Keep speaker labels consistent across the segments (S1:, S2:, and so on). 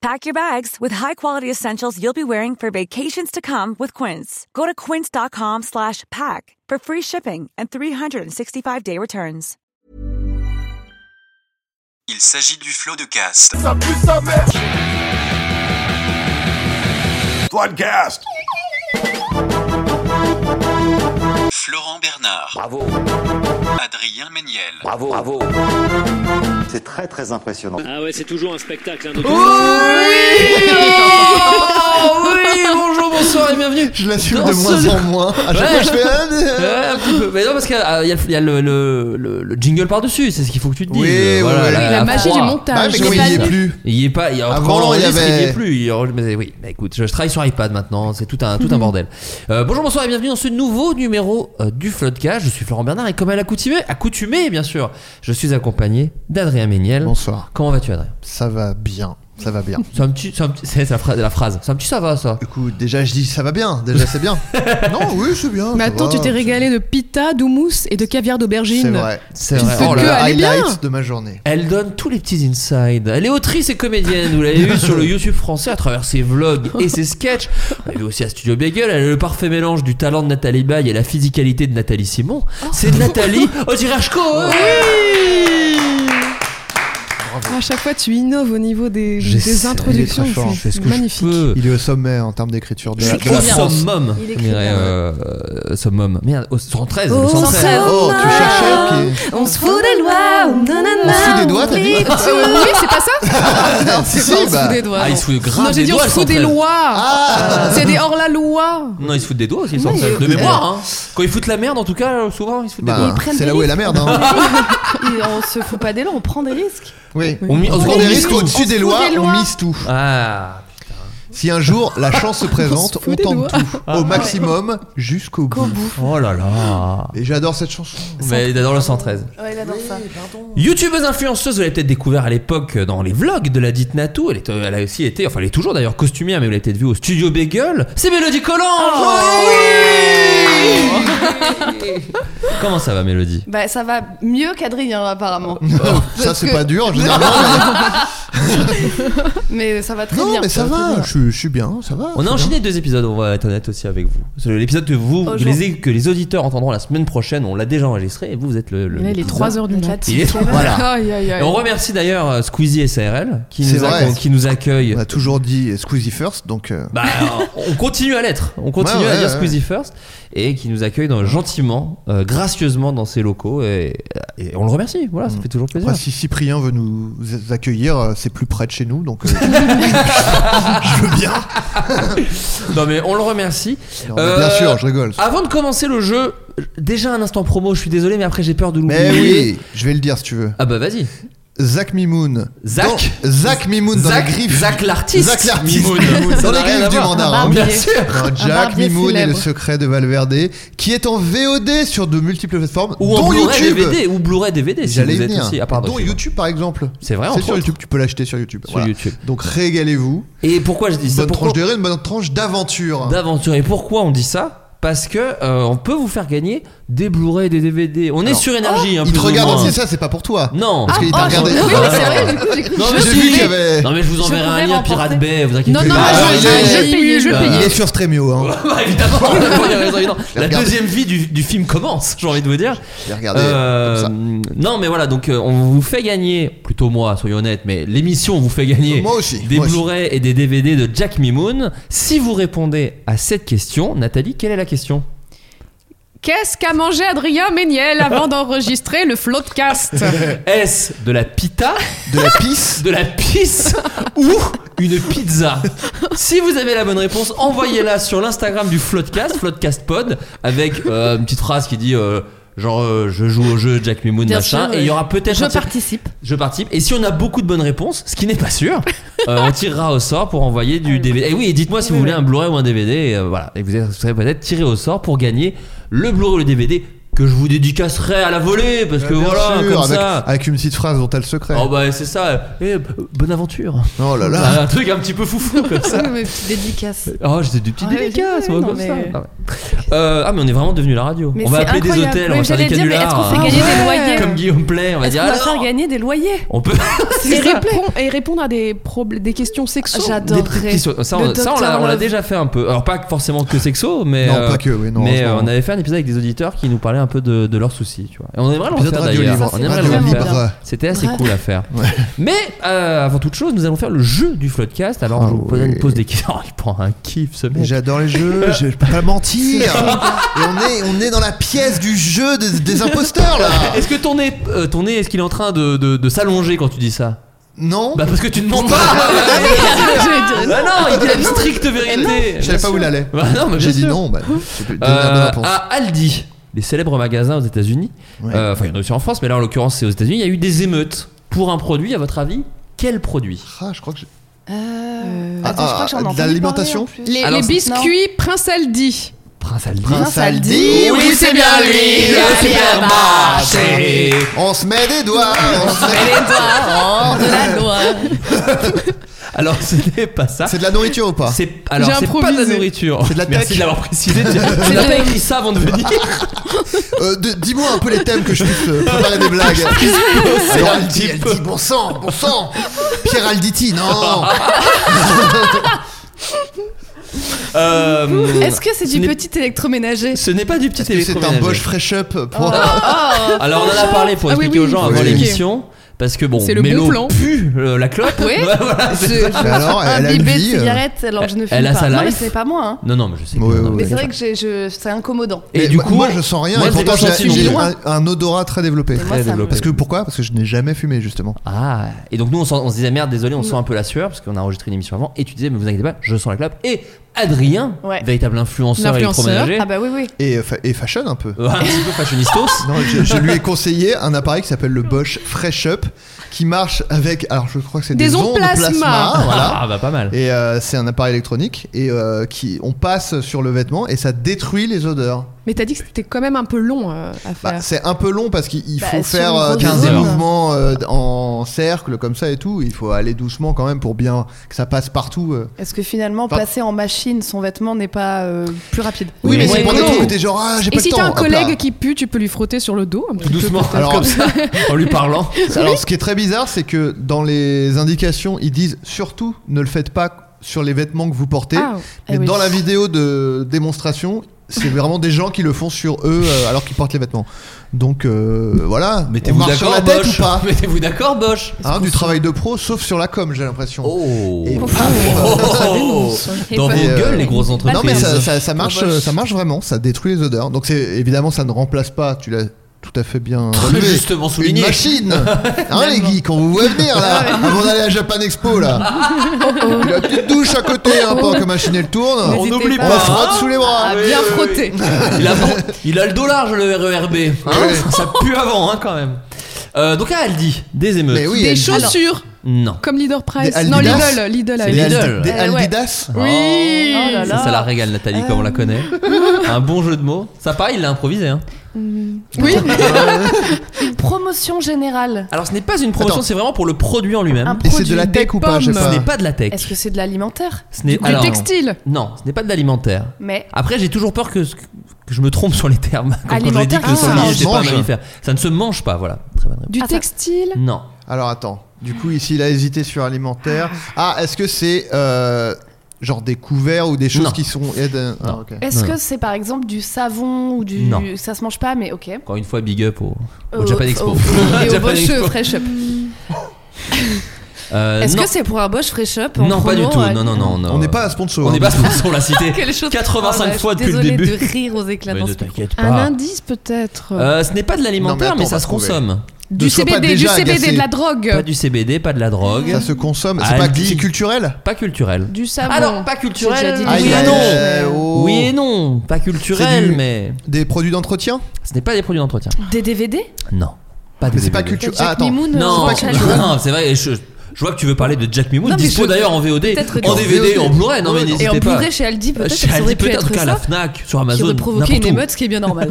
S1: Pack your bags with high-quality essentials you'll be wearing for vacations to come with Quince. Go to quince.com slash pack for free shipping and 365-day returns.
S2: Il s'agit du flot de cast.
S3: Floodcast.
S2: Florent Bernard,
S4: Bravo,
S2: Adrien Méniel,
S4: bravo, bravo.
S5: C'est très très impressionnant.
S6: Ah ouais, c'est toujours un spectacle. Hein,
S7: Oh
S6: de-
S7: oui, Oh, bonjour, bonsoir et bienvenue.
S8: Je l'assume
S7: Dans
S8: de
S7: ce-
S8: moins en moins. À chaque fois,
S7: Ouais.
S8: je fais euh, un-
S7: Ouais, un petit peu. Mais non, parce qu'il y a, il y a le- il y a le, le- le- le jingle par-dessus, c'est ce qu'il faut que tu te dises. Euh,
S8: Oui, oui, oui.
S7: là,
S8: Oui,
S7: à
S9: La magie
S7: froid.
S9: du
S8: Ah,
S9: montage.
S8: mais
S9: je
S8: comme
S9: l'ai
S8: il y est
S9: pas vu.
S8: plus.
S7: Il est pas, il,
S8: Avant,
S7: quand on
S8: il y
S7: l'enregistre,
S8: avait-
S7: il y est plus. Il enregistre- mais oui, bah écoute, je, je travaille sur iPad maintenant, c'est tout un, tout
S9: Mhm.
S7: un bordel. Euh, bonjour, bonsoir et bienvenue dans ce nouveau numéro euh, du Floodcast. Je suis Florent Bernard et comme à l'accoutumée, accoutumé bien sûr, je suis accompagné d'Adrien Méniel.
S8: Bonsoir.
S7: Comment vas-tu, Adrien
S8: Ça va bien. Ça va bien.
S7: C'est un petit, c'est un petit- c'est la, phrase- la phrase. C'est un petit ça va, ça.
S8: Écoute, déjà je dis ça va bien. Déjà c'est bien. non, oui, c'est bien.
S9: Mais
S8: ça
S9: attends,
S8: va.
S7: Oh,
S9: tu t'es régalé de pita, d'houmous et de caviar d'aubergine.
S8: C'est vrai.
S7: C'est
S9: Tu
S7: vrai.
S9: fais
S7: Oh là
S9: que
S7: là.
S8: Le
S9: elle est bien.
S8: highlight de ma journée.
S7: Elle donne tous les petits insides. Elle est autrice et comédienne. Vous l'avez vu sur le YouTube français à travers ses vlogs et ses sketchs. Vous l'avez vu aussi à Studio Bagel. Elle a le parfait mélange du talent de Nathalie Baye et la physicalité de Nathalie Simon. C'est Nathalie Otirachko.
S9: À chaque fois, tu innoves au niveau des,
S8: J'essaie,
S9: des introductions.
S8: il est très fort, je fais
S9: C'est
S8: ce
S9: magnifique.
S8: Il est au sommet en termes d'écriture de, la-
S7: C'est
S8: de la
S7: au
S8: France.
S7: summum.
S9: Il écrit
S7: Comme dirait,
S9: bien.
S7: euh, euh, summum. Merde, au 113. le
S9: Au
S7: 113.
S9: summum.
S8: Oh, tu cherchais ok.
S9: On se fout des lois.
S8: On se fout des doigts, t'as dit
S9: oui, c'est pas ça
S8: Ah, Si,
S9: On
S8: si,
S9: se
S8: bah.
S9: fout des doigts.
S7: Ah, il
S9: non.
S7: se fout grave
S9: Non, j'ai
S7: des
S9: dit on
S7: doigts,
S9: se
S7: le
S9: fout des
S7: 113.
S9: lois.
S8: Ah
S9: C'est des hors-la-loi.
S7: Non, ils se foutent des doigts aussi, le
S9: Non,
S7: 113.
S9: mais-
S7: De mémoire, hein. Quand ils foutent la merde, en tout cas, euh, souvent, ils se foutent des
S8: Bah,
S7: doigts.
S8: c'est là où est la merde. Hein.
S9: Et on se fout pas des lois, on prend des risques.
S8: Oui.
S7: On mi- on
S8: On
S7: se
S8: prend
S7: fout
S8: des
S7: des
S8: risques
S7: lois.
S8: au-dessus des
S9: fout
S8: lois,
S9: des
S8: on
S9: lois.
S8: mise tout.
S7: Ah.
S8: Si un jour la chance se présente, on,
S9: des
S8: tente
S9: doigts.
S8: tout au maximum jusqu'au bout.
S7: Ah, Oh là là.
S8: Et j'adore cette chanson.
S7: Mais dans le 113.
S9: Ouais, il adore ça.
S7: Youtubeuse influenceuse, vous l'avez peut-être découvert à l'époque dans les vlogs de la dite Natou. Elle, est- euh, elle a aussi été, enfin elle est toujours d'ailleurs costumière, mais vous l'avez peut-être vue au studio Bagel. C'est Mélodie Collange Oui Comment ça va Mélodie
S9: Bah, ça va mieux qu'Adrien, apparemment.
S8: Ça,
S9: Parce
S8: c'est
S9: que-
S8: pas dur, généralement.
S9: Mais ça va
S8: mais-
S9: très
S8: Non,
S9: bien.
S8: mais ça va, je suis- je suis bien, ça va.
S7: On a
S8: c'est bien.
S7: enchaîné deux épisodes, on va être honnête aussi avec vous. C'est L'épisode que vous, que les, que les auditeurs entendront la semaine prochaine, on l'a déjà enregistré et vous, vous êtes le. le-
S9: Là, il est
S7: l'épisode.
S9: 3h du mat.
S7: Il est- voilà.
S9: Aïe, aïe, aïe.
S7: Et on remercie d'ailleurs euh, Squeezie et SARL qui
S8: C'est
S7: nous, a-
S8: vrai.
S7: qui nous accueillent
S8: On a toujours dit Squeezie first, donc. euh,
S7: Bah, on continue à l'être. On continue
S8: Ouais, ouais,
S7: à dire
S8: ouais.
S7: Squeezie First et qui nous accueille dans- gentiment, euh, gracieusement dans ses locaux et, euh, et on le remercie. Voilà, ça fait toujours plaisir.
S8: Mm. après, si Cyprien veut nous accueillir, euh, c'est plus près de chez nous, donc. euh, je veux bien.
S7: Non mais on le remercie.
S8: Non, mais
S7: Euh,
S8: Bien sûr, je rigole.
S7: Avant de commencer le jeu, déjà un instant promo. Je suis désolé, mais après j'ai peur de l'oublier.
S8: Mais oui, je vais le dire si tu veux.
S7: Ah bah vas-y.
S8: Zach Mimoun.
S7: Zach.
S8: Dans- Zach Mimoun dans la
S7: Zach,
S8: griffe.
S7: Zach l'artiste.
S8: Zach l'artiste.
S7: Mimoun.
S8: Dans
S7: Ça n'a
S8: les
S7: rien à
S8: griffes du
S7: voir. Ah,
S8: mandarin.
S7: Bien sûr.
S8: Non,
S9: Un
S8: Jack
S9: barbier
S8: Mimoun et le
S9: célèbre.
S8: secret de Valverde, qui est en VOD sur de multiples plateformes,
S7: Ou en
S8: dont
S7: Blu-ray
S8: YouTube.
S7: DVD ou Blu-ray DVD si
S8: J'allais
S7: vous
S8: y
S7: êtes
S8: venir.
S7: aussi. Ah pardon.
S8: dont
S7: excuse-moi.
S8: YouTube par exemple.
S7: C'est vrai.
S8: C'est
S7: entre
S8: sur
S7: autres.
S8: YouTube, tu peux l'acheter sur YouTube.
S7: Sur
S8: Voilà.
S7: YouTube.
S8: Donc régalez-vous.
S7: Et pourquoi je dis
S8: Une
S7: ça
S8: bonne
S7: pourquoi-
S8: tranche de rire, une bonne tranche d'aventure.
S7: d'aventure. Et pourquoi on dit ça parce que euh, on peut vous faire gagner des Blu-ray et des DVD. On est
S8: Alors, oh,
S7: sur énergie un peu.
S8: Il te regarde
S7: moins.
S8: aussi, ça c'est pas pour toi.
S7: Non.
S8: Parce qu'il t'a
S9: Ah,
S8: regardé.
S9: j'ai- oui, mais c'est vrai, du coup, j'ai cru que
S7: Non,
S9: je-
S7: mais
S8: J'ai
S7: si.
S8: vu qu'il y avait.
S7: Non mais je vous
S9: Je
S7: enverrai
S9: pourrais
S7: un lien
S9: remporter.
S7: Pirate Bay, vous inquiétez
S9: Non, non,
S7: pas.
S8: Ah,
S9: moi, je-
S8: j'ai-
S9: je vais payer, je vais
S7: Bah,
S9: payer.
S8: Il est sur Stremio. Hein.
S7: Bah, évidemment, pour les raisons évidentes.
S8: Je l'ai
S7: La
S8: regardé.
S7: deuxième vie du, du film commence, j'ai envie de vous dire.
S8: J'ai regardé.
S7: Euh,
S8: comme
S7: non mais voilà, donc euh, on vous fait gagner, plutôt moi, soyons honnêtes, mais l'émission vous fait
S8: ça.
S7: gagner
S8: Moi aussi.
S7: des
S8: moi aussi.
S7: Blu-ray et des DVD de Jack Mimoun. Si vous répondez à cette question, Nathalie, quelle est la question
S9: Qu'est-ce qu'a mangé Adrien Méniel avant d'enregistrer le Floodcast
S7: Est-ce de la pita,
S8: De la pisse
S7: de la pisse ou une pizza Si vous avez la bonne réponse, envoyez-la sur l'Instagram du Floodcast, Floodcast Pod, avec euh, une petite phrase qui dit euh, genre euh, je joue au jeu Jack Mimoun
S3: Bien
S7: machin,
S3: sûr,
S7: et il y aura peut-être
S3: Je
S7: un tir-
S3: participe.
S7: je participe. Et si on a beaucoup de bonnes réponses, ce qui n'est pas sûr, euh, on tirera au sort pour envoyer du DVD. Et oui, et dites-moi si vous voulez un Blu-ray ou un DVD. Et, euh, voilà, et vous êtes- vous serez peut-être tiré au sort pour gagner le Blu-ray ou le DVD que je vous dédicacerai à la volée parce que
S8: Bah, Bien
S7: voilà,
S8: sûr,
S7: comme
S8: avec,
S7: ça.
S8: avec une petite phrase dont t'as le secret.
S7: Oh Ah. bah c'est ça. Eh, b- bonne aventure.
S8: Oh là là.
S7: Un truc un petit peu foufou comme ça.
S3: Oui, mais petite dédicace.
S7: Oh, j'étais du petit
S3: Ah,
S9: Ouais,
S7: dédicace,
S9: ouais,
S7: moi,
S9: non,
S7: comme
S9: mais-
S7: ça. Ah, ouais. Euh, ah, mais on est vraiment devenu la radio.
S9: Mais
S7: on va
S9: c'est
S7: appeler des
S9: incroyable.
S7: hôtels, on
S3: Oui,
S7: va faire des
S3: j'allais dire, mais est-ce qu'on
S7: canulars.
S3: fait
S7: hein.
S3: gagner des
S9: ouais.
S3: loyers
S7: Comme Guillaume Play, on va
S3: Est-ce
S7: dire.
S3: qu'on va
S7: alors, Ah,
S3: faire gagner des loyers
S7: on peut.
S9: et, répond- et répondre à des, probl- des questions sexuelles.
S7: Des petites
S3: J'adorerais.
S7: questions. Ça, on,
S9: Ah, Le
S7: ça, on l'a-
S9: Dr.
S7: on l'a
S9: Love.
S7: déjà fait un peu. Alors, pas forcément que sexo, mais.
S8: Non,
S7: euh,
S8: pas que, oui, non.
S7: mais
S8: en ce
S7: euh, on
S8: moment.
S7: avait fait un épisode avec des auditeurs qui nous parlaient un peu de, de leurs soucis, tu vois. Et on aimerait le
S8: Épisode
S7: refaire
S8: radio
S7: d'ailleurs.
S8: libre.
S7: On aimerait
S8: Radio
S7: le refaire.
S8: libre.
S7: C'était assez
S3: Bravo.
S7: cool à faire.
S8: Ouais.
S7: Mais euh, avant toute chose, nous allons faire le jeu du Floodcast. Alors,
S8: Ah
S7: je vous pose
S8: oui.
S7: une pause des questions. il prend un kiff ce mec.
S8: J'adore les jeux, je peux pas mentir. Et on est, on est dans la pièce du jeu des, des imposteurs là.
S7: Est-ce que ton nez, euh, ton nez, est-ce qu'il est en train de, de- de s'allonger quand tu dis ça
S8: Non.
S7: Bah parce que tu ne mens pas.
S9: Ah
S7: Bah non, il dit la stricte vérité.
S8: Je savais pas où il allait.
S7: Bah non, mais bien
S8: J'ai dit
S7: sûr.
S8: non. Bah, j'ai donné la bonne
S7: Euh,
S8: réponse.
S7: à Aldi, les célèbres magasins aux États-Unis.
S8: Ouais.
S7: euh, Enfin, il y en a aussi en France, mais là en l'occurrence c'est aux États-Unis. Il y a eu des émeutes pour un produit. À votre avis, quel produit
S8: Ah, je crois que j'ai-
S3: Euh,
S8: Ah,
S3: attends, je crois que j'en ai
S8: ah,
S3: entendu
S8: d'alimentation
S3: parler, en plus.
S9: Les,
S7: Alors,
S9: les
S7: c'est-
S9: biscuits Prince Aldi.
S7: Prince Aldi.
S8: Prince Aldi.
S7: Oui, c'est bien lui, le supermarché.
S8: On se met des doigts. on se met-
S3: Oh, de la loi.
S7: Alors, ce n'est pas ça.
S8: C'est de la nourriture ou pas
S7: C'est alors
S9: J'ai
S7: c'est pas de la
S9: improvisé.
S7: nourriture.
S8: C'est de la
S7: Merci
S8: tech.
S7: de l'avoir précisé. Tu tu n'as pas écrit ça avant de venir.
S8: Euh, de- Dis-moi un peu les thèmes que je puisse euh, préparer des blagues. Alors, elle dit, elle dit, bon sang, bon sang. Pierre Alditi, non.
S7: Ah,
S8: Mm.
S7: Euh,
S9: Est-ce que c'est
S7: ce
S9: du
S7: n'est-
S9: petit électroménager
S7: Ce n'est pas du petit
S8: Est-ce que c'est un
S7: électroménager.
S8: Bosch Fresh Up pour.
S7: Ah. Alors on en a parlé pour
S9: Ah oui,
S7: expliquer
S9: oui,
S7: aux gens
S9: faut
S7: avant
S8: expliquer.
S7: l'émission parce que bon,
S9: C'est le bon
S7: Mélo
S9: plan.
S7: pue euh, la clope.
S9: Oui.
S7: Ouais, voilà, c'est
S9: Je-
S7: ça.
S8: Mais alors, elle a
S3: un
S8: une
S3: bibé de
S8: vie. euh,
S3: cigarette alors que je ne fume
S7: elle a
S3: pas.
S7: sa
S3: non, mais
S7: life.
S3: c'est pas moi. Hein.
S7: Non, non, mais je sais.
S8: Ouais,
S7: pas, non,
S8: ouais,
S3: Mais
S7: mais-
S3: c'est vrai que j'ai- je- c'est incommodant.
S7: Et
S8: mais
S7: du
S8: moi-
S7: coup,
S8: moi je sens rien
S7: moi,
S8: et
S7: je l'ai
S8: pourtant
S7: pas senti
S8: j'ai
S7: non
S8: j'ai
S7: plus.
S8: un, un odorat très développé.
S3: Et moi,
S7: Très
S3: ça me-
S7: développé.
S8: Parce que pourquoi Parce que je n'ai jamais fumé justement.
S7: Ah, et donc nous on, sent- on se disait merde, désolé, on sent un peu la sueur parce qu'on a enregistré une émission avant et tu disais, mais vous inquiétez pas, je sens la clope. Et Adrien,
S3: Ouais.
S7: véritable influenceur
S9: L'influenceur.
S7: électroménager,
S3: Ah bah oui, oui.
S8: Et, euh, fa- et fashion un peu.
S7: un petit peu fashionistos.
S8: Non, je, je lui ai conseillé un appareil qui s'appelle le Bosch Fresh Up qui marche avec. Alors je crois que c'est des,
S9: Des ondes plasma.
S8: voilà.
S7: Ah bah pas mal.
S8: Et euh, c'est un appareil électronique et euh, qui on passe sur le vêtement et ça détruit les odeurs.
S9: Mais t'as dit que c'était quand même un peu long euh, à
S8: Bah,
S9: faire.
S8: c'est un peu long parce qu'il il
S3: Bah,
S8: faut
S3: sur
S8: faire
S3: une
S8: euh,
S3: grosse
S8: des
S7: zone.
S8: mouvements euh, d- en cercle comme ça et tout. Il faut aller doucement quand même pour bien que ça passe partout. euh.
S3: Est-ce que finalement,
S8: Enfin-
S3: passer en machine son vêtement n'est pas euh, plus rapide
S7: Oui,
S8: Oui, mais
S7: mais
S8: c'est pour
S7: ouais.
S8: des trucs où t'es genre ah j'ai
S9: et
S8: pas
S9: si
S8: le
S9: t'as
S8: temps.
S9: un
S8: hop là.
S9: collègue qui pue, tu peux lui frotter sur le dos. un
S7: Tout
S9: petit peu,
S7: doucement,
S9: peut-être.
S8: Alors-
S7: comme ça, en lui parlant.
S8: Alors, ce qui est très bizarre, c'est que dans les indications, ils disent surtout ne le faites pas sur les vêtements que vous portez.
S9: Ah,
S8: mais
S3: eh oui.
S8: dans la vidéo de démonstration, c'est vraiment des gens qui le font sur eux euh, alors qu'ils portent les vêtements. Donc euh, voilà, on
S7: Mettez-vous
S8: marche sur
S7: d'accord,
S8: la tête
S7: Bosch.
S8: ou pas
S7: Mettez-vous d'accord, Bosch.
S8: Hein, Du travail de pro, sauf sur la com, j'ai l'impression.
S7: Oh.
S8: Et-
S7: Oh. Dans vos
S8: Et, euh,
S7: gueules, les grosses entreprises.
S8: Non mais ça, ça- ça marche, euh,
S3: Bosch.
S8: ça marche vraiment, ça détruit les odeurs. Donc c'est évidemment ça ne remplace pas, tu l'as tout à fait bien
S7: Très
S8: relevé.
S7: justement souligné.
S8: Une
S7: Ah
S8: machine, hein les geeks, on vous voit venir là, avant d'aller à Japan Expo là. Puis La petite douche à côté, hein, pendant que machine elle tourne.
S7: On
S3: N'hésitez
S7: n'oublie
S3: pas.
S8: On
S7: pas.
S8: la frotte sous les bras.
S3: Ah,
S7: oui,
S3: bien
S7: oui,
S3: frotté.
S7: Il a, il a le dos large le RERB. hein.
S8: Ah Ouais.
S7: Ça pue avant hein, quand même. Euh, donc à Aldi, des émeutes.
S8: Mais oui,
S9: Des
S8: Aldi-
S9: chaussures,
S7: Non.
S9: comme Leader Price.
S8: Des
S9: non,
S8: Adidas.
S9: Lidl. Lidl.
S7: C'est
S8: des
S9: Lidl.
S7: Lidl.
S8: Aldi- des
S3: Euh, ouais.
S8: Aldidas.
S9: Oui.
S3: Oh là
S7: Ça,
S3: là.
S7: ça la régale Nathalie comme on la connaît. Un bon jeu de mots. Ça pareil, il l'a improvisé. hein.
S9: Oui.
S3: Promotion générale.
S7: Alors ce n'est pas une promotion,
S8: Attends.
S7: c'est vraiment pour le produit en lui-même.
S3: Un
S8: Et c'est de la
S9: Produit
S8: tech
S9: des
S8: ou pas, je sais
S9: pommes.
S8: pas.
S7: Ce n'est pas de la tech.
S3: Est-ce que c'est de l'alimentaire
S7: Ce n'est
S9: Du
S7: alors,
S9: textile. Ah,
S7: Non, ce n'est pas de l'alimentaire.
S3: Mais
S7: Après, j'ai toujours peur que, que je me trompe sur les termes. Comme quand j'ai dit
S3: Alimentaire,
S7: que le
S3: ça se
S7: sanglier
S8: mange.
S7: n'était pas un
S8: mange.
S7: mammifère. Ça ne se mange pas, voilà. Très bonne réponse.
S9: Du
S3: Ah, ça-
S9: textile.
S7: Non.
S8: Alors attends, du coup ici il a hésité sur alimentaire. Ah, est-ce que c'est euh, genre des couverts ou des choses
S7: Non.
S8: qui sont aident ah,
S7: Non.
S8: ok.
S3: est-ce
S7: Non.
S3: que c'est par exemple du savon ou du
S7: Non.
S3: ça se mange pas mais OK.
S7: Encore une fois, big up au, au
S3: Euh,
S7: Japan Expo.
S3: au- et au
S7: Japan
S3: Bosch
S7: Expo.
S3: Fresh Up.
S7: Euh,
S3: Est-ce
S7: non.
S3: que c'est pour un Bosch Fresh Up en
S7: Non, pas du
S3: promo,
S7: tout.
S3: ouais.
S7: Non, non, non. non.
S8: On n'est pas sponsor.
S7: On n'est pas
S8: hein, du tout.
S7: sponsor, on l'a cité
S3: Quelle chose-
S7: 85
S3: Ah, bah,
S7: fois
S3: je suis
S7: depuis le
S3: désolée
S7: début.
S3: de rire aux éclats
S7: Mais
S3: dans
S7: ne
S3: ce micro.
S7: t'inquiète
S9: Un
S7: pas.
S9: indice peut-être.
S7: Euh, ce n'est pas de l'alimentaire,
S8: Non, mais attends,
S7: mais
S8: on
S7: ça
S8: va
S7: se
S8: trouver.
S7: consomme.
S8: Ne
S3: Du
S8: sois pas
S3: CBD, du
S8: déjà
S3: CBD,
S8: agacé.
S3: de la drogue.
S7: Pas du CBD, pas de la drogue,
S8: Ça se consomme.
S7: Ah,
S8: C'est pas
S7: elle dit.
S8: c'est culturel
S7: pas culturel.
S3: Du savon.
S7: Alors, pas culturel,
S3: J'ai déjà dit
S7: Ah,
S3: du
S7: il y a-
S3: savon.
S8: euh, oh.
S7: Oui et non, pas culturel,
S8: C'est du-
S7: mais
S8: Des produits d'entretien
S7: ce n'est pas des produits d'entretien.
S3: Des DVD
S7: Non, pas des
S8: Mais c'est pas
S7: DVD.
S8: culturel.
S9: Jack
S8: Ah, attends.
S9: Mimoun,
S7: Non,
S9: euh,
S8: pas
S9: Jack-
S8: culturel.
S7: non, c'est vrai. Je, je vois que tu veux parler de Jack Mimoun,
S3: Non, mais
S7: dispo
S3: je-
S7: d'ailleurs en VOD,
S3: peut-être
S7: en
S3: que-
S7: DVD, en Blu-ray. Non mais
S8: Et en
S3: Et en
S7: n'hésitez pas.
S3: Blu-ray chez Aldi, peut-être
S7: Chez
S3: que ça
S7: Aldi,
S3: aurait pu
S7: peut-être, en tout
S3: être
S7: cas à la
S3: ça.
S7: Fnac, sur
S3: Qui
S7: Amazon,
S3: aurait provoqué une
S7: n'importe où.
S3: émeute, ce qui est bien normal.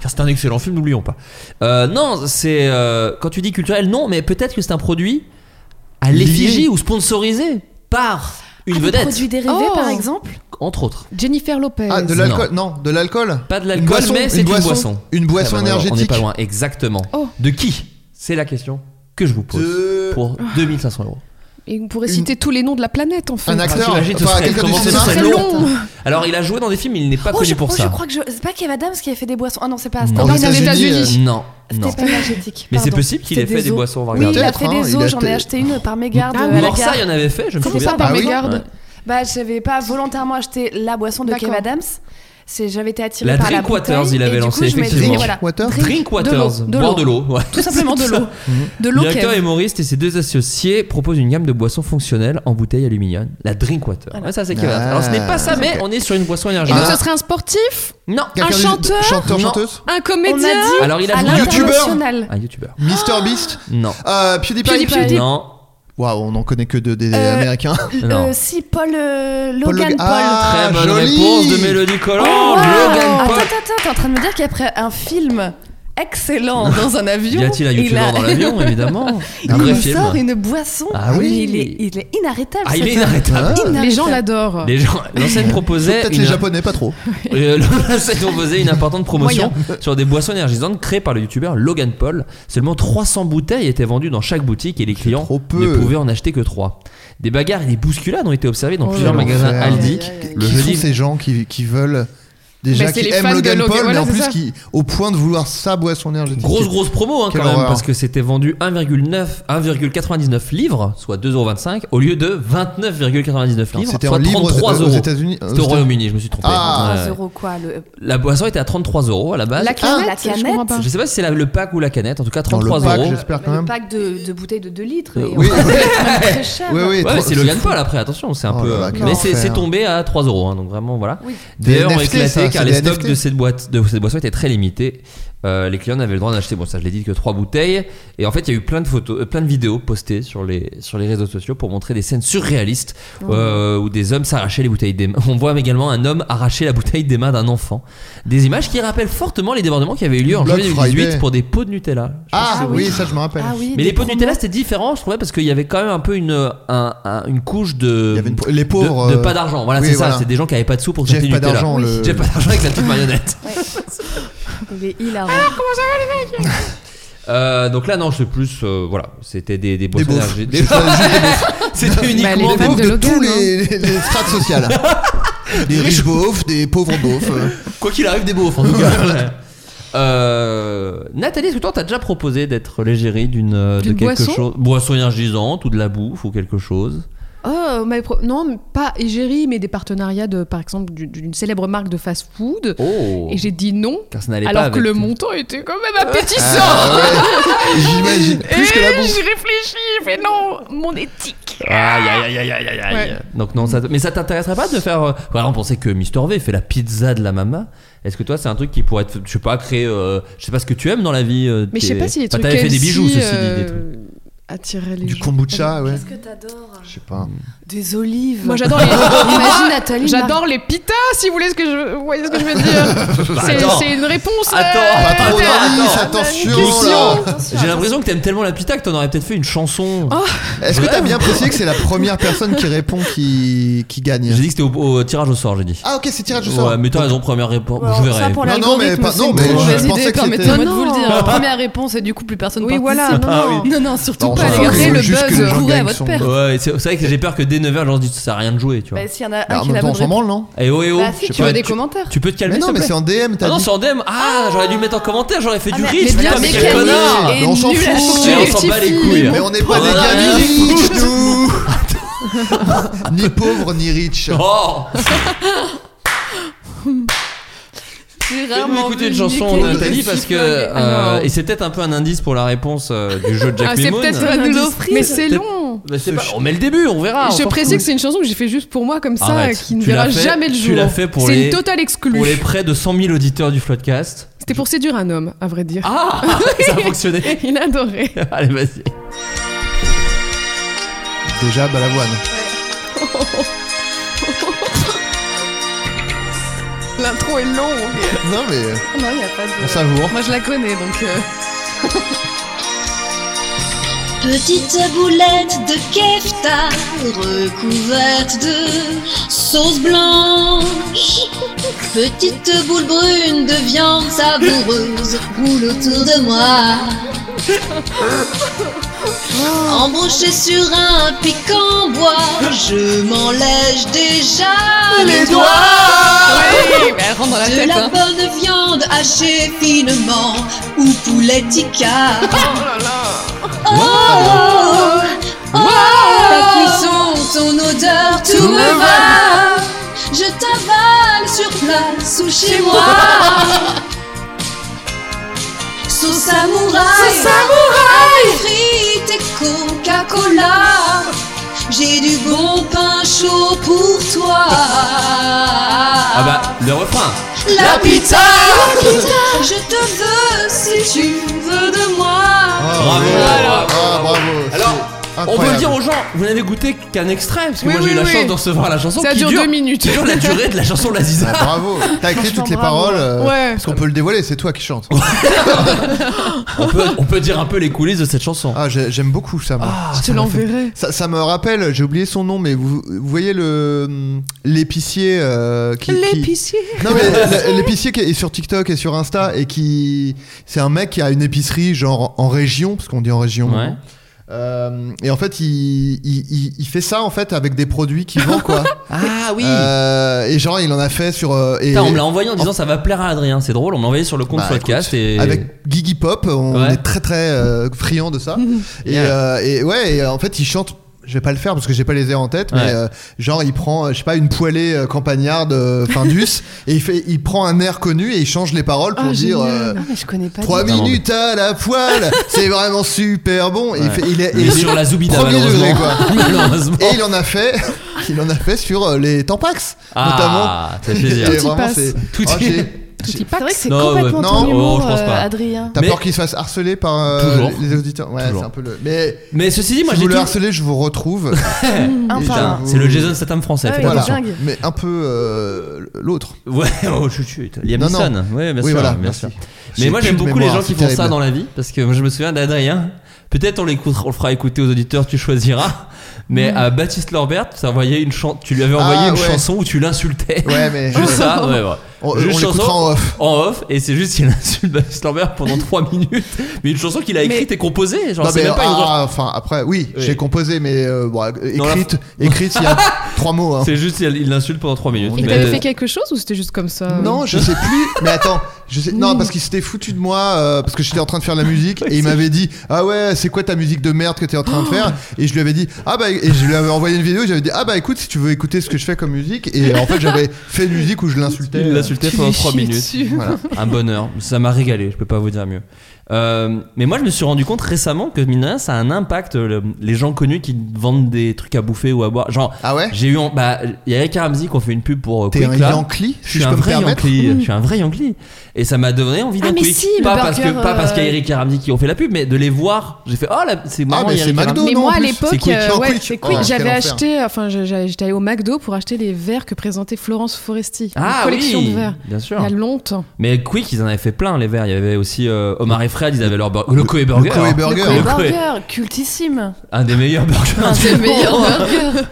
S7: Car c'est un excellent film, n'oublions pas. Euh, non, c'est euh, quand tu dis culturel, non, mais peut-être que c'est un produit à
S8: Lié.
S7: l'effigie ou sponsorisé par une vedette,
S3: Ah, Produits dérivés,
S9: Oh.
S3: par exemple
S7: entre autres.
S9: Jennifer Lopez.
S8: Ah, de
S7: Euh, Non.
S8: l'alcool Non, de l'alcool
S7: Pas de
S8: Une
S7: l'alcool,
S8: boisson,
S7: mais c'est une boisson.
S8: Une
S7: Ça
S8: boisson
S7: va, On n'est
S8: énergétique.
S7: pas loin, exactement.
S9: Oh.
S7: De qui C'est la question que je vous pose
S8: De-
S7: pour
S3: Ah.
S7: 2500 euros.
S9: Et on pourrait
S8: Une-
S9: citer tous les noms de la planète en fait.
S8: Un acteur,
S7: j'imagine que ce
S8: enfin
S7: serait-
S8: quelqu'un du
S7: comment ce
S8: cinéma.
S7: serait
S9: C'est long.
S7: Alors, il a joué dans des films, mais il n'est pas
S3: Oh,
S7: connu
S3: je,
S7: Oh, pour
S3: oh,
S7: ça.
S3: je crois que je. C'est pas Kev Adams qui a fait des boissons. Ah non, c'est pas
S7: Non.
S3: Astor.
S8: Aux
S9: Non, mais aux
S8: États-Unis,
S9: États-Unis.
S7: Euh, Non, non.
S3: C'était pas énergétique.
S7: Mais c'est
S3: pardon.
S7: possible qu'il ait
S3: C'était
S7: fait des
S3: eau.
S7: boissons. on va
S3: Oui, il
S7: regarder.
S3: a
S8: Peut-être,
S3: fait
S8: hein,
S3: des
S8: il
S3: eaux,
S8: a
S3: j'en ai
S8: acheté-
S3: acheté une par mégarde.
S9: Ah,
S3: euh, à la
S7: Morsa,
S3: gare.
S7: il y en avait fait, je me
S9: C'était
S7: souviens.
S9: pas par
S7: Ah oui
S9: mégarde.
S7: Ouais.
S3: Bah, j'avais pas volontairement acheté la boisson de Kev
S9: D'accord.
S3: Adams. C'est, j'avais été attirée
S7: La
S3: par la
S7: Drinkwaters,
S3: bouteille,
S7: il
S3: et
S7: avait
S3: du
S7: lancé,
S3: coup, je m'étais dit,
S7: effectivement.
S3: voilà,
S8: Drinkwaters
S7: Drinkwaters,
S3: de l'eau,
S7: boire de l'eau. ouais.
S3: Tout simplement de l'eau.
S7: Mhm.
S3: De l'eau
S7: Directeur et
S3: Kev.
S7: humoriste et ses deux associés proposent une gamme de boissons fonctionnelles en bouteille aluminium, la Drinkwater. Ouais, ça c'est Kevin.
S8: Ah,
S7: Alors ce n'est pas ça,
S8: ok.
S7: mais on est sur une boisson
S9: Et
S7: énergétique. Ah.
S9: donc ce serait un sportif,
S7: Non,
S8: Quelqu'un du-
S9: chanteur
S8: Chanteur,
S7: Non.
S8: chanteuse
S9: un
S3: On a dit
S9: comédien.
S7: Alors, il
S3: à
S7: a joué-
S3: l'international.
S7: Ah, un youtubeur.
S8: Mister Beast
S7: Non.
S8: euh, PewDiePie.
S9: PewDiePie.
S7: Non.
S8: Waouh, on en connaît que deux des
S3: Euh,
S8: américains.
S7: Ah, Non.
S3: Euh, si, Paul euh, Logan
S8: Logan.
S3: Paul.
S8: Ah,
S7: Très bonne
S8: joli.
S7: réponse de Mélodie Collant.
S3: Oh, wow.
S7: Logan
S3: Attends,
S7: Paul.
S3: attends, attends, t'es en train de me dire qu'après un film excellent dans un avion.
S7: Y a-t-il un
S3: il
S7: youtubeur
S3: a-
S7: dans l'avion, évidemment
S3: Il
S7: Un vrai
S3: nous
S7: film.
S3: sort une boisson.
S7: Ah oui.
S3: Mais Il est, il est inarrêtable.
S7: Ah, il
S3: cet
S7: est
S3: homme.
S7: inarrêtable.
S9: Les gens
S3: Inarrêtable.
S9: l'adorent.
S7: Les gens, l'enseigne proposait
S8: Peut-être
S7: une,
S8: les japonais, pas trop.
S7: euh, l'enseigne proposait une importante promotion sur des boissons énergisantes créées par le youtubeur Logan Paul. Seulement 300 bouteilles étaient vendues dans chaque boutique et les clients
S8: trop peu.
S7: ne pouvaient en acheter que 3. Des bagarres et des bousculades ont été observées dans
S9: Oh,
S7: plusieurs
S8: l'enfer.
S7: magasins Aldi.
S9: Aïe, aïe, aïe.
S7: Le
S8: qui
S7: jeudi,
S8: sont ces gens qui, qui veulent déjà
S9: Bah, c'est
S8: qui
S9: les
S8: aiment
S9: fans de
S8: Logan
S9: Logan,
S8: Paul,
S9: voilà,
S8: mais en
S9: c'est
S8: plus
S9: ça.
S8: qui au point de vouloir sa boisson énergétique.
S7: Grosse grosse promo hein, quand
S8: Quelle
S7: même
S8: horreur.
S7: parce que c'était vendu 1,9 1,99 livres, soit 2,25 au lieu de 29,99
S8: Alors,
S7: livres,
S8: C'était
S7: soit
S8: en livre aux-
S7: 33
S8: aux,
S7: euros.
S8: États-Unis.
S7: C'était au Royaume-Uni, je me suis trompé.
S8: Ah.
S7: Ouais.
S3: 3 euros quoi le...
S7: La boisson était à 33 euros à la base.
S9: La
S3: la
S9: canette,
S3: canette.
S9: je comprends pas.
S7: Je sais pas si c'est la- le pack ou la canette, en tout cas
S8: Dans
S7: 33
S8: le pack,
S7: euros.
S8: j'espère quand
S3: Le
S8: même.
S3: pack de, de bouteilles de 2 litres.
S7: Euh,
S3: et
S7: oui.
S3: on va pas très cher.
S8: Oui, oui,
S7: Ouais, mais
S8: trop-
S7: c'est Logan
S8: fou.
S7: Paul après, attention, c'est un
S8: Oh
S7: peu. euh,
S8: là là, quel
S7: mais c'est
S8: enfer.
S7: c'est tombé à 3 euros, hein, donc vraiment voilà.
S3: Oui.
S8: Des
S7: D'ailleurs, ont
S8: NFT,
S7: éclaté
S8: ça,
S7: car
S8: c'est
S7: les
S8: des
S7: stocks
S8: NFT.
S7: de cette, boîte, de cette boisson étaient très limités. Euh, les clients n'avaient le droit d'acheter, bon, ça je l'ai dit, que 3 bouteilles. Et en fait, il y a eu plein de photos, euh, plein de vidéos postées sur les, sur les réseaux sociaux pour montrer des scènes surréalistes
S8: Oh.
S7: euh, où des hommes s'arrachaient les bouteilles des mains. On voit également un homme arracher la bouteille des mains d'un enfant. Des images qui rappellent fortement les débordements qui avaient eu lieu en
S8: Black
S7: janvier 2018
S8: Friday.
S7: pour des pots de Nutella.
S8: Ah oui, ça je me rappelle.
S3: Ah oui, des
S7: Mais les pots de
S3: promos.
S7: Nutella c'était différent, je trouvais, parce qu'il y avait quand même un peu une, un- un- une couche de.
S8: Il y avait une- les pauvres,
S7: De, de
S8: euh,
S7: pas d'argent, voilà,
S8: oui,
S7: c'est ça,
S8: voilà.
S7: c'est des gens qui avaient pas de sous pour
S8: Jeff
S7: s'acheter du
S8: pas
S7: Nutella.
S8: d'argent,
S7: Oui.
S8: le-
S7: Jeff pas d'argent avec la petite marionnette.
S3: Il est
S8: Ah,
S3: hilarant.
S7: Euh, donc là, non, c'est plus. euh, voilà, c'était des, des
S8: Des
S7: boissons
S8: beaufs.
S7: énergé-
S8: C'est ça, juste des beaufs.
S7: C'était
S9: Bah, les
S7: uniquement
S9: fans
S7: des
S8: de,
S9: de Logan,
S8: tous
S9: hein.
S8: les, les- les strates sociales. des riches beaufs, des pauvres beaufs. euh.
S7: Quoi qu'il arrive, des beaufs en tout cas. Euh, Nathalie, est-ce que toi t'as déjà proposé d'être l'égérie d'une euh, de
S9: D'une
S7: quelque
S9: boisson
S7: chose, boisson énergisante ou de la bouffe ou quelque chose
S9: Oh, mais pro- non, mais pas égérie, mais des partenariats de, par exemple, du- d'une célèbre marque de fast-food.
S7: Oh,
S9: Et j'ai dit non,
S7: car ça n'allait pas
S9: alors que
S7: avec-
S9: le montant était quand même appétissant.
S8: Ah ouais, J'imagine. Plus que la bouffe.
S9: j'ai réfléchi, mais non, mon éthique.
S7: Aïe, aïe, aïe, aïe, aïe, aïe.
S9: Ouais.
S7: Donc non, ça, mais ça t'intéresserait pas de faire. euh, Par exemple, on sait que Mister V fait la pizza de la mama. Est-ce que toi, c'est un truc qui pourrait être, je sais pas, créer. euh, je sais pas ce que tu aimes dans la vie. euh,
S9: Mais je sais
S7: t'es-
S9: pas si les
S7: Enfin,
S9: trucs
S7: T'avais fait des
S9: healthy,
S7: bijoux, ceci dit,
S9: euh,
S7: des trucs.
S9: attiraient les
S8: Du
S9: gens.
S8: kombucha, ouais.
S3: que t'adores
S8: Je sais pas.
S3: Des olives.
S9: Moi j'adore les
S3: Imagine Nathalie.
S9: j'adore les pitas si vous voulez ce que je vous voyez ce que je veux dire.
S7: Bah,
S9: c'est,
S7: attends.
S9: c'est une réponse.
S7: Attends,
S9: euh,
S7: bah,
S8: Pas Ah, trop
S7: Attends,
S8: d'indices,
S7: attends.
S8: attention là
S9: Question.
S7: J'ai l'impression que t'aimes tellement la pita que t'en aurais peut-être fait une chanson.
S8: Est-ce que t'as
S7: Bref.
S8: bien précisé que c'est la première personne qui répond qui, qui gagne
S7: J'ai dit que c'était au, au tirage au sort, j'ai dit.
S8: Ah ok, c'est tirage au sort.
S7: Ouais, mais t'as raison, première réponse.
S3: Alors,
S7: je verrai.
S3: ça, pour
S8: Ah Non, non, mais
S3: l'algorithme,
S8: pas-
S3: c'est
S8: non,
S3: une
S8: mais
S3: mauvaise
S8: je pensais
S3: idée,
S8: que c'était- Ah
S3: permettez-moi de vous le
S9: Non,
S3: dire. Première réponse, et du coup, plus personne
S9: Oui, voilà.
S3: participe.
S9: Non, non.
S3: Non, non, surtout
S8: Bon, on
S3: peut
S8: Enfin,
S3: aller créer
S8: faut
S3: le
S8: juste que les
S3: buzz.
S8: gens
S3: Courez à
S8: gagnent
S3: votre
S8: son-
S3: père.
S7: Ouais, c'est c'est vrai que j'ai peur que dès 9h, j'en dis ça sert à rien de jouer, tu vois.
S3: Bah, s'il y en a
S9: Ah,
S8: Bah,
S3: un
S8: en
S3: qui
S8: même
S3: l'a
S8: temps, on
S3: bonne
S8: s'en
S3: réponse.
S8: branle, non
S7: Eh oh, eh oh,
S3: Bah, si,
S7: je
S3: tu
S7: sais
S3: veux
S7: pas,
S3: des commentaires.
S7: Tu peux te calmer,
S8: Mais non,
S7: s'il te
S8: mais
S7: plaît
S8: c'est en DM,
S7: Ah
S8: t'as
S7: non,
S8: dit.
S7: c'est en DM. Ah, j'aurais dû le mettre en commentaire, j'aurais
S9: Ah,
S7: fait du
S3: merde,
S7: reach.
S3: Ah, mais la
S7: Putain, mais quel
S3: mécanique
S7: connard
S3: est
S8: Mais on s'en
S3: nulle à
S8: fout.
S3: chier,
S7: Mais on s'en bat les
S3: justifie.
S7: couilles. Oh
S8: Mais on n'est pas des
S7: Voilà.
S8: gars ni riches, nous Ni pauvres, ni riches.
S7: Oh
S3: J'ai
S7: Faites-moi
S3: rarement
S7: écouter
S3: vu
S7: une chanson
S3: mécanique
S7: Nathalie
S3: aussi
S7: parce que
S3: flingue. Ah,
S7: euh,
S3: non.
S7: et c'est peut-être un peu un indice pour la réponse euh, du jeu de Jack
S3: Ah, c'est
S7: Lemmon.
S3: peut-être pas
S9: Pas
S3: nous
S9: d'indice.
S3: l'offrir.
S9: Mais c'est long.
S7: Bah, c'est pas- on met le début, on verra. on
S9: je
S7: s'en
S9: précise
S7: fout.
S9: que c'est une chanson que j'ai fait juste pour moi, comme ça,
S7: Arrête,
S9: qui ne
S7: tu l'as
S9: verra
S7: fait-
S9: jamais le
S7: tu
S9: jour.
S7: l'as fait pour
S9: c'est
S7: les-
S9: une totale exclue.
S7: pour les près de 100 000 auditeurs du Floodcast.
S9: C'était pour séduire un homme, à vrai dire.
S7: Ah, ça a fonctionné.
S9: Il adorait.
S7: Allez, vas-y.
S8: Déjà, Balavoine.
S9: L'intro est longue.
S8: Non, mais
S9: Non, il n'y a pas
S8: on
S9: de.
S8: savoure.
S9: Moi, je la connais, donc. euh,
S4: Petite boulette de kefta recouverte de sauce blanche. Petite boule brune de viande savoureuse roule autour de moi. Embrochée sur un pic en bois, je m'enlège
S9: Ah,
S4: déjà les doigts.
S9: Ouais, mais elle rentre dans la
S4: De
S9: tête.
S4: la
S9: hein.
S4: bonne viande hachée finement ou poulet tikka. Oh là là. Oh, ta cuisson, ton odeur, tout, me va. Je t'avale sur place ou chez moi. Sauce samouraï, frites et Coca-Cola. J'ai du bon pain chaud pour toi.
S7: Ah bah, le refrain.
S4: La pizza, Je te veux si tu veux de moi
S8: Ah,
S7: Bravo.
S8: ouais.
S7: Alors-
S8: Ah, bravo.
S7: Alors,
S8: C'est
S7: On peut
S8: incroyable.
S7: dire aux gens, vous n'avez goûté qu'un extrait, parce que
S9: Oui,
S7: moi j'ai
S9: oui,
S7: eu la
S9: oui.
S7: chance de recevoir la chanson
S9: Ça
S7: qui
S9: dure deux minutes.
S7: qui dure la durée de la chanson de la
S8: Ah,
S7: Ziza.
S8: bravo. T'as écrit toutes les
S9: bravo.
S8: paroles. euh,
S9: Ouais.
S8: Parce qu'on peut le dévoiler, c'est toi qui chantes.
S7: on, peut, on peut dire un peu les coulisses de cette chanson.
S8: Ah, j'ai- j'aime beaucoup Ah, ça, moi.
S9: Je te l'enverrai.
S8: Ça, ça me rappelle, j'ai oublié son nom, mais vous, vous voyez le hum, l'épicier euh, qui, qui-
S9: L'épicier.
S8: Non mais l- l'épicier qui est sur TikTok et sur Insta et qui c'est un mec qui a une épicerie genre en région parce qu'on dit en région.
S7: Ouais.
S8: Euh, et en fait, il, il, il- il fait ça en fait avec des produits qu'il vend quoi.
S7: Ah oui
S8: Euh, et genre, il en a fait sur. euh, et,
S7: Putain, on me l'a envoyé en disant ça va plaire à Adrien, c'est drôle, on me l'a envoyé sur le compte
S8: Bah,
S7: podcast
S8: écoute,
S7: et
S8: Avec Gigi Pop, on
S7: Ouais.
S8: est très très euh, friand de ça. et,
S7: Yeah.
S8: euh, et ouais, et, euh, en fait, il chante. Je vais pas le faire parce que j'ai pas les airs en tête,
S7: Ouais.
S8: mais euh, genre il prend, euh, je sais pas, une poêlée euh, campagnarde euh, Findus et il fait, il prend un air connu et il change les paroles pour
S9: Ah,
S8: dire euh,
S9: génial. Ah, mais je connais pas.
S8: trois
S9: du tout.
S7: Vraiment.
S8: minutes à la poêle, c'est vraiment super bon. Et il
S7: Ouais.
S8: fait- il est,
S7: Il est
S8: et-
S7: sur la Zoubida
S8: premier
S7: malheureusement.
S8: degré, quoi.
S7: Malheureusement.
S8: et il en a fait, il en a fait sur euh, les Tampax
S7: Ah, ça fait
S8: notamment.
S7: plaisir.
S8: Et
S9: Tout y
S8: vraiment,
S9: passe.
S8: c'est-
S7: Tout
S8: oh,
S7: y-
S8: j'ai-
S9: Tout y passe.
S3: C'est vrai que c'est
S7: Non, ouais.
S3: complètement
S8: Non,
S3: ton
S7: oh,
S3: humour,
S7: je pense
S3: euh,
S7: pas.
S3: Adrien.
S8: T'as
S7: Mais-
S8: peur qu'il se fasse harceler par euh,
S7: Toujours.
S8: les auditeurs Ouais,
S7: Toujours.
S8: c'est un peu le. Mais
S7: Mais ceci dit, moi
S8: si vous
S7: j'ai
S8: le
S7: tout- Ah,
S8: harcelez, je vous retrouve.
S3: Un par
S7: Putain,
S3: un.
S7: c'est le Jason Statham français.
S3: Ah
S7: faites
S3: oui,
S8: voilà.
S7: attention.
S3: dingue.
S8: Mais un peu euh, l'autre.
S7: Ouais, oh, chut, chut. Liam
S8: Non, non.
S7: Neeson. Ouais, bien
S8: Oui,
S7: sûr,
S8: voilà,
S7: bien
S8: merci.
S7: sûr. Mais
S8: J'ai
S7: moi
S8: plus
S7: j'aime
S8: de
S7: beaucoup
S8: mémoire,
S7: les gens qui
S8: c'est
S7: font ça
S8: terrible.
S7: dans la vie parce que moi, je me souviens d'Adrien. Peut-être on l'écoutera, on le fera écouter aux auditeurs, tu choisiras. Mais à Baptiste Lorbert, tu, envoyé une chan- tu lui avais envoyé
S8: Mm. Ah,
S7: une
S8: ouais.
S7: chanson où tu l'insultais.
S8: Ouais, mais.
S7: Juste ça, ouais, ouais.
S8: On, on
S7: Juste chanson
S8: l'écoutera en off.
S7: en off, et c'est juste il insulte Baptiste Lambert pendant 3 minutes. Mais une chanson qu'il a écrite et composée. Genre,
S8: Non,
S7: c'est
S8: mais,
S7: même pas une
S8: ah,
S7: chanson.
S8: enfin après oui,
S7: Oui.
S8: j'ai composé mais euh, bon,
S7: Non, la-
S8: écrite écrite il y a trois mots hein.
S7: C'est juste il il l'insulte pendant 3 minutes.
S8: Et
S9: Et
S7: Mais-
S9: t'avais fait quelque chose ou c'était juste comme ça euh,
S8: Non, je sais plus. Mais attends, je sais. Non, parce qu'il s'était foutu de moi euh, parce que j'étais en train de faire la musique et il m'avait dit ah ouais c'est quoi ta musique de merde que t'es en train
S9: Oh.
S8: de faire et je lui avais dit ah bah et je lui avais envoyé une vidéo et j'avais dit ah bah écoute si tu veux écouter ce que je fais comme musique et en fait j'avais fait une musique où je l'insultais. euh,
S7: Il l'insultait
S9: Tu
S7: pendant
S9: lui
S7: 3
S9: chies
S7: minutes.
S9: dessus.
S7: Voilà. Un bonheur. Ça m'a régalé, je peux pas vous dire mieux. Euh, mais moi, je me suis rendu compte récemment que, mine de rien, ça a un impact. euh, le- les gens connus qui vendent des trucs à bouffer ou à boire. Genre,
S8: Ah ouais
S7: j'ai eu. en- Bah, il y a Eric Ramsey qui ont fait une pub pour. euh,
S8: T'es un
S7: Quick, là.
S8: Yankee,
S7: Je
S8: si
S7: suis
S8: je
S7: un
S8: peux me
S7: vrai
S8: permettre.
S7: Yankee, euh, je suis un vrai Yankee. Et ça m'a donné envie d'un
S3: Ah, mais
S7: Quick.
S3: si, le
S7: pas, parce que,
S3: burger,
S7: pas parce qu'il y a
S3: euh,
S7: Eric et Ramsey qui ont fait la pub, mais de les voir, j'ai fait Oh, là, c'est marrant,
S8: Ah mais
S7: il y a
S8: c'est
S7: Eric et Ramsey.
S8: McDo
S9: mais
S8: non
S9: moi
S8: en
S9: à
S8: plus.
S9: l'époque,
S8: C'est quick.
S9: euh,
S8: Non,
S9: ouais,
S8: quick.
S9: c'est
S8: Oh,
S9: quick.
S8: quel
S9: j'avais
S8: enfer.
S9: acheté, enfin j'a- j'a- j'étais allé au McDo pour acheter les verres que présentait Florence Foresti,
S7: Ah
S9: une collection
S7: oui,
S9: de verres.
S7: bien sûr.
S9: Il y a longtemps.
S7: Mais Quick, ils en avaient fait plein, les verres. Il y avait aussi euh, Omar et Fred, ils avaient leur burger. Le Coe Burger. hein.
S8: Le Coe Burger.
S3: Le
S7: Le Coe.
S3: burger, cultissime.
S7: Un des meilleurs burgers.
S9: hein.
S3: C'est le meilleur burger.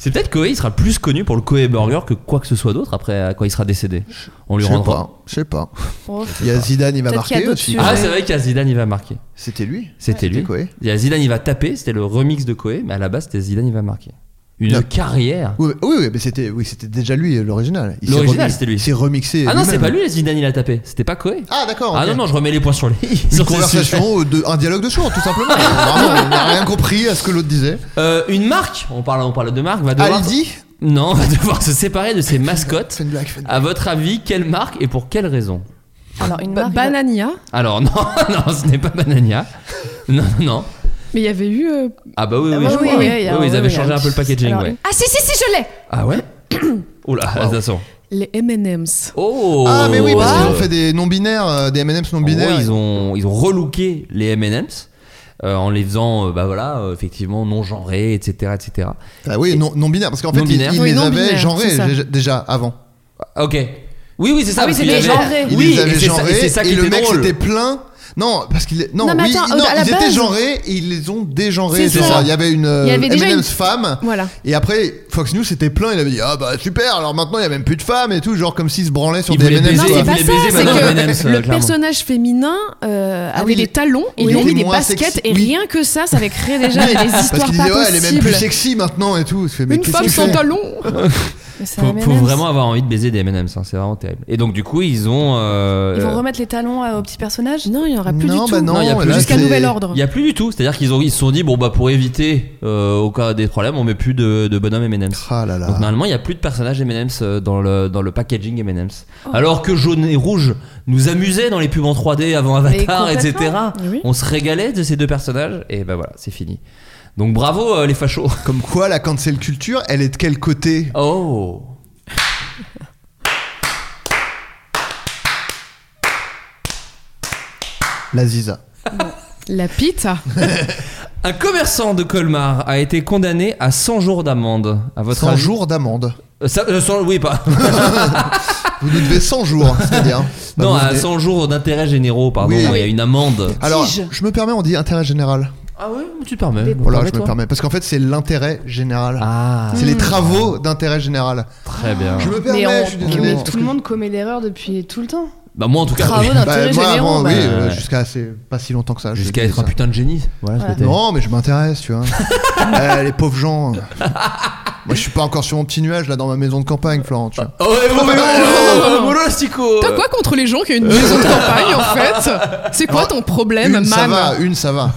S7: C'est peut-être Koei il sera plus connu pour le Koei Burger que quoi que ce soit d'autre après à quoi il sera décédé. On lui
S8: Je sais
S7: rendra.
S8: pas, je sais pas.
S9: Oh,
S8: Il y a Zidane, il va
S9: Peut-être qu'il y a
S8: marquer
S9: d'autres
S8: aussi.
S7: Ah, c'est vrai qu'il y a Zidane, il va marquer.
S8: C'était lui
S7: C'était lui.
S8: Koé.
S7: Il y a Zidane, il va taper. C'était le remix de Koé, mais à la base, c'était Zidane, il va marquer. Une
S8: Non.
S7: carrière.
S8: Oui, oui, oui, mais c'était oui, c'était déjà lui l'original. Il s'est
S7: L'original,
S8: remis-
S7: c'était lui.
S8: Il s'est remixé.
S7: Ah non, c'est
S8: lui-même.
S7: pas lui, Zidane, il a tapé. C'était pas Koé.
S8: Ah d'accord.
S7: Ah
S8: ok.
S7: non, non, je remets les points sur les.
S8: Une
S7: sur ce sujet.
S8: conversation, euh, de, un dialogue de champ, tout simplement. Vraiment, on n'a rien compris à ce que l'autre disait.
S7: Euh, une marque, on parle, on parle de marque, va devoir.
S8: Aldi
S7: Non, va devoir se séparer de ses mascottes.
S8: Fais une blague, fais une
S7: À votre avis, quelle marque et pour quelle raison
S9: Alors, une Banania.
S7: Alors non, non, ce n'est pas Banania. Non, non, non.
S9: Mais il y avait eu. euh,
S7: Ah bah oui, oui,
S9: Ah bah
S7: je
S9: oui,
S7: crois,
S9: oui,
S7: oui.
S9: oui,
S7: Oui,
S9: alors,
S7: oui, ils
S9: oui,
S7: avaient
S9: oui,
S7: changé un
S9: alors.
S7: peu le packaging,
S9: Alors,
S7: ouais.
S4: Ah si, si, si, je l'ai
S7: Ah ouais Oula, de toute façon.
S9: les MM's.
S7: Oh
S8: Ah mais oui, parce qu'ils ont fait des non-binaires, euh, des M&M's
S7: En gros,
S8: non-binaires.
S7: ils ont ils ont relooké les M&M's euh, en les faisant euh, bah voilà euh, effectivement non genrés etc etc.
S8: Ah oui, non- non-binaires, parce qu'en fait, ils,
S7: Non-binaires.
S8: ils
S9: Oui,
S8: les avaient
S9: non-binaires,
S8: genrés
S9: c'est ça.
S8: déjà- déjà avant.
S7: Ah, ok. Oui oui c'est ça.
S9: Ah oui,
S7: parce qu'il
S9: c'était
S7: y avait-
S9: genré.
S8: Ils
S7: Oui
S8: les
S7: et
S8: avaient
S7: c'est ça-
S8: genrés
S7: et c'est ça,
S8: et
S7: qui
S8: le
S7: était
S8: mec
S7: drôle.
S8: c'était plein. Non, parce qu'il est- non,
S9: Non, mais
S8: oui,
S9: attends,
S8: non,
S9: à la
S8: ils étaient
S9: base-
S8: genrés et ils les ont dégenrés.
S9: C'est
S8: c'est
S9: ça.
S8: ça. Il y avait une euh,
S9: Il y avait déjà
S8: M&M's
S9: une-
S8: femme.
S9: Voilà.
S8: Et après Fox News c'était plein. Il avait dit ah bah super. Alors maintenant il y a même plus de femmes et tout. Genre comme s'ils se branlaient sur
S7: Ils
S8: des
S7: voulaient
S8: M&M's.
S9: Non,
S7: Baiser,
S9: c'est
S8: quoi.
S9: pas
S7: les
S9: ça,
S7: baiser,
S9: c'est
S7: maintenant,
S9: que
S7: les M&M's, euh,
S9: le
S7: clairement.
S9: personnage féminin euh,
S8: Ah
S9: avait
S8: oui,
S9: des
S8: il-
S9: talons,
S8: il
S9: il, a
S8: était
S9: mis des
S8: moins
S9: baskets
S8: sexy.
S9: et
S8: Oui.
S9: rien que ça, ça avait créé déjà
S8: Oui,
S9: des
S8: Parce
S9: histoires
S8: qu'ils
S9: pas
S8: disaient ouais elle est même plus
S9: possibles.
S8: sexy maintenant et tout. Je fais, mais
S9: Une
S8: qu'est-ce
S9: femme
S8: que tu
S9: sans
S8: fais
S9: talons. Mais c'est
S7: Faut,
S9: un
S7: faut
S9: M&M's.
S7: vraiment avoir envie de baiser des M&M's, hein, c'est vraiment terrible. Et donc du coup ils ont. euh,
S10: Ils vont
S7: euh,
S10: remettre les talons euh, au petit personnage
S9: Non, il n'y en aura plus
S8: Non,
S9: du
S8: bah
S9: tout.
S8: non,
S7: Non, il y a plus
S8: là,
S9: Jusqu'à
S8: c'est-
S9: nouvel ordre.
S7: Il n'y a plus du tout. C'est-à-dire qu'ils ont- ils se sont dit, bon, bah, pour éviter euh, au cas des problèmes, on met plus de, de bonhomme M&M's.
S8: Ah là là.
S7: Donc normalement, il n'y a plus de personnages M&M's euh, dans le, dans le packaging M&M's. Alors que jaune et rouge nous amusaient dans les pubs en 3D avant Avatar,
S10: Mais
S7: etc.
S10: complètement.
S9: Oui.
S7: On se régalait de ces deux personnages. Et bah voilà, c'est fini. Donc bravo euh, les fachos.
S8: Comme quoi la cancel culture elle est de quel côté
S7: Oh
S8: La Ziza.
S9: La pizza.
S7: Un commerçant de Colmar a été condamné à 100 jours d'amende. À votre
S8: 100
S7: avis-
S8: jours Bah, d'amende.
S7: Euh, ça- euh, 100 oui, pas.
S8: Vous nous devez 100 jours, c'est-à-dire. Bah,
S7: non,
S8: vous
S7: à
S8: venez-
S7: 100 jours d'intérêt généraux, pardon.
S8: Oui.
S7: Il y a une amende.
S8: Alors, je me permets, on dit intérêt général.
S7: Ah oui, tu te permets.
S8: Voilà, je
S7: Permets-toi.
S8: me permets. Parce qu'en fait, c'est l'intérêt général.
S7: Ah,
S8: C'est les travaux d'intérêt général.
S7: très bien.
S8: Je me permets,
S10: Mais, on-
S8: je suis désolé.
S10: mais
S8: parce
S10: tout
S8: que-
S10: le monde commet l'erreur depuis tout le temps.
S7: Bah moi en tout cas,
S10: Travaux
S7: oui.
S8: Bah,
S10: d'intérêt
S8: moi, avant,
S10: général.
S8: oui,
S10: bah.
S8: euh,
S7: Ouais.
S8: jusqu'à assez- pas si longtemps que ça. je
S7: jusqu'à
S8: dis
S7: être un
S8: ça.
S7: putain de génie. Voilà, ce que t'es.
S8: Non, mais je m'intéresse, tu vois. Eh, les pauvres gens. Moi, je suis pas encore sur mon petit nuage là dans ma maison de campagne, Florent. Tu vois.
S7: Oh, ouais, bon, mais bon,
S8: oh,
S7: bon, bon, bon, Stico.
S9: T'as quoi contre les gens qui ont une maison
S7: Euh.
S9: de campagne en fait C'est quoi
S8: Non,
S9: ton problème,
S8: une, ça
S9: man
S8: va, une, ça va.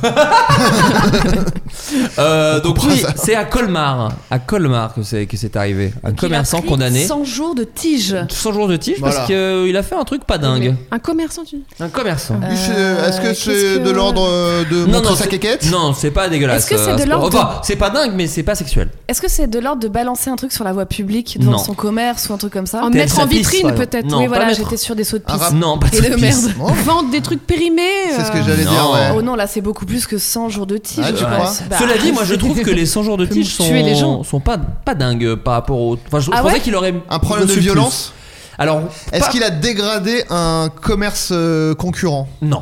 S7: Euh, Donc
S8: comprend
S7: oui,
S8: ça.
S7: c'est à Colmar, à Colmar que c'est que c'est arrivé. Un commerçant condamné.
S10: 100 jours de tige.
S7: 100 jours de tige parce
S8: Voilà.
S7: qu'il a fait un truc pas dingue.
S9: Un commerçant, tu
S7: Un commerçant.
S10: Euh,
S8: C'est- Est-ce que
S10: qu'est-ce
S8: c'est
S10: que-
S8: de l'ordre euh, de
S7: Euh, Non,
S8: montrer
S7: non,
S8: sa
S7: c'est-
S8: quéquette
S7: Non, c'est pas dégueulasse.
S10: Est-ce que c'est
S7: euh,
S10: de
S7: à ce
S10: l'ordre
S7: point. Enfin, c'est pas dingue, mais c'est pas sexuel.
S10: Est-ce que c'est de l'ordre de balancer un truc sur la voie publique devant
S7: Non.
S10: son commerce ou un truc comme ça
S9: En
S7: Tel
S9: mettre en
S7: sapis, par
S9: vitrine
S7: exemple.
S9: peut-être.
S7: Non,
S10: Oui,
S7: pas
S10: voilà,
S7: mettre-
S10: j'étais sur des sauts de
S8: Un
S10: pisse.
S8: rap-
S7: Non, pas
S10: Et de
S7: de
S10: merde.
S8: Oh.
S9: Vendre des trucs périmés.
S8: Ah, C'est ce
S9: euh,
S8: que j'allais
S7: Non.
S8: dire, ouais.
S10: Oh non, là c'est beaucoup plus que 100 jours de tige,
S8: Ah, tu
S10: je
S8: crois
S10: pense. Bah,
S7: Euh, Cela dit, moi je trouve que les 100 jours de
S9: Peut me
S7: tige sont,
S9: tuer les gens.
S7: sont pas, pas dingues euh, par rapport au. Enfin, je, je
S10: Ah
S7: pensais
S10: ouais
S7: qu'il aurait.
S8: Un problème de
S7: reçu plus.
S8: violence
S7: Alors.
S8: Est-ce
S7: pas-
S8: qu'il a dégradé un commerce euh, concurrent
S7: Non.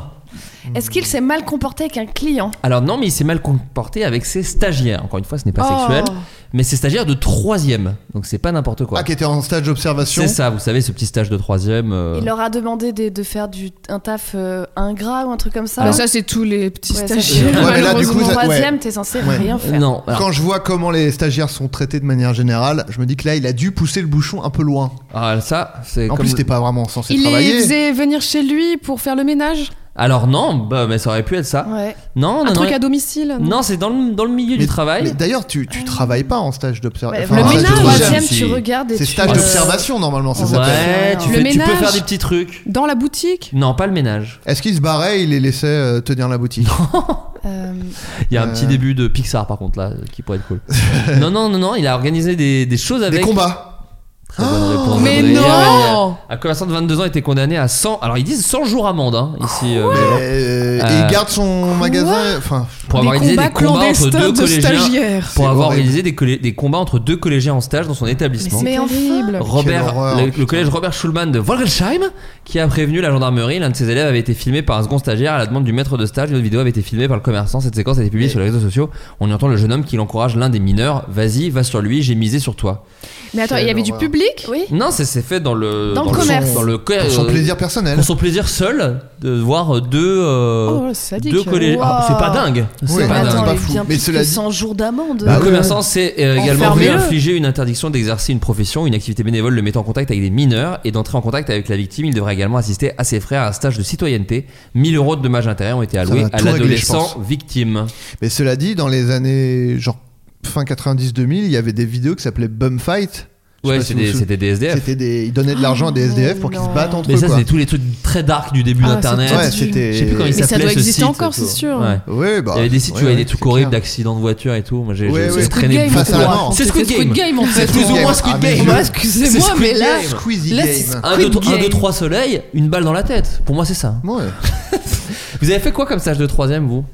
S10: Est-ce qu'il s'est mal comporté avec un client
S7: Alors non, mais il s'est mal comporté avec ses stagiaires. Encore une fois, ce n'est pas
S10: Oh.
S7: sexuel, mais ses stagiaires de troisième. Donc c'est pas n'importe quoi.
S8: Ah, qui était en stage d'observation
S7: c'est ça, vous savez, ce petit stage de troisième. euh,
S10: Il leur a demandé de, de faire du, un taf euh, ingrat ou un truc comme ça
S9: Alors Ah, ça, c'est tous les petits
S10: Ouais, ça,
S9: stagiaires.
S10: c'est-
S8: Ouais, mais là, du coup,
S10: Malheureusement,
S8: ça- ouais.
S10: troisième, t'es censé
S8: Ouais.
S10: rien
S7: euh,
S10: faire.
S7: Non. alors-
S8: Quand je vois comment les stagiaires sont traités de manière générale, je me dis que là, il a dû pousser le bouchon un peu loin.
S7: ah, ça, c'est.
S8: En
S7: comme-
S8: plus, t'es pas vraiment censé
S9: Il les
S8: travailler.
S9: faisait venir chez lui pour faire le ménage.
S7: Alors non, bah, mais ça aurait pu être ça.
S10: Ouais.
S7: Non, non,
S9: Ah. un
S7: non.
S9: truc à domicile.
S7: Non, c'est dans le, dans le milieu du travail.
S8: mais d'ailleurs, tu, tu travailles pas en stage
S10: Bah,
S8: d'observation.
S10: le
S8: Enfin, en stage
S10: ménage,
S7: ménage,
S10: troisième,
S8: d'observation.
S7: si.
S10: tu regardes et
S8: C'est
S10: tu,
S8: stage
S10: euh,
S8: d'observation normalement, ça s'appelle.
S7: ouais, tu,
S10: Le
S7: fais- tu peux
S9: ménage.
S7: faire des petits trucs.
S9: Dans la boutique.
S7: Non, pas le ménage.
S8: Est-ce qu'il se barrait, il les laissait euh, tenir la boutique
S10: euh,
S7: Il y a un
S8: Euh.
S7: petit début de euh, Pixar par contre là, qui pourrait être cool. non, non, non, non, il a organisé des, des choses
S8: Des
S7: avec.
S8: combats
S7: Très bonne réponse.
S9: Oh mais
S7: Adrien.
S9: non
S7: Un commerçant de 22 ans était condamné à 100. Alors ils disent 100 jours amende hein, ici. euh, mais bon.
S8: Euh, et
S7: Euh,
S8: il garde son magasin. Enfin,
S7: pour avoir réalisé des combats entre deux collégiens.
S8: C'est
S7: Pour avoir
S8: horrible.
S7: réalisé des, collé- des combats entre deux collégiens en stage dans son établissement.
S9: Mais horrible
S8: Quelle
S7: Oh, Robert,
S8: horreur,
S7: le, le
S8: putain.
S7: collège Robert Schulman de Wolgersheim, qui a prévenu la gendarmerie, l'un de ses élèves avait été filmé par un second stagiaire à la demande du maître de stage. Une autre vidéo avait été filmée par le commerçant. Cette séquence a été publiée sur les réseaux sociaux. On y entend le jeune homme qui l'encourage, l'un des mineurs. Vas-y, va sur lui, j'ai misé sur toi.
S9: Mais attends, il y avait du
S8: horreur.
S9: public Oui.
S7: Non, c'est c'est fait dans le
S9: Dans le commerce.
S7: dans le co-
S8: Pour son
S7: euh,
S8: plaisir personnel.
S7: pour son plaisir seul de voir deux euh,
S9: Oh, c'est sadique.
S7: deux collèges.
S10: Wow.
S7: Ah, c'est pas dingue. C'est
S8: Oui,
S7: pas
S8: mais
S7: dingue.
S8: attends,
S10: Attends,
S8: pas
S10: il
S8: fou.
S10: vient
S8: Mais
S10: plus
S8: cela
S10: que
S8: dit-
S10: 100 jours d'amende.
S8: Bah
S9: Ah,
S7: le
S8: ouais.
S7: commerçant s'est euh, également vu
S10: Enfermez-le.
S7: infliger une interdiction d'exercer une profession, une activité bénévole le mettant en contact avec des mineurs et d'entrer en contact avec la victime. Il devra également assister à ses frères à un stage de citoyenneté. 1000 euros de dommages intérêts ont été alloués
S8: va
S7: à
S8: tout régler, je
S7: l'adolescent
S8: pense.
S7: victime.
S8: Mais cela dit, dans les années genre fin 90-2000, il y avait des vidéos qui s'appelaient Bum Fight. Je sais
S7: Ouais,
S8: pas si
S7: c'est
S8: vous
S7: des-
S8: vous souvenez.
S7: c'était des SDF.
S8: C'était des, ils donnaient de l'argent à des SDF pour qu'ils se
S10: non.
S8: battent entre
S7: Mais
S8: eux.
S7: ça,
S8: quoi.
S7: c'était tous les trucs très dark du début
S9: Ah,
S7: d'internet.
S8: Ouais,
S9: du-
S8: c'était.
S7: Je sais plus comment il
S9: Mais ça
S7: s'appelait
S9: doit
S7: ce
S9: exister
S7: site
S9: encore,
S7: et tout.
S9: c'est sûr.
S7: Ouais.
S8: Ouais, bah,
S7: il y avait des sites où il y
S8: ouais,
S7: avait des trucs
S8: c'est
S7: horribles
S8: clair.
S7: d'accidents de voiture et tout. Moi, j'ai
S8: Ouais,
S7: j'ai-
S8: ouais.
S7: j'ai
S8: Squid
S7: traîné
S8: Game,
S7: beaucoup
S8: face à la
S7: là.
S8: mort.
S7: C'est Squid Game.
S9: en fait.
S7: C'est
S8: Squid
S7: plus ou moins
S8: Game.
S7: Squid
S8: Ah, mais
S7: Game.
S8: je-
S9: Bah, Excusez-moi,
S7: C'est
S9: mais
S7: Squid
S9: là.
S7: Game.
S8: Squeezie
S9: là, c'est
S8: Game.
S9: Squid
S7: 1, 2,
S9: Game.
S7: 3 soleil, une balle dans la tête. Pour moi, c'est ça.
S8: Ouais.
S7: Vous avez fait quoi comme stage de 3ème, vous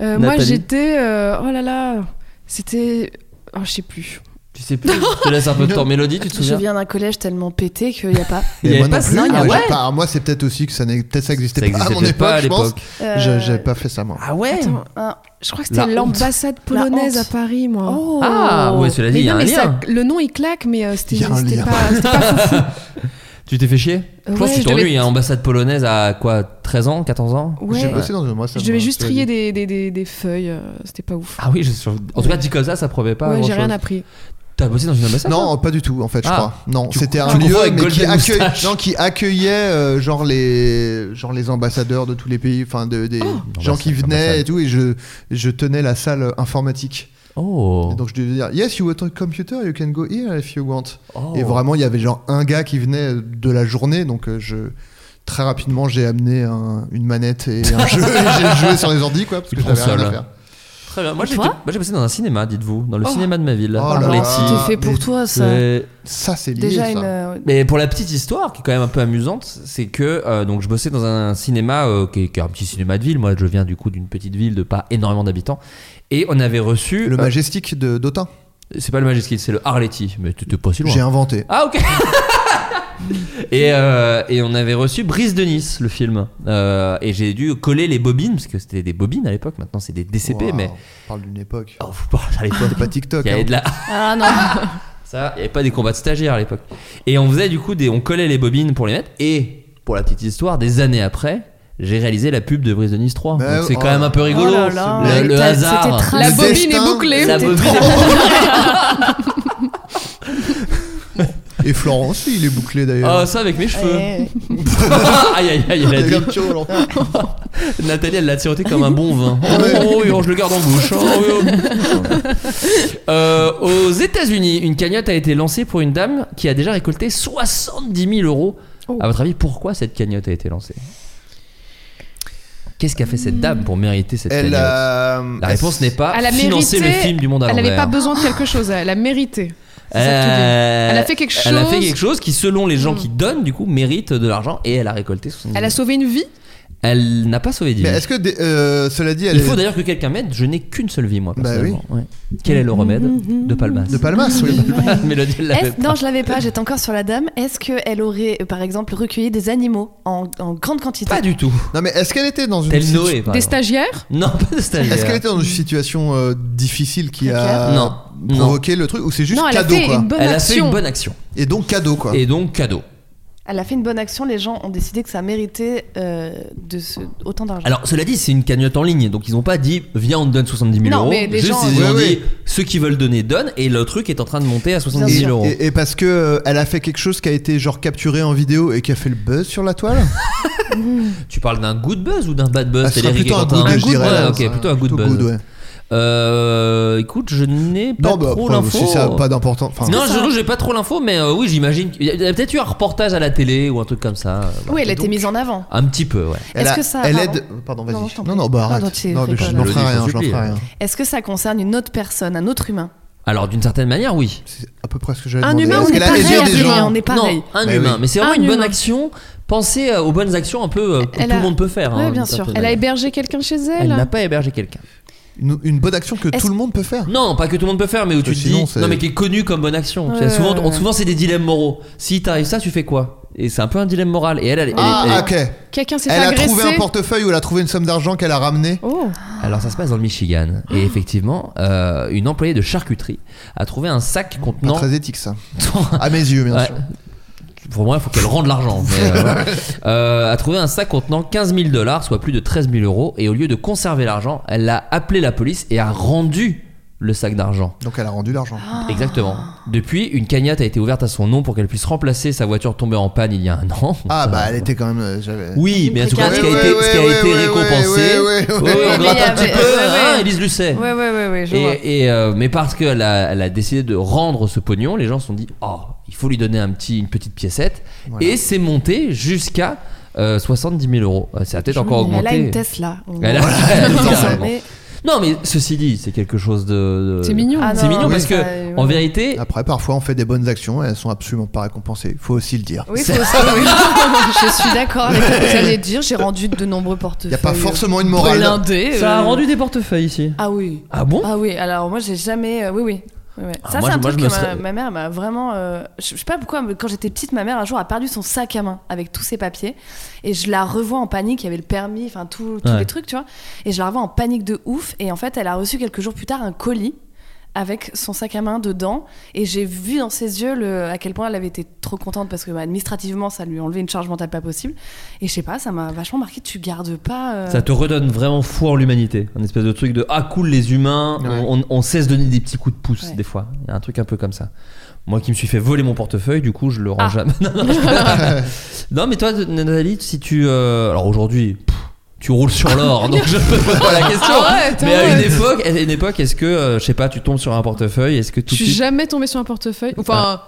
S9: Euh, moi,
S7: Nathalie.
S9: j'étais. euh, oh là là. C'était. Oh, je sais plus.
S7: Tu sais plus. Je te laisse un peu de temps. Mélodie, tu te
S10: Je
S7: souviens
S10: viens d'un collège tellement pété qu'il n'y a pas.
S7: Il y
S8: Mais
S7: avait
S8: moi
S7: pas
S8: non
S7: ça,
S8: plus.
S7: il y
S8: Ah
S7: a-
S8: ouais,
S7: ouais.
S8: j'ai pas- Moi, c'est peut-être aussi que ça n'existait peut-être ça
S7: Ça
S8: existait pas à
S7: existait
S8: mon
S7: peut-être pas à
S8: époque, je pense.
S7: l'époque.
S8: Je-
S9: Euh,
S8: J'avais pas fait ça moi.
S7: Ah ouais
S10: Attends, un-
S9: Je crois que
S7: La
S9: c'était
S7: honte.
S9: l'ambassade
S10: La
S9: polonaise à
S10: honte.
S9: Paris, moi.
S10: Oh.
S7: Ah ouais, cela dit,
S9: Mais
S7: il y a
S9: non,
S7: un
S9: mais ça-
S7: lien.
S9: le nom il claque, mais euh, c'était
S8: Il y a un
S9: c'était
S8: lien.
S9: pas, c'était pas foufou.
S7: Tu t'es fait chier Je pense
S9: Ouais,
S7: que tu
S9: je devais-
S7: t'ennuies. hein, ambassade polonaise à quoi 13 ans 14 ans
S9: Ouais.
S8: J'ai bossé dans une moi, ça
S9: Je devais
S8: me-
S9: juste
S8: ça me-
S9: trier des, des, des, des feuilles, euh, c'était pas ouf.
S7: Ah oui, je... en tout cas, dit comme ça, ça promet pas.
S9: ouais, j'ai rien
S7: grand-chose.
S9: appris.
S7: T'as bossé dans une ambassade
S8: Non, pas du tout en fait, je
S7: Ah.
S8: crois. Non,
S7: Tu-
S8: c'était
S7: tu
S8: un
S7: confonds
S8: lieu
S7: avec
S8: mais qui,
S7: Golden
S8: accueille-
S7: Moustache.
S8: non, qui accueillait euh, genre les genre les ambassadeurs de tous les pays, enfin de,
S9: Oh.
S8: des gens qui
S7: Ambassade,
S8: venaient
S7: ambassade.
S8: et tout, et je je tenais la salle euh, informatique.
S7: Oh.
S8: Et donc je devais dire yes you want a computer you can go here if you want.
S7: Oh.
S8: Et vraiment il y avait genre un gars qui venait de la journée donc euh, je très rapidement j'ai amené un- une manette et un jeu et j'ai joué sur les ordi quoi parce que
S7: Une
S8: j'avais rien à
S7: console.
S8: faire.
S7: Très bien. Moi,
S10: Et
S7: j'étais-
S10: toi
S7: moi, j'ai bossé dans un cinéma, dites-vous, dans le
S10: Oh.
S7: cinéma de ma ville.
S8: Oh là
S7: à
S8: là.
S7: Arletty.
S10: C'était
S8: Ah,
S10: fait pour
S8: mais-
S10: toi, ça.
S7: C'est-
S8: Ça c'est lié
S10: Déjà
S8: ça.
S10: une. euh,
S7: Mais pour la petite histoire, qui est quand même un peu amusante, c'est que euh, donc je bossais dans un cinéma euh, qui, est, qui est un petit cinéma de ville. Moi, je viens du coup d'une petite ville de pas énormément d'habitants, et on avait reçu.
S8: Le
S7: euh,
S8: majestique de Dotin.
S7: c'est pas le Majestic, c'est le Arletty, mais t'étais pas si loin.
S8: J'ai inventé.
S7: Ah ok. et, euh, et on avait reçu Brise de Nice, le film. Euh, et j'ai dû coller les bobines parce que c'était des bobines à l'époque. Maintenant, c'est des DCP,
S8: Waouh,
S7: mais
S8: On parle d'une époque.
S7: oh, faut pas- à l'époque,
S8: C'est pas TikTok.
S7: il y avait
S8: hein.
S7: de la
S10: Ah non.
S7: Ça, il n'y avait pas des combats de stagiaires à l'époque. Et on faisait du coup des. On collait les bobines pour les mettre. Et pour la petite histoire, des années après, j'ai réalisé la pub de Brise de Nice 3.
S8: Mais
S7: Donc c'est
S8: oh.
S7: quand même un peu rigolo.
S10: Oh là là.
S7: Le, le
S10: T'as-
S7: hasard.
S10: c'était très-
S9: La
S8: Le
S9: bobine est
S8: destin.
S9: bouclée.
S7: La bobine.
S8: Et Florence, il est bouclé
S7: Oh,
S8: d'ailleurs.
S7: ça avec mes cheveux.
S10: Eh,
S7: aïe aïe aïe, elle a dit.
S8: Regarde, tiens, alors.
S7: Nathalie, elle l'a tiroté comme un bon vin. Oh, oh, oui, oh, je le garde en bouche. Oh, oui, oh. Euh, aux États-Unis, une cagnotte a été lancée pour une dame qui a déjà récolté 70 000 euros.
S8: Oh.
S7: À votre avis, pourquoi cette cagnotte a été lancée Qu'est-ce qu'a fait cette dame pour mériter cette
S8: Hmm. Elle,
S7: cagnotte
S8: euh,
S7: La réponse n'est pas
S9: Elle a
S7: Ah, financer
S9: mérité-
S7: le film du monde à
S9: Elle
S7: l'envers.
S9: avait pas besoin de quelque chose, elle a mérité. C'est ça que tu dis.
S7: Euh,
S9: Elle a fait quelque
S7: Elle a
S9: chose. Hmm.
S7: fait quelque chose qui, selon les gens qui donnent, du coup, mérite de l'argent et elle a récolté 70
S9: Elle
S7: 000.
S9: a sauvé une vie
S7: Elle n'a pas sauvé 10
S8: Mais
S7: 000.
S8: est-ce que des- euh, cela dit, elle
S7: Il faut
S8: est
S7: d'ailleurs que quelqu'un m'aide, je n'ai qu'une seule vie moi
S8: Bah
S7: personnellement. Ouais. Quel est le
S9: Mm,
S7: remède de Palmas
S8: de Palmas, oui.
S7: Mélodie elle l'avait
S10: est-ce-
S7: pas.
S10: non, je l'avais pas, j'étais encore sur la dame. Est-ce qu'elle aurait, euh, par exemple, recueilli des animaux en, en grande quantité
S7: Pas du tout.
S8: Non mais est-ce qu'elle était dans une
S7: Tel
S8: situ-
S7: Noé par
S9: Des
S7: exemple.
S9: stagiaires
S7: Non, pas de stagiaire.
S8: Est-ce qu'elle était dans une situation euh, difficile qui a
S7: Non, Mm. non.
S8: provoqué le truc ou c'est juste
S9: Non, elle a
S8: cadeau
S9: fait
S8: quoi
S9: une bonne
S7: Elle a fait
S9: action.
S7: une bonne action.
S8: Et donc cadeau quoi.
S7: Et donc cadeau.
S10: Elle a fait une bonne action, les gens ont décidé que ça méritait euh, de ce- autant d'argent.
S7: Alors cela dit, c'est une cagnotte en ligne, donc ils n'ont pas dit viens on te donne 70 000
S9: Non,
S7: euros.
S9: mais les
S7: Juste,
S9: gens-
S7: ils ont
S8: Oui,
S7: dit
S8: oui.
S7: ceux qui veulent donner donnent et le truc est en train de monter à
S8: Et-
S7: 70 000 euros.
S8: et- et parce que euh, elle a fait quelque chose qui a été genre capturé en vidéo et qui a fait le buzz sur la toile.
S7: Tu parles d'un good buzz ou d'un bad buzz
S8: Ah,
S7: C'est
S8: ce serait plutôt un good, je dirais. là,
S7: ok,
S8: ça.
S7: plutôt un good buzz.
S8: ouais.
S7: Euh, écoute, je n'ai pas
S8: Non, bah,
S7: trop
S8: après,
S7: l'info.
S8: si ça a pas d'importance. enfin,
S7: non, j'avoue, j'ai pas trop l'info, mais euh, oui, j'imagine. qu'il y a- Il y a peut-être eu un reportage à la télé ou un truc comme ça. euh, voilà.
S10: oui, elle a été mise en avant.
S7: Un petit peu, ouais.
S8: elle
S10: Est-ce
S8: a-
S10: que ça-
S8: Elle
S10: pardon.
S8: aide. Pardon,
S10: Non,
S8: vas-y.
S10: je t'en
S8: Non,
S10: prie.
S8: non, bah
S10: Pardon,
S8: arrête.
S10: tu
S8: Non, mais
S10: fais
S8: je
S10: pas
S8: n'en
S7: mal.
S8: ferai rien.
S7: Je
S8: Je n'en ferai
S7: supplie.
S8: rien.
S10: Est-ce que ça concerne une autre personne, un autre humain
S7: Alors d'une certaine manière, oui.
S8: C'est à peu près ce que j'avais
S9: Un
S8: demandé.
S9: humain,
S8: Parce
S9: on est
S8: qu'elle a
S9: pareil,
S8: les yeux
S9: un
S8: des
S9: humain,
S8: gens.
S9: on est pareil.
S7: Non, un
S8: Bah
S7: humain.
S8: oui.
S7: Mais c'est vraiment
S9: Un
S7: une bonne
S9: humain.
S7: action. Pensez euh, aux bonnes actions un peu euh, que tout
S9: Elle
S7: le
S9: a-
S7: monde peut faire.
S9: Ouais,
S7: hein,
S9: bien
S7: d'une
S9: sûr.
S7: certaine
S9: Elle a
S7: manière.
S9: hébergé quelqu'un chez
S7: Elle
S9: elle.
S7: n'a pas hébergé quelqu'un.
S8: Une, une bonne action que
S9: Est-ce-
S8: tout le monde peut faire.
S7: Non, pas que tout le monde peut faire, mais où tu te
S8: sinon,
S7: dis.
S8: c'est-
S7: Non, mais qui est connu comme bonne action. Tu
S9: Ouais,
S7: sais, souvent,
S9: ouais,
S7: on-
S9: ouais.
S7: souvent c'est des dilemmes moraux. Si t'arrives ça, tu fais quoi Et c'est un peu un dilemme moral. Et elle, elle, elle- elle-
S8: Ah, ok.
S9: Quelqu'un s'est fait
S8: Elle a
S9: agresser.
S8: trouvé un portefeuille ou elle a trouvé une somme d'argent qu'elle a ramenée.
S9: Oh.
S7: Alors ça se passe dans le Michigan et effectivement euh, une employée de charcuterie a trouvé un sac
S8: Pas
S7: contenant.
S8: très éthique ça. À mes yeux, bien
S7: Ouais.
S8: sûr.
S7: Pour moi, il faut qu'elle rende l'argent. mais, euh, voilà. Euh, a trouvé un sac contenant 15 000 dollars, soit plus de 13 000 euros, et au lieu de conserver l'argent, elle a appelé la police et a rendu le sac d'argent.
S8: Donc elle a rendu l'argent.
S7: Exactement. Depuis, une cagnotte a été ouverte à son nom pour qu'elle puisse remplacer sa voiture tombée en panne il y a un an.
S8: Ah
S7: Ça-
S8: bah elle était quand même. euh, j'avais-
S7: Oui, mais en tout cas, ce qui a
S8: Ouais,
S7: été, ce qui a
S8: ouais,
S7: été
S8: ouais, ouais,
S7: récompensé.
S8: ouais, ouais, ouais,
S7: Ouais,
S8: ouais.
S7: on gratte
S10: Mais il y
S7: un petit
S10: avait-
S7: peu,
S10: ouais,
S7: hein,
S10: ouais.
S7: Élise Lucet.
S10: Ouais, ouais, ouais, ouais, je vois.
S7: Et, et, euh, mais parce qu'elle a, elle a décidé de rendre ce pognon, les gens se sont dit oh, il faut lui donner un petit, une petite piécette.
S8: Voilà.
S7: Et c'est monté jusqu'à euh, 70 000 euros. Euh, Ça a peut-être encore augmenté.
S10: Elle a une Tesla. On-
S7: Elle a- carrément.
S10: Mais-
S7: Non, mais ceci dit, c'est quelque chose de. de-
S9: C'est mignon.
S10: Ah
S7: C'est mignon
S10: non,
S7: parce que,
S10: ça, euh, ouais.
S7: en vérité,
S8: Après, parfois, on fait des bonnes actions et elles sont absolument pas récompensées. Faut aussi le dire.
S10: Oui, faut aussi- oui. je suis d'accord avec ce que vous allez dire. J'ai rendu de nombreux
S8: Il
S10: portefeuilles.
S8: y a pas forcément une morale.
S10: blindés,
S7: ça a
S10: euh.
S7: rendu des portefeuilles ici.
S10: Ah oui.
S7: Ah bon
S10: Ah oui, alors moi j'ai jamais. euh, oui, oui. Oui, oui.
S7: Ah,
S10: ça,
S7: moi,
S10: c'est un
S7: je- moi,
S10: truc
S7: je
S10: que
S7: me
S10: ma,
S7: serais-
S10: ma mère m'a vraiment. euh, je, je sais pas pourquoi, mais quand j'étais petite, ma mère un jour a perdu son sac à main avec tous ses papiers. Et je la revois en panique. Il y avait le permis, enfin tout- tous
S7: Ouais.
S10: les trucs, tu vois. Et je la revois en panique de ouf. Et en fait, elle a reçu quelques jours plus tard un colis avec son sac à main dedans. Et j'ai vu dans ses yeux le, à quel point elle avait été trop contente parce que bah, administrativement, ça lui enlevait une charge mentale pas possible. Et je sais pas, ça m'a vachement marqué. Tu gardes pas. euh,
S7: Ça te redonne vraiment foi en l'humanité. Un espèce de truc de ah cool les humains,
S8: Ouais.
S7: on, on- on cesse de donner des petits coups de pouce
S10: Ouais.
S7: des fois. Il y a un truc un peu comme ça. Moi qui me suis fait voler mon portefeuille, du coup je le rends
S10: Ah.
S7: jamais. Non, non, je- Non, mais toi Nathalie, si tu euh, alors aujourd'hui pff, tu roules sur l'or, donc je peux pas poser la question.
S9: Ah ouais, t'as
S7: mais à une
S9: ouais.
S7: époque, à une époque, est-ce que euh, je sais pas, tu tombes sur un portefeuille, est-ce que tout de
S9: Je suis
S7: suite- Ah.
S9: jamais tombée sur un portefeuille. Enfin,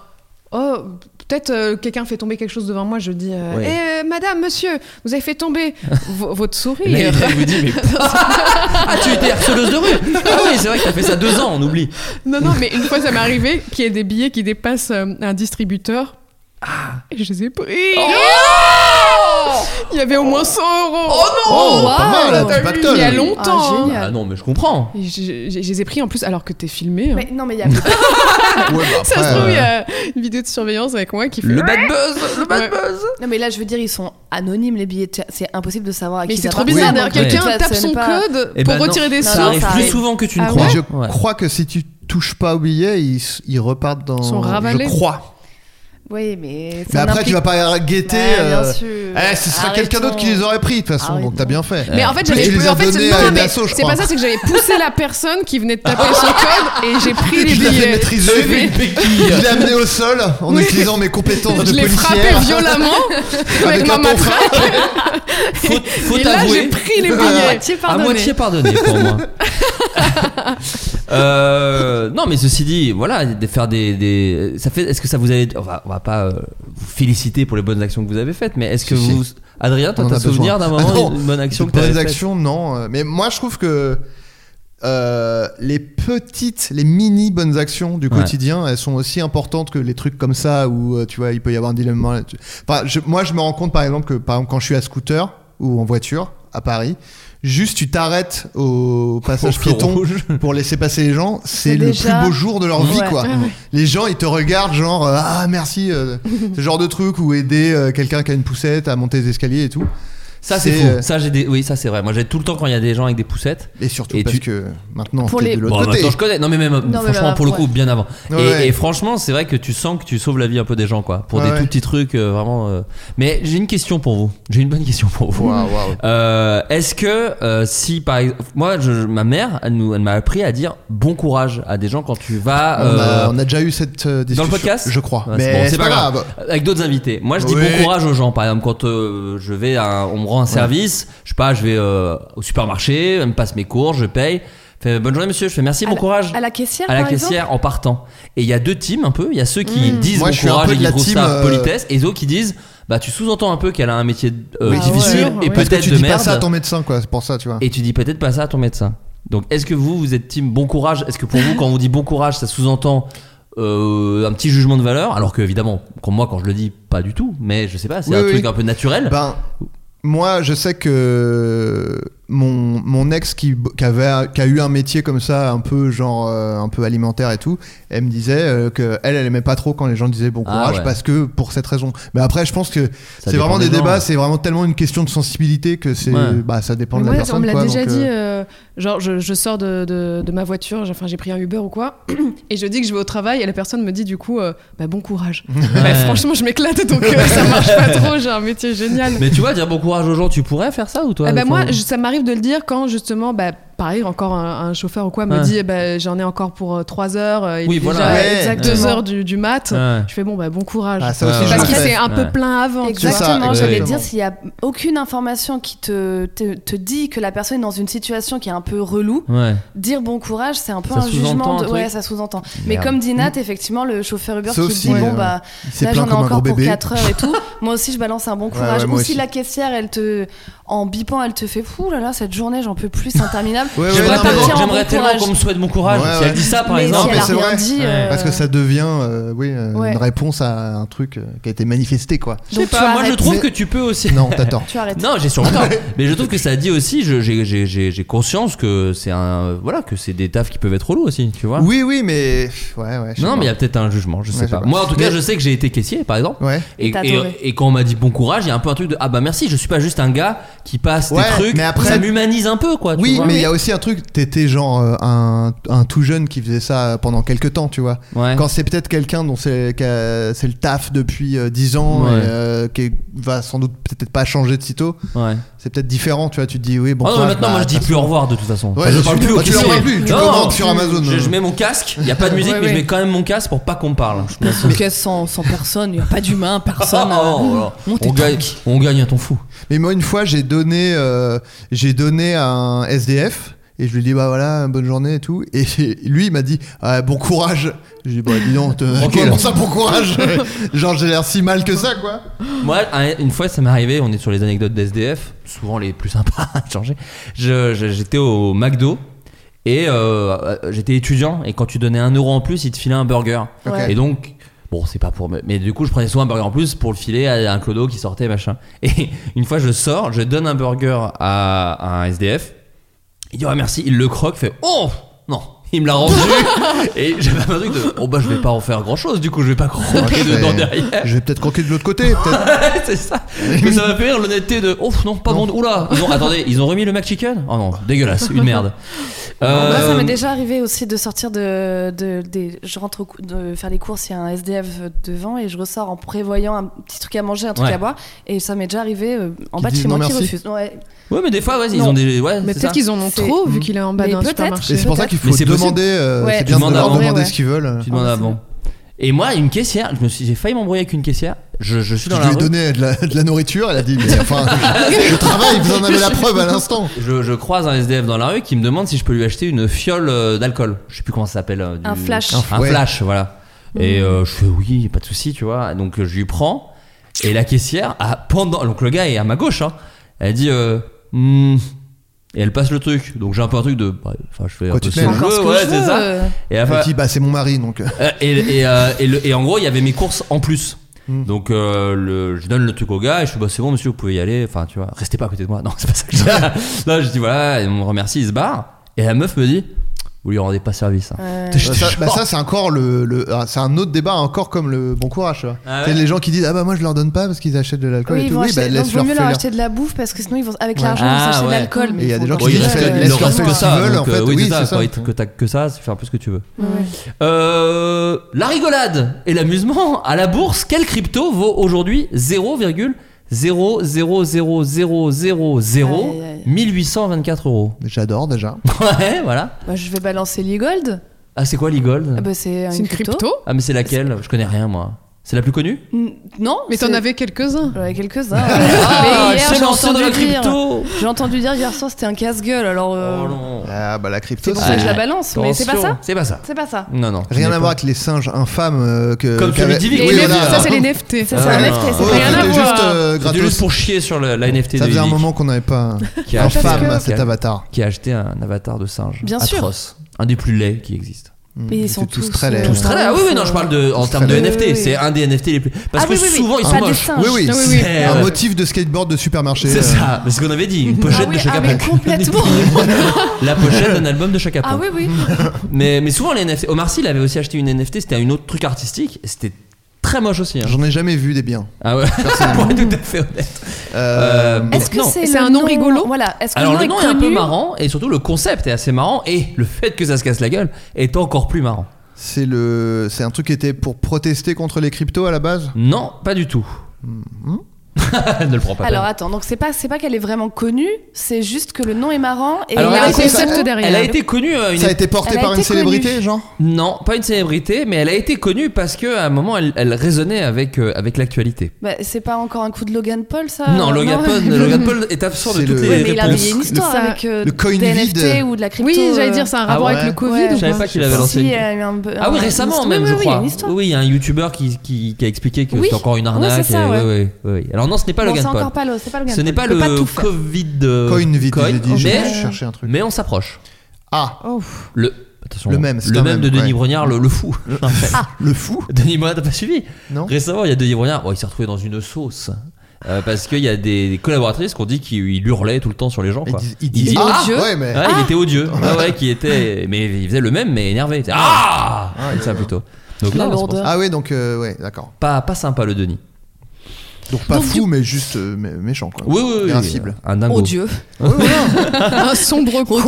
S9: oh, peut-être euh, quelqu'un fait tomber quelque chose devant moi, je dis euh,
S7: Ouais.
S9: Eh, madame, monsieur, vous avez fait tomber vo- votre
S7: Là,
S9: sourire.
S7: elle vous dit mais ah tu étais harceleuse de rue. Ah oui, c'est vrai que t'as fait ça deux ans, on oublie.
S9: non, non, mais une fois, ça m'est arrivé qu'il y ait des billets qui dépassent euh, un distributeur. Et je les ai pris. Il y avait au moins 100 euros. Oh
S8: Oh, pas mal, du
S9: T'as vu,
S8: pactole.
S9: Il y a
S10: Ah,
S9: longtemps.
S10: génial.
S7: Ah non, mais je comprends.
S9: Et je, je- je les ai pris en plus alors que t'es filmé. hein.
S10: Mais, non, mais il y a pas
S8: Ouais, bah,
S9: Ça
S8: après,
S9: se trouve, il y
S8: euh,
S9: a une vidéo de surveillance avec moi qui fait.
S7: Le bad buzz, le bad
S9: Ouais.
S7: buzz.
S10: Non mais là je veux dire ils sont anonymes les billets de chat. c'est impossible de savoir à
S9: Mais
S10: qui ça
S9: c'est trop
S10: appartient.
S9: bizarre
S7: Ouais.
S9: d'ailleurs,
S7: Ouais.
S9: quelqu'un
S10: Ça,
S9: tape
S10: ce
S9: son
S10: n'est pas-
S9: code
S7: Eh
S9: pour
S7: ben non,
S9: retirer des
S10: ça
S9: sous.
S7: Ça arrive
S10: ça
S7: plus
S10: arrive.
S7: souvent que tu ne
S9: Ah
S7: crois.
S8: Mais je
S7: Ouais.
S8: crois que si tu touches pas au billet, ils, ils repartent dans.
S9: Ils sont ravalés.
S8: Je crois.
S10: Oui mais.
S8: Mais
S10: Ça
S8: après, tu vas pas guetter.
S10: Bah, bien
S8: euh,
S10: sûr.
S8: eh, ce sera quelqu'un d'autre qui
S10: Arrêtons.
S8: les aurait pris de toute façon, donc
S10: Arrêtons.
S8: t'as bien fait.
S9: Mais en fait,
S8: plus,
S9: j'avais
S8: Euh, tu les
S9: en
S8: as
S9: fait,
S8: donnés
S9: non,
S8: à
S9: mais
S8: Dassault, je
S9: c'est pas
S8: crois. Ah.
S9: ça, c'est que j'avais poussé la personne qui venait de taper son code et j'ai pris les
S8: Je l'ai fait
S9: billets.
S8: maîtriser.
S9: Je l'ai-
S8: Je l'ai amené au sol en utilisant mes compétences de
S9: Je l'ai frappé
S8: policière.
S9: violemment avec
S8: Avec
S9: ma
S8: un ton
S9: matraque
S7: Faut, faut
S9: et là j'ai
S7: avouer.
S9: pris les
S10: À
S9: billets.
S10: moitié
S7: Euh, À
S10: pardonné.
S7: moitié pardonné pour moi. Euh, non, mais ceci dit, voilà, de faire des, des- ça fait. Est-ce que ça vous avez, on va, on va pas euh, vous féliciter pour les bonnes actions que vous avez faites, mais est-ce que
S8: Si, si.
S7: vous, Adrien, toi,
S8: On en
S7: t'as
S8: a
S7: souvenir
S8: besoin.
S7: d'un
S8: Ah
S7: moment
S8: non,
S7: une bonne action
S8: de
S7: que t'avais
S8: bonnes
S7: faite
S8: actions, non. euh, Mais moi, je trouve que euh, les petites, les mini bonnes actions du
S7: Ouais.
S8: quotidien, elles sont aussi importantes que les trucs comme ça où euh, tu vois, il peut y avoir un dilemme. moral. Enfin, je- moi, je me rends compte par exemple que par exemple quand je suis à scooter ou en voiture à Paris. Juste, tu t'arrêtes au passage
S7: Au feu
S8: piéton
S7: rouge.
S8: pour laisser passer les gens. C'est
S10: C'est
S8: le
S10: déjà-
S8: plus beau jour de leur vie,
S10: Ouais.
S8: quoi. Les gens, ils te regardent genre euh, ah merci, euh, ce genre de truc ou aider euh, quelqu'un qui a une poussette à monter les escaliers et tout.
S7: Ça c'est
S8: C'est,
S7: faux.
S8: euh,
S7: Ça j'ai des, oui, ça c'est vrai. Moi j'ai tout le temps quand il y a des gens avec des poussettes.
S8: Et surtout
S7: Et
S8: parce
S7: tu-
S8: que maintenant
S10: Pour
S8: t'es
S10: les-
S8: de l'autre
S7: Bon,
S8: côté.
S7: maintenant je connais. Non, mais même,
S10: mais
S7: franchement,
S10: même,
S7: pour le coup,
S10: ouais.
S7: bien avant. Et-
S8: Ouais.
S7: Et, franchement, c'est vrai que tu sens que tu sauves la vie un peu des gens, quoi. Pour des
S8: Ouais.
S7: tout petits trucs, euh, vraiment. euh. Mais j'ai une question pour vous. J'ai une bonne question pour vous.
S8: Waouh, waouh.
S7: Euh, Est-ce que euh, si par exemple, moi, je- je- ma mère, elle, nous- elle m'a appris à dire bon courage à des gens quand tu vas.
S8: On, a,
S7: euh,
S8: on a déjà eu cette euh, discussion.
S7: dans le podcast
S8: Je crois.
S7: Ouais,
S8: mais
S7: bon,
S8: c'est pas grave.
S7: Avec d'autres invités. Moi, je dis
S8: Oui.
S7: bon courage aux gens. Par exemple, quand euh, je vais, à- on me rend un service, je sais pas, je vais euh, au supermarché, elle me passe mes cours, je paye. Fait, bonne journée, monsieur. Je fais merci,
S10: À
S7: bon
S10: la-
S7: courage
S10: À la caissière
S7: à la
S10: par exemple Hmm.
S7: caissière en partant. Et il y a deux teams un peu. Il y a ceux qui disent
S8: Moi,
S7: bon
S8: je suis un
S7: courage
S8: peu
S7: et
S8: de
S7: qui
S8: la
S7: trouvent
S8: team,
S7: ça
S8: euh,
S7: politesse, et d'autres qui disent bah tu sous-entends un peu qu'elle a un métier euh,
S9: Oui,
S10: Bah,
S7: difficile
S9: ouais, ouais,
S7: et
S9: ouais.
S8: Parce que
S7: peut-être
S8: tu
S7: de
S8: dis
S7: merde.
S8: pas ça à ton médecin, quoi. C'est pour ça, tu vois.
S7: Et tu dis peut-être pas ça à ton médecin. Donc est-ce que vous, vous êtes team bon courage Est-ce que pour vous, quand on dit bon courage, ça sous-entend euh, un petit jugement de valeur Alors que évidemment, quand moi, quand je le dis, pas du tout. Mais je sais pas, c'est
S8: Oui,
S7: un
S8: oui.
S7: truc un peu naturel.
S8: Ben, moi, je sais que mon, mon ex qui, qui avait, qui a eu un métier comme ça, un peu genre euh, un peu alimentaire et tout, elle me disait euh, que elle, elle aimait pas trop quand les gens disaient bon
S7: Ah
S8: courage
S7: ouais.
S8: parce que pour cette raison. Mais après, je pense que c'est
S7: dépend
S8: vraiment des,
S7: des gens,
S8: débats,
S7: ouais.
S8: c'est vraiment tellement une question de sensibilité que c'est
S7: Ouais.
S8: bah ça dépend de la
S9: Ouais,
S8: personne.
S9: on me l'a
S8: quoi,
S9: déjà
S8: donc, euh,
S9: dit, euh, genre je, je sors de, de- de ma voiture, j'ai- enfin j'ai pris un Uber ou quoi, et je dis que je vais au travail et la personne me dit du coup euh, bah, bon courage. Bah, franchement je m'éclate donc euh, ça marche pas trop, j'ai un métier génial.
S7: Mais tu vois, dire bon courage aux gens, tu pourrais faire ça ou toi
S9: Ah bah,
S7: enfin,
S9: moi je- ça m'arrive de le dire quand justement bah pareil encore un, un chauffeur ou quoi me
S7: Ouais.
S9: dit eh bah, j'en ai encore pour 3 heures, euh, il
S7: Oui,
S9: est
S7: voilà.
S9: déjà
S7: Ouais.
S9: exact
S7: Ouais.
S9: 2 heures du, du mat,
S7: Ouais.
S9: je fais bon bah bon courage.
S8: Ah, ça aussi,
S7: Ouais,
S9: Parce
S7: ouais.
S9: qu'il
S7: ouais.
S9: s'est un peu
S7: Ouais.
S9: plein avant. tu vois.
S10: Exactement,
S7: ça,
S10: j'allais dire,
S7: exactement.
S10: s'il n'y a aucune information qui te, te, te dit que la personne est dans une situation qui est un peu relou,
S7: Ouais.
S10: dire bon courage, c'est un peu
S7: Ça
S10: un jugement.
S7: sous-entend un
S10: De... Ouais,
S7: truc.
S10: ça sous-entend. Mais
S7: Merde. Mm.
S10: comme dit Nat, effectivement, le chauffeur Uber
S7: Sauf
S10: qui
S7: si,
S10: dit
S7: ouais,
S10: bon
S7: ouais.
S10: bah
S7: Il s'est
S10: là
S7: plaint
S10: j'en ai
S7: euh, comme un gros
S10: encore pour
S7: bébé.
S10: 4 heures et tout, moi aussi je balance un bon
S7: Ouais,
S10: courage.
S7: ouais, moi
S10: Ou si
S7: aussi.
S10: la caissière, elle te, en bipant, elle te fait ouh là là, cette journée j'en peux plus, c'est interminable.
S8: Ouais, ouais,
S10: Je vais
S8: non, mais-
S10: partir en bon
S7: J'aimerais tellement
S10: courage.
S7: qu'on me souhaite bon courage.
S8: Ouais,
S7: si
S8: ouais.
S7: elle dit ça, par
S10: Mais si
S7: exemple.
S10: elle a rien dit, euh,
S8: Parce que ça devient euh, oui, euh,
S10: Ouais.
S8: une réponse à un truc euh, qui a été manifesté quoi.
S7: Je sais pas, moi je trouve que tu peux aussi.
S8: Non, t'as tort.
S10: Tu arrêtes.
S7: Non, j'ai sûrement tort. Mais je trouve que ça dit aussi, je- j'ai- j'ai j'ai- j'ai conscience que c'est un. Voilà, que c'est des tafs qui peuvent être relous aussi, tu vois.
S8: Oui, oui, mais. Ouais, ouais. je sais
S7: Non,
S8: pas.
S7: mais il y a peut-être un jugement, je
S8: Ouais,
S7: sais
S8: je sais
S7: pas.
S8: pas.
S7: Moi, en tout cas,
S8: Mais-
S7: je sais que j'ai été caissier, par exemple.
S8: Ouais.
S7: Et,
S8: Et t'as
S7: et-
S8: adoré.
S7: et quand on m'a dit bon courage, il y a un peu un truc de ah bah merci, je suis pas juste un gars qui passe
S8: Ouais,
S7: des trucs.
S8: mais après-
S7: Ça m'humanise un peu, quoi. tu
S8: Oui,
S7: vois.
S8: mais il y a aussi un truc, t'étais genre euh, un, un tout jeune qui faisait ça pendant quelques temps, tu vois. Quand c'est peut-être quelqu'un dont c'est qui a- c'est le taf depuis euh, 10 ans
S7: Ouais.
S8: et euh, qui est- va sans doute peut-être pas changer de sitôt,
S7: Ouais.
S8: c'est peut-être différent, tu vois. Tu te dis oui, bon.
S7: Ah non,
S8: courage,
S7: maintenant,
S8: bah,
S7: moi je dis
S8: t'as-
S7: plus au revoir de toute façon.
S8: Ouais,
S7: Enfin, je
S8: tu-
S7: parle plus au
S8: bah, tu leur
S7: caissier.
S8: parles plus, tu
S7: Non,
S8: commandes
S7: non,
S8: sur Amazon.
S7: Je, je mets mon casque, il y a pas de musique,
S10: Ouais,
S7: mais je
S10: ouais.
S7: mets quand même mon casque pour pas qu'on me parle. Je
S10: Dans une caisse sans, sans personne, il n'y a pas d'humain, personne.
S7: Oh, oh, oh,
S10: euh,
S7: oh.
S10: bon, t'es
S7: on, gagne, on gagne à ton fou.
S8: Mais moi, une fois, j'ai donné, euh, j'ai donné à un SDF. Et je lui dis bah voilà bonne journée et tout et lui il m'a dit Ah, bon courage je lui dis bah dis donc te-
S7: Tranquille.
S8: comment ça bon courage genre j'ai l'air si mal que ça quoi
S7: Moi, un- une fois, ça m'est arrivé, on est sur les anecdotes d'SDF, souvent les plus sympas à changer. Je- je- J'étais au McDo et euh, j'étais étudiant et quand tu donnais un euro en plus, ils te filaient un burger.
S8: Ok.
S7: Et donc, bon, c'est pas pour. me- Mais du coup, je prenais souvent un burger en plus pour le filer à un clodo qui sortait, machin. Et une fois, je sors, je donne un burger à, à un SDF. Il dit, ouais, merci, il le croque, fait, oh non il me l'a rendu et j'avais un truc de oh bah je vais pas en faire grand chose du coup je vais pas croquer
S8: je vais-
S7: dedans derrière
S8: je vais peut-être croquer de l'autre côté peut-être
S7: Ouais, c'est ça. Mais ça m'a fait rire l'honnêteté de. Oh non, pas bon. Oula. Ils ont, attendez, ils ont remis le McChicken Oh non, dégueulasse, une merde. Euh,
S10: Moi, Bah, ça m'est déjà arrivé aussi de sortir de, de- des- je rentre au cou- de faire les courses, il y a un SDF devant et je ressors en prévoyant un petit truc à manger, un truc
S7: Ouais.
S10: à boire et ça m'est déjà arrivé euh, en
S7: Qui
S10: bas de
S7: disent
S10: chez
S7: non
S10: moi qui
S7: merci.
S10: refuse. Ouais.
S7: Ouais, mais des fois, ouais, ils
S10: Non.
S7: ont des. Ouais,
S9: Mais
S7: c'est
S9: peut-être
S7: ça.
S9: qu'ils en ont
S10: C'est-
S9: trop vu qu'il est en bas
S10: Mais
S9: d'un
S10: peut-être.
S9: supermarché.
S8: Et c'est pour ça qu'il
S7: Mais
S8: faut
S7: c'est possible.
S8: demander, euh,
S10: Ouais.
S8: c'est bien
S7: Tu
S8: de
S7: demandes
S8: leur
S7: avant.
S8: demander
S9: Ouais,
S8: ce qu'ils veulent.
S7: Tu demandes avant. Et moi, une caissière, je me suis, j'ai failli m'embrouiller avec une caissière. Je, je suis
S8: Je
S7: dans
S8: lui
S7: la
S8: ai
S7: rue.
S8: donné de la, de la nourriture, elle a dit, mais enfin, le travail, vous en avez la preuve à l'instant.
S7: Je, je croise un SDF dans la rue qui me demande si je peux lui acheter une fiole euh, d'alcool. Je sais plus comment ça s'appelle. euh,
S10: Un flash. Mmh.
S7: Un,
S10: Un
S8: ouais.
S7: flash, voilà. Et euh, je fais oui, pas de souci, tu vois. Donc euh, je lui prends. Et la caissière, a, pendant. Donc le gars est à ma gauche. hein. elle dit. euh, Hmm. et elle passe le truc. Donc j'ai un peu un truc de. bah, Enfin, je fais un
S8: Quoi,
S7: peu
S8: tu te
S7: sur
S8: mêles
S7: le
S8: Encore
S7: jeu,
S8: ce que
S7: ouais,
S8: je
S7: c'est
S8: veux. euh.
S7: ça.
S10: Euh,
S7: Et la
S8: Elle
S7: fin-
S8: dit, bah, c'est mon mari, donc. euh,
S7: euh, et, et, euh, et le- et en gros, il y avait mes courses en plus.
S8: Hmm.
S7: Donc euh, le- je donne le truc au gars et je suis bah c'est bon monsieur vous pouvez y aller enfin tu vois restez pas à côté de moi non c'est pas ça que je dis non je dis voilà et on me remercie il se barre et la meuf me dit vous lui rendez pas service hein.
S8: bah, ça, bah, ça, c'est encore le, le- ah, c'est un autre débat encore comme le bon courage. tu vois.
S7: Ah
S8: C'est
S7: ouais.
S8: les gens qui disent ah bah moi je leur donne pas parce qu'ils achètent de l'alcool
S10: Oui,
S8: et
S10: ils
S8: tout.
S10: vont
S8: Oui, bah,
S10: acheter, donc
S8: laisse
S10: vaut
S8: leur
S10: mieux leur
S8: faire.
S10: acheter de la bouffe parce que sinon ils vont avec
S8: Ouais.
S10: l'argent ils vont
S7: Ah,
S10: s'acheter
S7: ouais.
S10: de l'alcool.
S8: Et il y a des gens qui
S7: Bon, il
S8: disent
S7: reste
S8: laisse-
S7: que-
S8: laisse
S7: il
S8: leur
S7: reste
S8: faire
S7: que
S8: ce qu'ils
S7: ça
S8: veulent,
S7: donc,
S8: en
S7: euh,
S8: fait.
S7: oui,
S8: Oui,
S7: c'est ça
S8: c'est ça.
S7: quand il- que t'as que ça tu fais un peu ce que tu veux Euh, la rigolade et l'amusement à la bourse quelle crypto vaut aujourd'hui 0,0000000
S10: Aïe, aïe.
S7: 1824 euros
S8: J'adore déjà.
S7: ouais voilà
S10: Bah, je vais balancer l'e-gold.
S7: ah c'est quoi l'e-gold
S10: Ah, bah, c'est
S9: C'est
S10: une
S9: une
S10: crypto.
S9: crypto
S7: Ah mais c'est laquelle Je connais rien moi. C'est la plus connue
S9: Non
S11: Mais t'en avais quelques-uns.
S9: J'en avais quelques-uns. ouais.
S7: Ah,
S9: Mais hier,
S7: c'est
S9: j'ai
S7: lancé
S9: entendu
S7: dans la
S9: dire-
S7: crypto. Oh,
S9: J'ai entendu dire hier soir, c'était un casse-gueule. Alors, euh,
S8: Ah bah la crypto.
S9: c'est pour ça que je la balance. Mais c'est pas ça
S7: C'est pas ça.
S9: C'est pas ça.
S7: Non, non.
S8: Rien à voir avec les singes infâmes euh, que.
S7: Comme celui
S8: qu'avait-
S7: d'Ivy,
S8: Oui,
S7: oui,
S8: voilà.
S7: voilà.
S11: ça, c'est les NFT. Ça,
S7: Ah,
S11: c'est un
S7: non.
S11: NFT, c'est
S7: Ouais,
S11: rien à
S7: c'était
S11: voir.
S7: juste,
S8: euh,
S7: c'était
S8: gratos.
S7: juste pour chier sur la, la NFT
S8: Ça
S7: de
S8: faisait un
S7: Yannick,
S8: moment qu'on n'avait pas
S7: qui a
S8: un
S7: acheté-
S8: femme
S7: qui a-
S8: à cet avatar.
S7: Qui a acheté un avatar de singe.
S9: Bien sûr.
S7: atroce. Un des plus laids qui existe.
S9: Mais ils sont tous,
S8: tous très laids.
S9: euh,
S7: Tous très laids. Ah oui, oui, non, je parle de, en termes de
S8: très laids.
S7: NFT.
S9: Oui, oui.
S7: C'est un des NFT les plus. Parce
S9: Ah
S7: que
S9: oui, oui, oui.
S7: souvent, ils
S9: Pas
S7: sont
S9: des
S7: moches.
S9: singes.
S8: Oui, oui.
S9: Oui, oui.
S7: C'est euh,
S8: Un motif de skateboard de supermarché.
S7: c'est
S8: euh,
S7: ça, c'est ce qu'on avait dit, une pochette
S9: Ah
S7: de
S9: oui,
S7: chaque
S9: ah mais complètement.
S7: La pochette d'un album de chaque
S9: ah oui, oui.
S7: mais, mais souvent les NFT. Omar Sy, il avait aussi acheté une NFT, c'était un autre truc artistique, et c'était très moche aussi. hein.
S8: J'en ai jamais vu des biens.
S7: Ah ouais, pour être tout à fait honnête.
S8: Euh,
S7: Euh,
S9: Est-ce que
S7: non.
S9: c'est
S11: C'est
S9: le
S11: un nom rigolo
S9: Voilà. Est-ce que
S7: Alors le
S9: est
S7: nom est un peu
S9: connu
S7: marrant, et surtout le concept est assez marrant, et le fait que ça se casse la gueule est encore plus marrant.
S8: C'est le, c'est un truc qui était pour protester contre les cryptos à la base.
S7: Non, pas du tout.
S8: Mm-hmm.
S7: ne le prends pas.
S9: Alors
S7: Pam.
S9: attends, donc c'est pas c'est pas qu'elle est vraiment connue, c'est juste que le nom est marrant et
S7: Alors,
S9: il y a
S7: elle
S9: un
S7: a été-
S9: concept
S11: ça-
S9: derrière.
S7: elle a été connue euh, une
S8: Ça a été porté
S9: Elle a
S8: par
S9: été
S8: une célébrité,
S9: connue.
S8: genre.
S7: Non, pas une célébrité, mais elle a été connue parce que à un moment, elle, elle résonnait avec, euh, avec l'actualité.
S9: Bah, c'est pas encore un coup de Logan Paul ça
S7: non, Logan, Paul, Logan Paul est absent de
S8: C'est
S7: toutes
S8: le-
S7: les
S9: Ah, Ouais, mais il
S7: réponses.
S9: avait il y a une histoire
S11: Ça-
S9: avec euh,
S8: le coin
S9: des
S8: vide.
S9: NFT ou de la crypto.
S11: Oui,
S9: euh,
S11: j'allais dire, c'est un
S7: Ah
S11: rapport
S7: ouais.
S11: avec le Covid
S9: Ouais.
S11: ou
S7: Je savais
S11: pas
S7: pas qu'il avait lancé.
S9: si,
S7: une-
S9: elle a eu un peu-
S7: Ah oui,
S9: un-
S7: récemment
S9: oui,
S7: même,
S9: oui,
S7: je
S9: oui,
S7: crois.
S9: il y a une histoire.
S7: Oui, il y a un youtubeur qui, qui, qui a expliqué que
S9: Oui.
S7: c'était encore une
S9: Ouais, c'est
S7: arnaque.
S9: ça,
S7: et-
S9: ouais.
S7: ouais, ouais, ouais. Alors non, ce n'est pas
S9: Non,
S7: Logan
S9: c'est
S7: Paul.
S9: encore pas le- c'est pas Logan
S7: Ce n'est
S9: Paul.
S7: pas
S9: On peut
S7: le
S9: tout faire.
S7: Covid. euh,
S8: Coin vide, j'ai dit, j'ai
S7: mais,
S8: cherché un truc.
S7: mais on s'approche.
S8: Ah,
S7: Le. Attention,
S8: Le même, c'est
S7: le
S8: un
S7: même de
S8: même,
S7: Denis
S8: ouais.
S7: Brognard, le, le fou. en fait.
S9: Ah.
S8: le fou.
S7: Denis Brognard, t'as pas suivi
S8: Non.
S7: Récemment, il y a Denis Brognard, oh, il s'est retrouvé dans une sauce. Euh, parce qu'il y a des, des collaboratrices qui ont dit qu'il hurlait tout le temps sur les gens.
S8: Ils
S7: Quoi.
S8: disent-
S7: Il
S8: ils disent-
S7: dit,
S8: ah,
S9: oh, Dieu.
S8: ouais, mais
S7: Ouais, il était odieux. Ah ouais, qui était. Mais il faisait le même, mais énervé. Il faisait, ah
S8: Ah,
S7: Comme
S8: il
S7: ça
S8: est-
S7: plutôt. Donc,
S9: La
S7: non, c'est pour
S9: lourdeur.
S7: ça.
S8: ah ouais, donc euh, ouais, d'accord.
S7: Pas, pas sympa le Denis.
S8: Donc pas
S9: Donc,
S8: fou, mais juste euh, mé- méchant quoi.
S7: Oui, oui, oui.
S8: Irascible.
S7: Un dingo.
S9: Odieux.
S11: Un sombre
S9: Oh,
S11: con.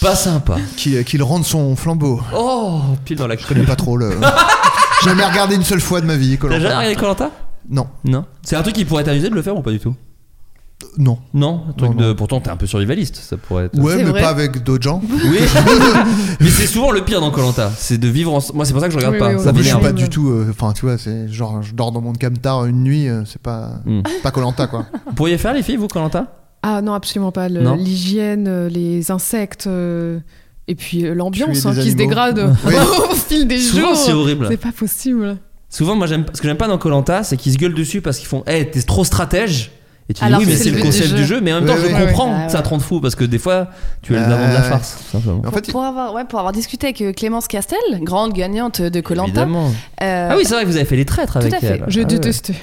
S7: Pas sympa.
S8: Qui, qui le rende son flambeau.
S7: Oh, pile dans la
S8: Je connais pas trop le. jamais regardé une seule fois de ma vie.
S7: T'as
S8: Koh-Lanta.
S7: jamais regardé Colanta
S8: Non,
S7: Non. C'est un truc qui pourrait t'amuser de le faire ou pas du tout
S8: non.
S7: Non, un truc
S8: Non, non.
S7: de. Pourtant, t'es un peu survivaliste, ça pourrait être.
S8: Ouais,
S11: C'est
S8: mais
S11: vrai.
S8: pas avec d'autres gens.
S7: Oui. mais c'est souvent le pire dans Colanta. C'est de vivre ensemble. Moi, c'est pour ça que je regarde
S11: Oui,
S7: pas.
S11: oui, oui.
S7: Ça
S8: En plus, je suis
S7: m'énerve.
S8: pas du tout. euh, Enfin, tu vois, c'est genre, je dors dans mon cam tard une nuit. euh, c'est pas
S7: Hmm.
S8: pas Colanta quoi.
S7: Vous pourriez faire les filles, vous, Colanta
S11: Ah non, absolument pas. Le-
S7: Non.
S11: L'hygiène, euh, les insectes. euh, Et puis euh, l'ambiance
S8: Tuer
S11: hein,
S8: des
S11: qui se
S8: animaux.
S9: euh,
S11: dégrade
S8: Oui.
S11: au fil des
S7: Souvent,
S11: jours.
S7: c'est horrible.
S11: C'est pas possible.
S7: Souvent, moi, j'aime. Ce que j'aime pas dans Colanta, c'est qu'ils se gueulent dessus parce qu'ils font. Eh, t'es trop stratège. Et tu dis
S11: Alors
S7: oui,
S11: que
S7: mais
S11: c'est
S7: c'est
S11: le
S7: le
S11: but du
S7: concept du
S11: jeu.
S7: jeu. Mais en même
S8: Ouais,
S7: temps, je
S8: ouais.
S7: comprends
S9: Ouais, ouais.
S7: que ça te rende fou parce que des fois, tu es le
S8: Ouais,
S7: avant de la
S8: ouais.
S7: farce. Simplement.
S8: En fait,
S9: Pour avoir, ouais, pour avoir discuté avec euh, Clémence Castel, grande gagnante de euh, Colanta.
S7: Évidemment. Ah oui, c'est vrai que vous avez fait les traîtres avec
S9: à fait.
S7: elle.
S11: Je
S7: Ah ouais.
S11: déteste.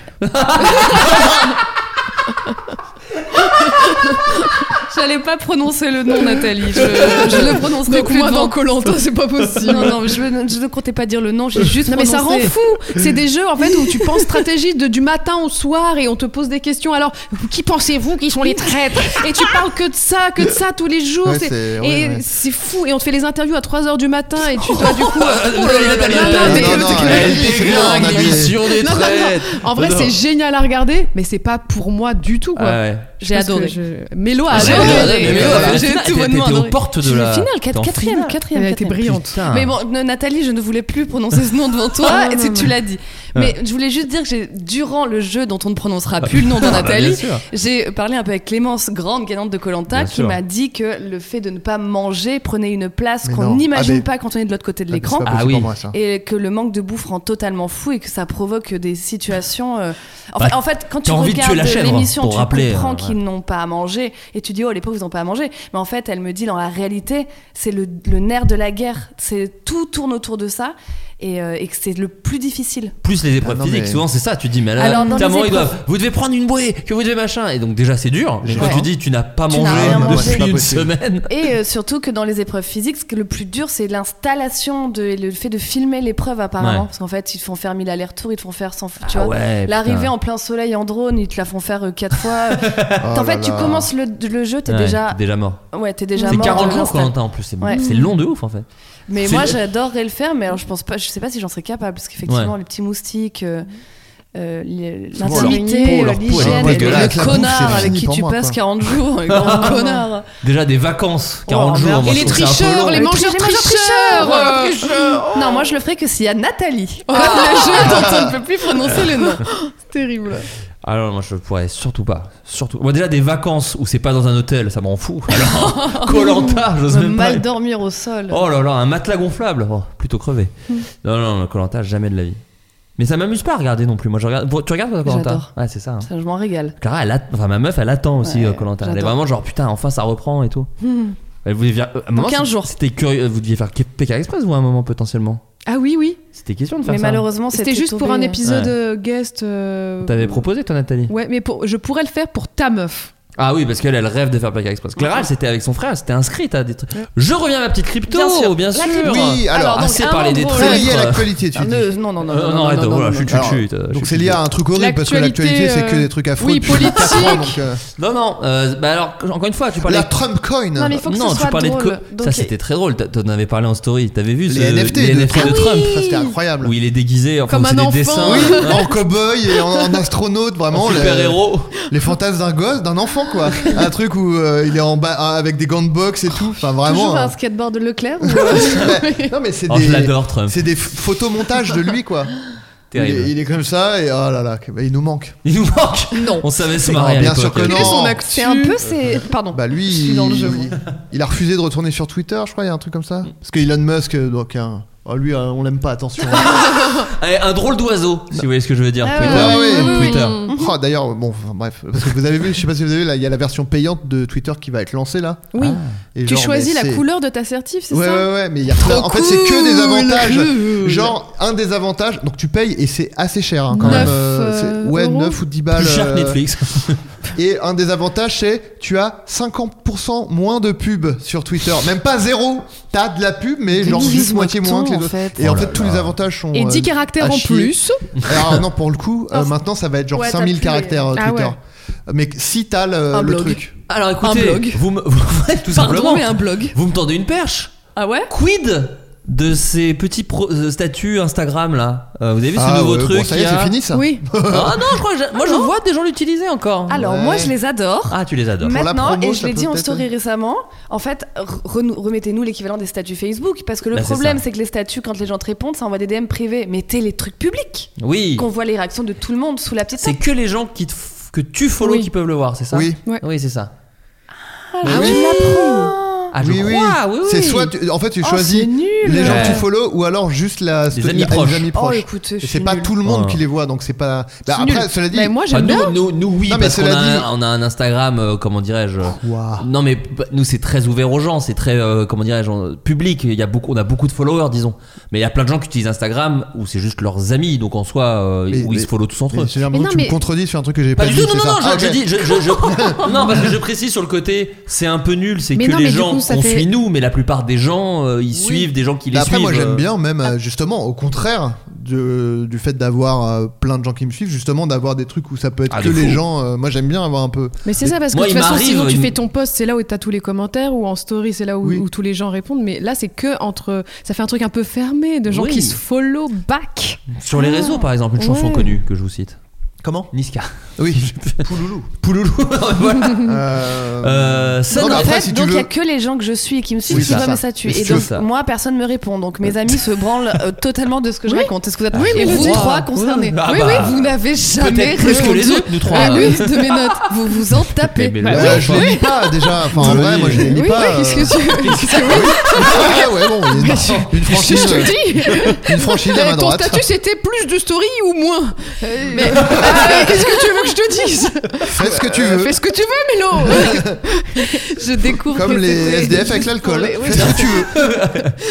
S9: J'allais pas prononcer le nom, Nathalie. Je, je le prononcerai
S11: Donc
S9: plus
S11: moi dans
S9: devant.
S11: Colanta, c'est pas possible.
S9: Non, non, je, je ne comptais pas dire le nom, j'ai juste
S11: Euh, Non mais ça rend
S9: prononcé.
S11: fou. C'est des jeux en fait où tu penses stratégie de, du matin au soir et on te pose des questions. Alors qui pensez-vous qui sont les traîtres Et tu parles que de ça, que de ça tous les jours.
S8: Ouais,
S11: C'est-
S8: c'est- ouais,
S11: et
S8: ouais.
S11: c'est fou. Et on te fait les interviews à 3h du matin et tu dois du coup. euh,
S7: Oh là là, Nathalie,
S11: Non, non,
S7: Nathalie,
S11: des-
S7: non, non,
S11: des-
S7: elle
S8: des-
S7: déglingue
S8: des- des-
S7: l'émission des
S11: Non, non, non.
S7: traites.
S11: En vrai
S7: Non, non.
S11: c'est génial à regarder, mais c'est pas pour moi du tout quoi.
S7: Ah ouais.
S11: Je
S9: J'ai
S11: pense que
S9: adoré.
S11: je- Mélo a
S7: Ah, j'ai
S11: adoré.
S7: adoré, mais Mélo,
S11: Voilà.
S7: elle a-
S11: J'ai
S7: elle
S11: tout
S7: était-
S11: bonnement
S7: elle était aux
S11: adoré.
S7: portes
S9: Je
S7: de
S9: suis
S7: la.
S9: la finale, quatre-
S7: T'es en
S9: quatrième,
S7: finale.
S9: quatrième,
S11: Elle a été
S9: quatrième.
S11: brillante.
S7: Putain.
S9: Mais bon, ne- Nathalie, je ne voulais plus prononcer ce nom devant toi,
S11: Ah,
S9: et
S11: non,
S9: c'est-
S11: non,
S9: tu
S11: non.
S9: l'as dit. Mais je voulais juste dire que j'ai, durant le jeu dont on ne prononcera plus le nom de
S7: Ah, bah, bien
S9: Nathalie,
S7: sûr.
S9: j'ai parlé un peu avec Clémence, grande gagnante de Colanta,
S7: Bien
S9: qui
S7: sûr.
S9: m'a dit que le fait de ne pas manger prenait une place
S8: Mais
S9: qu'on
S8: non. Ah,
S9: n'imagine
S8: mais-
S9: pas quand on est de l'autre côté de l'écran.
S8: C'est pas
S7: Ah
S8: possible
S7: oui.
S8: pour moi, ça.
S9: Et que le manque de bouffe rend totalement fou et que ça provoque des situations. euh, En, fait,
S7: Bah,
S9: en fait, quand tu
S7: t'as envie de tuer
S9: regardes
S7: la chèvre,
S9: l'émission,
S7: pour
S9: tu
S7: rappeler,
S9: comprends
S7: euh,
S9: qu'ils
S7: ouais.
S9: n'ont pas à manger et tu dis oh les pauvres ils n'ont pas à manger. Mais en fait, elle me dit dans la réalité, c'est le, le nerf de la guerre. C'est tout tourne autour de ça et, euh, et que c'est le plus difficile.
S7: Plus les épreuves
S8: Ah, non,
S7: physiques,
S8: mais-
S7: souvent c'est ça. Tu dis, mais là,
S9: Alors, dans
S7: notamment,
S9: les
S7: ils doivent. Vous devez prendre une bouée, que vous devez machin. Et donc, déjà, c'est dur. Mais
S8: Ouais.
S7: quand tu dis, tu n'as pas
S9: Tu
S7: mangé
S9: n'as rien mangé. C'est
S7: depuis
S8: pas
S7: une
S8: possible.
S7: semaine.
S9: Et euh, surtout que dans les épreuves physiques, ce que le plus dur, c'est l'installation de et le fait de filmer l'épreuve apparemment.
S7: Ouais.
S9: Parce qu'en fait, ils te font faire mille allers-retours, ils te font faire sans. Tu
S7: Ah
S9: vois,
S7: ouais,
S9: L'arrivée
S7: putain.
S9: en plein soleil en drone, ils te la font faire euh, quatre fois. en
S8: Oh là
S9: fait, tu
S8: là.
S9: commences le, le jeu, t'es
S7: Ouais,
S9: déjà,
S7: t'es déjà mort.
S9: ouais, t'es déjà
S7: C'est
S9: mort.
S7: 40
S9: dans
S7: jours
S9: l'instant.
S7: quand en plus. C'est
S9: Ouais.
S7: c'est long de ouf en fait.
S9: Mais
S7: C'est-
S9: moi, j'adorerais le faire, mais alors je pense pas, je sais pas si j'en serais capable, parce qu'effectivement,
S7: Ouais.
S9: les petits moustiques. euh,
S10: euh, les-
S7: Pour leur-
S10: l'intimité,
S7: pour leur peau, elle est
S10: l'hygiène, et le,
S7: dégueulasse.
S10: le
S7: La bouffe, c'est
S10: connard avec
S7: fini
S10: qui
S7: pour
S10: tu
S7: moi,
S10: passes
S7: quoi.
S10: 40 jours, le grand connard.
S7: Déjà des vacances, 40 jours. moi,
S10: Oh, Et
S7: je
S10: les
S7: trouve ça un peu
S10: tricheurs,
S7: long.
S10: les mangeurs
S9: tricheurs,
S10: tricheurs
S9: euh, tricheurs,
S10: Non, moi je le ferai que s'il y a Nathalie.
S9: Oh.
S10: Comme le jeu dont on ne peut plus prononcer le nom.
S9: C'est terrible.
S7: Alors moi je pourrais surtout pas, surtout. Moi déjà des vacances où c'est pas dans un hôtel, ça m'en fout. Alors Colanta, j'ose même pas.
S10: Oh, Mal dormir au sol.
S7: Oh là là, un matelas gonflable, Oh, plutôt crevé.
S10: Hmm.
S7: Non non, Colanta jamais de la vie. Mais ça m'amuse pas à regarder non plus. Moi je regarde. Tu regardes Colanta
S10: J'adore.
S7: Ouais c'est ça. hein.
S10: Ça, je m'en régale.
S7: Clara, elle att- enfin, ma meuf, elle attend aussi Colanta. elle est
S10: j'adore.
S7: vraiment genre putain, enfin ça reprend et tout.
S10: Hmm.
S7: Elle voulait faire- euh, à un moment,
S10: 15
S7: c-
S10: jours.
S7: C'était curieux. Vous deviez faire Pékin Express ou à un moment potentiellement.
S9: Ah oui, oui.
S7: C'était question de faire
S10: Mais
S7: ça.
S10: malheureusement,
S9: C'était
S10: c'était
S9: juste pour un
S10: tombé, euh,
S9: épisode
S7: Ouais.
S9: euh, guest. euh,
S7: T'avais proposé toi Nathalie.
S9: Ouais, mais pour, je pourrais le faire pour ta meuf.
S7: Ah oui, parce qu'elle, elle rêve de faire Pékin Express. Clara, elle, c'était avec son frère, elle s'était inscrite à des trucs. Je reviens à ma petite crypto, bien sûr.
S10: La crypto. Oui, alors, donc,
S7: assez
S10: un
S7: parler des
S10: endroit-
S7: trucs.
S10: C'est lié à
S8: l'actualité,
S9: Ah,
S8: tu
S10: Ne- Non, non, non.
S7: Euh,
S10: non,
S7: non, arrête,
S10: non,
S7: voilà,
S10: non,
S7: je suis
S8: Alors,
S7: chut, euh,
S8: donc
S7: chut,
S8: c'est
S7: chut.
S8: lié à un truc horrible parce que l'actualité c'est que des trucs affreux depuis quatre ans, donc, euh,
S7: Non, non, euh, bah alors, encore une fois, tu parlais.
S8: La Trump coin. Non, mais faut que ce
S7: tu
S8: soit
S7: parlais de.
S8: drôle.
S7: co-
S8: Donc,
S7: Ça,
S8: les-
S7: c'était très drôle, t'a- t'en avais parlé en story. T'avais vu ce-
S8: les NFT,
S7: les
S8: de,
S7: NFT de
S8: Trump,
S7: Trump. Ah
S8: Ça, c'était incroyable.
S7: Où il est déguisé, enfin,
S8: Comme
S7: c'est
S8: Ah un
S7: des
S8: enfant.
S7: dessins.
S8: Oui, en cow-boy et en, en astronaute, vraiment.
S7: En
S8: le-
S7: super-héros.
S8: Les fantasmes d'un gosse, d'un enfant, quoi. Un truc où euh, il est en bas euh, avec des gants de boxe et tout. Enfin, vraiment.
S9: Toujours
S8: euh,
S9: un skateboard de Leclerc
S10: euh,
S8: non, mais c'est
S7: Oh,
S8: des.
S7: je l'adore, Trump.
S8: C'est des ph- photomontages de lui, quoi.
S7: Terrible.
S8: Il est, il est comme ça et oh là là, que- bah, il nous manque.
S7: Il nous manque
S9: Non.
S7: On savait se
S8: Non,
S7: marier. à
S8: bien sûr
S7: l'époque.
S8: que non.
S10: C'est un peu, c'est. Pardon.
S8: Bah lui,
S10: Je suis dans le jeu,
S8: il, il a refusé de retourner sur Twitter, je crois, il y a un truc comme ça.
S7: Mm.
S8: Parce que Elon Musk, euh, donc un- oh, lui, euh, on l'aime pas, attention. hein.
S7: Eh, Un drôle d'oiseau, si vous voyez ce que je veux dire.
S8: Ah
S7: Twitter.
S8: ouais, ouais, ouais, ouais,
S7: Twitter.
S8: ouais. Oh, D'ailleurs, bon, enfin, bref, parce que vous avez vu, je sais pas si vous avez vu, là, il y a la version payante de Twitter qui va être lancée là.
S9: Oui.
S8: Et
S9: Tu
S8: genre,
S9: choisis
S8: mais
S9: la
S8: c'est-
S9: couleur de ta certif, c'est
S8: Ouais,
S9: ça
S8: ouais, ouais, mais il y a
S9: Trop
S8: plein- En fait, c'est que des
S9: cool.
S8: avantages.
S9: Cool.
S8: Genre, un des avantages, donc tu payes et c'est assez cher hein, quand
S9: Neuf,
S8: même. euh, c'est-
S9: euh,
S8: ouais,
S9: euros.
S8: 9 ou 10 balles.
S7: Plus cher que
S8: euh,
S7: Netflix.
S8: Et un des avantages, c'est tu as 50% moins de pubs sur Twitter. Même pas zéro. T'as de la pub, mais genre
S9: Divise-moi
S8: juste moitié
S9: tout,
S8: moins que les
S9: en
S8: autres.
S9: fait.
S8: Et en
S9: Oh
S8: fait,
S9: là
S8: tous
S9: là.
S8: les avantages sont.
S9: Et 10
S8: euh,
S9: caractères
S8: à
S9: en
S8: chier.
S9: plus.
S8: Alors, non, pour le coup, euh, maintenant, ça va être genre
S9: Ouais, t'as
S8: 5000
S9: plus les-
S8: caractères euh,
S9: Ah
S8: Twitter. Mais si t'as le,
S9: Un
S8: le
S9: blog.
S8: truc.
S7: Alors écoutez,
S9: blog.
S7: vous me. vous- ouais, tout
S9: Pardon,
S7: simplement.
S9: mais un blog.
S7: Vous me tendez une perche
S9: Ah ouais
S7: Quid de ces petits pro- euh, statuts Instagram là Euh, Vous avez vu
S8: Ah
S7: ce nouveau
S8: ouais,
S7: truc
S8: bon, ça y est,
S7: qu'il a
S8: c'est fini, ça. Oui.
S7: ah non, je crois que j'a- moi je vois des gens l'utiliser encore.
S10: Alors, moi, je les adore.
S7: Ah, tu les adores.
S10: Maintenant, et je l'ai dit en story récemment, en fait, re- renou- remettez-nous l'équivalent des statuts Facebook, parce que le
S7: Bah, c'est
S10: problème,
S7: ça.
S10: c'est que les statuts, quand les gens te répondent, ça envoie des DM privés. Mettez les trucs publics,
S7: Oui.
S10: qu'on voit les réactions de tout le monde sous la petite.
S7: C'est que les gens qui te f- que tu follow qui peuvent le voir, c'est ça
S8: Oui.
S7: Oui, c'est ça.
S10: Ah,
S7: Mais
S10: tu
S7: oui.
S10: l'apprends.
S7: Ah, je
S8: oui, oui.
S7: crois, oui, oui.
S8: C'est soit, tu- en fait, tu
S7: Oh,
S8: choisis
S7: c'est nul.
S8: les gens que tu
S7: Ouais.
S8: follow ou alors juste la
S7: Des
S8: sto-
S7: amis
S8: la-
S7: proches.
S8: amis
S7: Oh,
S8: proches.
S7: écoute, je
S8: Et
S7: suis
S8: c'est pas
S7: nulle.
S8: tout le monde
S7: Ouais.
S8: qui les voit, donc c'est pas. Bah,
S7: C'est
S8: après,
S7: nul.
S8: cela dit.
S7: Mais moi, j'aime Bah, nous- bien. nous- Oui,
S8: Non, mais
S7: parce qu'on
S8: cela
S7: a,
S8: dit.
S7: un- on a un Instagram, euh, comment dirais-je euh,
S8: Quoi
S7: Non, mais p- nous c'est très ouvert aux gens, c'est très, euh, comment dirais-je, euh, public. Il y a beaucoup, on a beaucoup de followers, disons. Mais il y a plein de gens qui utilisent Instagram où c'est juste leurs amis, donc en soi, euh,
S8: Mais-
S7: où ils
S8: mais-
S7: se follow tous entre
S8: mais
S7: eux.
S8: J'ai l'impression que tu me contredis sur un truc que j'ai pas,
S7: Pas du
S8: dit.
S7: tout, non,
S8: c'est ça.
S7: non, non, je,
S8: Ah,
S7: je
S8: ok.
S7: dis, je, je- je- non, parce que je précise sur le côté, c'est un peu nul, c'est
S8: Mais
S7: que
S8: non,
S7: les
S8: mais du
S7: gens
S8: coup, ça
S7: qu'on
S8: fait-
S7: suit nous, mais la plupart des gens, euh, ils suivent des gens qui les
S8: Bah Après,
S7: suivent.
S8: moi j'aime
S7: euh,
S8: bien, même euh, justement, au contraire de- du fait d'avoir euh, plein de gens qui me suivent, justement, d'avoir des trucs où ça peut être
S7: Ah,
S8: que
S7: de
S8: les
S7: fou.
S8: gens. euh, moi j'aime bien avoir un peu.
S9: Mais c'est ça, parce que
S8: Moi,
S9: de
S8: il
S9: toute façon, sinon
S8: m'arrive,
S9: tu
S8: il-
S9: fais ton post, c'est là où t'as tous les commentaires, ou en story, c'est là où, où tous les gens répondent. Mais là, c'est que entre. Ça fait un truc un peu fermé de gens
S7: Oui.
S9: qui se follow back.
S7: Sur les réseaux, par exemple, une chanson
S9: Ouais.
S7: connue que je vous cite.
S8: Comment
S7: Niska.
S8: Oui. Pouloulou.
S7: Pouloulou. voilà. Euh, ça,
S10: donc
S7: non,
S10: en
S7: après,
S10: fait,
S7: si tu
S10: donc il y a
S7: veux-
S10: que les gens que je suis et qui me suivent
S7: Oui,
S10: qui
S7: c'est
S10: voient
S7: ça.
S10: mes statuts.
S7: Mais si
S10: Et
S7: tu
S10: donc
S7: veux-
S10: moi, personne me répond. Donc mes amis se branlent euh, totalement de ce que je raconte. Est-ce que vous êtes
S7: Ah, Oui, mais
S10: et
S7: le
S10: vous
S7: droit.
S10: trois concernés
S7: Ah
S10: Oui,
S7: bah,
S10: oui, vous n'avez jamais
S7: peut-être plus que
S10: répondu
S7: les autres, nous trois.
S10: à l'une de mes notes. Vous vous en tapez.
S7: Mais- mais
S8: Bah,
S7: le-
S8: je les lis pas déjà. Enfin, en
S7: Oui.
S8: vrai, moi je les lis
S10: Oui,
S8: pas. euh.
S10: oui, qu'est-ce
S7: euh.
S10: que tu- qu'est-ce que- oui.
S8: Ah ouais, bon, il y a une, une franchise.
S9: Je te le dis
S8: Une franchise à ma
S9: Euh, Ton
S8: droite.
S9: statut, c'était plus de story ou moins Euh, euh, Qu'est-ce que tu veux que je te dise
S8: Fais ce que tu veux.
S9: Euh, Fais ce que tu veux, Mélo
S10: Je découvre.
S8: Comme
S10: que
S8: les
S10: c'était-
S8: SDF avec l'alcool.
S10: Oui,
S8: Fais ce que tu veux.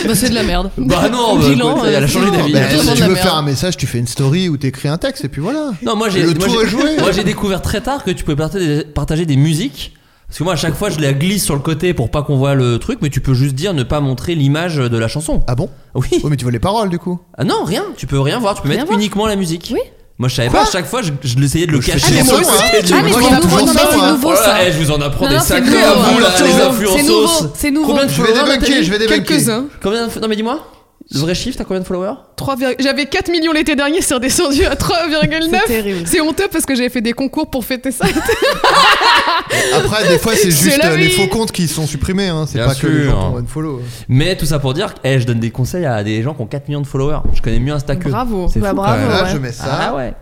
S10: Bah, c'est de la merde.
S7: Bah non, bah,
S10: Bilan,
S7: écoute, elle a
S10: euh,
S7: changé
S10: non,
S7: d'avis.
S10: bah,
S7: Elle a
S10: tout le
S7: changé
S10: monde
S8: Si tu
S10: la
S8: veux
S10: merde.
S8: faire un message, tu fais une story ou t'écris un texte et puis voilà.
S7: hein. Non, moi j'ai
S8: Le
S7: moi,
S8: tour
S7: j'ai-
S8: est joué.
S7: moi, j'ai découvert très tard que tu pouvais partager des, partager des musiques. Parce que moi à chaque fois je la glisse sur le côté pour pas qu'on voit le truc, mais tu peux juste dire ne pas montrer l'image de la chanson.
S8: Ah bon
S7: Oui.
S8: mais tu vois les paroles du coup
S7: Ah non, rien, tu peux rien voir, tu peux
S10: Rien
S7: mettre
S10: voir.
S7: uniquement la musique.
S10: Oui.
S7: Moi je savais
S10: Quoi
S7: pas, à chaque fois je, je l'essayais de le
S8: Je fais
S7: cacher.
S8: toujours
S7: Sur le
S8: ça,
S7: côté
S8: hein.
S7: du-
S8: Ah, mais
S7: Moi,
S8: c'est
S7: je-
S8: nouveau,
S7: toujours
S8: non, mais
S7: ça,
S8: c'est
S7: hein.
S8: nouveau,
S7: Voilà,
S8: ça.
S7: eh, je vous en apprends
S8: Non,
S7: des
S8: non, c'est
S7: sacrés
S8: nouveau,
S7: à vous
S8: hein.
S7: là, les
S8: C'est nouveau, Hein
S7: influences.
S10: c'est nouveau.
S7: Combien de
S8: Je vais
S7: followers,
S8: débunker,
S7: Nathalie
S8: je vais débunker.
S7: Combien de- Non mais dis-moi. Le vrai chiffre, t'as combien de followers
S9: 3, vir- J'avais 4 millions l'été dernier, c'est redescendu à 3,9.
S8: C'est terrible.
S9: C'est honteux parce que j'avais fait des concours pour fêter ça.
S8: Après, des fois, c'est juste
S9: la
S8: euh, les
S9: vie.
S8: faux comptes qui sont supprimés. hein. C'est
S7: Bien
S8: pas que les
S7: sûr.
S8: gens qui ont unfollow.
S7: Mais tout ça pour dire que eh, je donne des conseils à des gens qui ont 4 millions de followers. Je connais mieux Insta que.
S9: Bravo.
S7: C'est
S9: Bah,
S7: fou,
S9: bravo,
S7: quand même.
S8: Là, je mets ça.
S7: Ah ouais.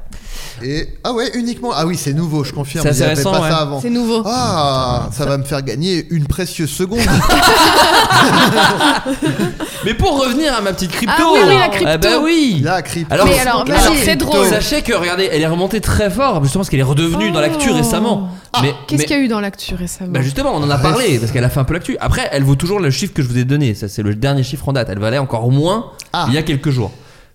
S8: Et ah ouais, uniquement. Ah oui, c'est nouveau, je confirme.
S7: C'est assez
S8: Ils appellent
S7: récent,
S8: pas
S7: ouais.
S8: ça avant.
S9: C'est nouveau.
S8: Ah, ça va me faire gagner une précieuse seconde.
S7: Ah Mais pour revenir à ma petite crypto.
S9: Ah oui, oui, la crypto.
S7: Ah bah oui.
S8: La crypto.
S9: Mais alors,
S7: la
S9: vas-y.
S7: crypto.
S9: C'est drôle.
S7: Sachez que regardez, elle est remontée très fort justement parce qu'elle est redevenue dans l'actu récemment. mais
S9: Oh. Ah, Qu'est-ce
S7: mais-
S9: qu'il y a eu dans l'actu récemment
S7: Bah justement, on en a
S8: Bref.
S7: parlé parce qu'elle a fait un peu l'actu. Après, elle vaut toujours le chiffre que je vous ai donné. Ça, c'est le dernier chiffre en date. Elle valait encore moins
S8: Ah.
S7: il y a quelques jours.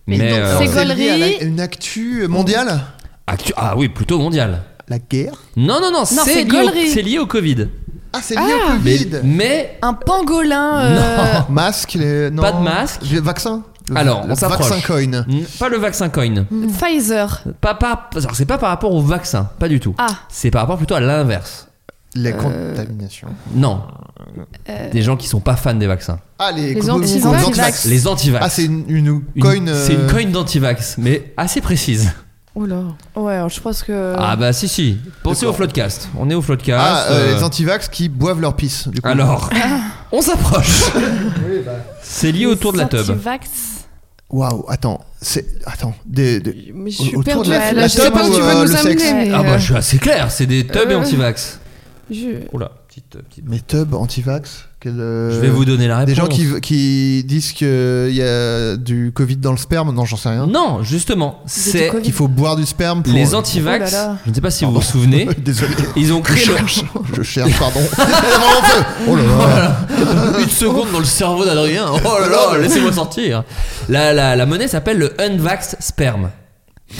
S7: Mais,
S9: donc,
S7: euh,
S9: c'est
S8: C'est lié à la-
S9: Gaulerie.
S8: une actu mondiale
S7: actu- ah oui, plutôt mondial.
S8: La guerre
S7: Non, non, non,
S10: c'est
S7: c'est lié, au-
S10: gaulerie.
S7: c'est lié au Covid.
S8: Ah, c'est lié au
S7: Mais,
S8: Covid.
S7: mais
S10: Un pangolin. euh,
S8: Oh, Masque, les... non.
S7: Pas de masque.
S8: Le vaccin. Le-
S7: alors,
S8: le
S7: on s'approche.
S8: vaccin coin.
S7: Mm, Pas le vaccin coin.
S10: Pfizer.
S7: Pas, pas, alors, c'est pas par rapport au vaccin, pas du tout.
S10: Ah.
S7: C'est par rapport plutôt à l'inverse.
S8: La contamination.
S7: Non.
S10: Euh,
S7: Des gens qui sont pas fans des vaccins.
S8: Ah, les,
S9: Les
S8: les
S9: anti-vax.
S8: anti-vax.
S7: Les anti-vax.
S8: Ah, c'est une, une
S7: Une-
S8: coin. euh,
S7: C'est une coin d'anti-vax, mais assez précise.
S9: Oh là.
S10: Ouais, alors je pense que.
S7: Ah bah si si. Pensez
S8: D'accord.
S7: au floodcast. On est au floodcast.
S8: Ah, euh,
S7: euh,
S8: les anti-vax qui boivent leur pisse. Du coup.
S7: Alors,
S10: Ah.
S7: on s'approche.
S10: bah.
S7: C'est lié autour de la
S10: teub.
S7: tub.
S8: Waouh, attends. C'est. Attends. Des, des-
S9: Mais je suis
S8: Autour
S9: perdue
S8: de la-
S9: là,
S8: la
S9: je sais pas
S8: teub
S9: où tu
S8: ou,
S9: veux
S8: euh,
S9: nous
S8: le
S9: amener.
S8: sexe
S9: mais,
S7: Ah bah
S9: euh,
S7: je suis assez clair, c'est des tubs et
S9: euh,
S7: anti-vax.
S9: je-
S7: Oh là, petite, euh, petite-
S8: Mais tub anti-vax quel, euh,
S7: Je vais vous donner la réponse.
S8: Des gens qui, qui disent qu'il y a du Covid dans le sperme Non, j'en sais rien.
S7: Non, justement, c'est
S8: Qu'il faut boire du sperme pour.
S7: les anti-vax.
S10: Oh là là.
S7: Je ne sais pas si vous vous souvenez.
S8: Désolé.
S7: Ils ont
S8: Je
S7: créé le-
S8: cherche. Je cherche, pardon. C'est vraiment feu. Oh là là.
S7: une seconde dans le cerveau d'Adrien. Oh là là, laissez-moi sortir. La, la, la monnaie s'appelle le unvax sperme.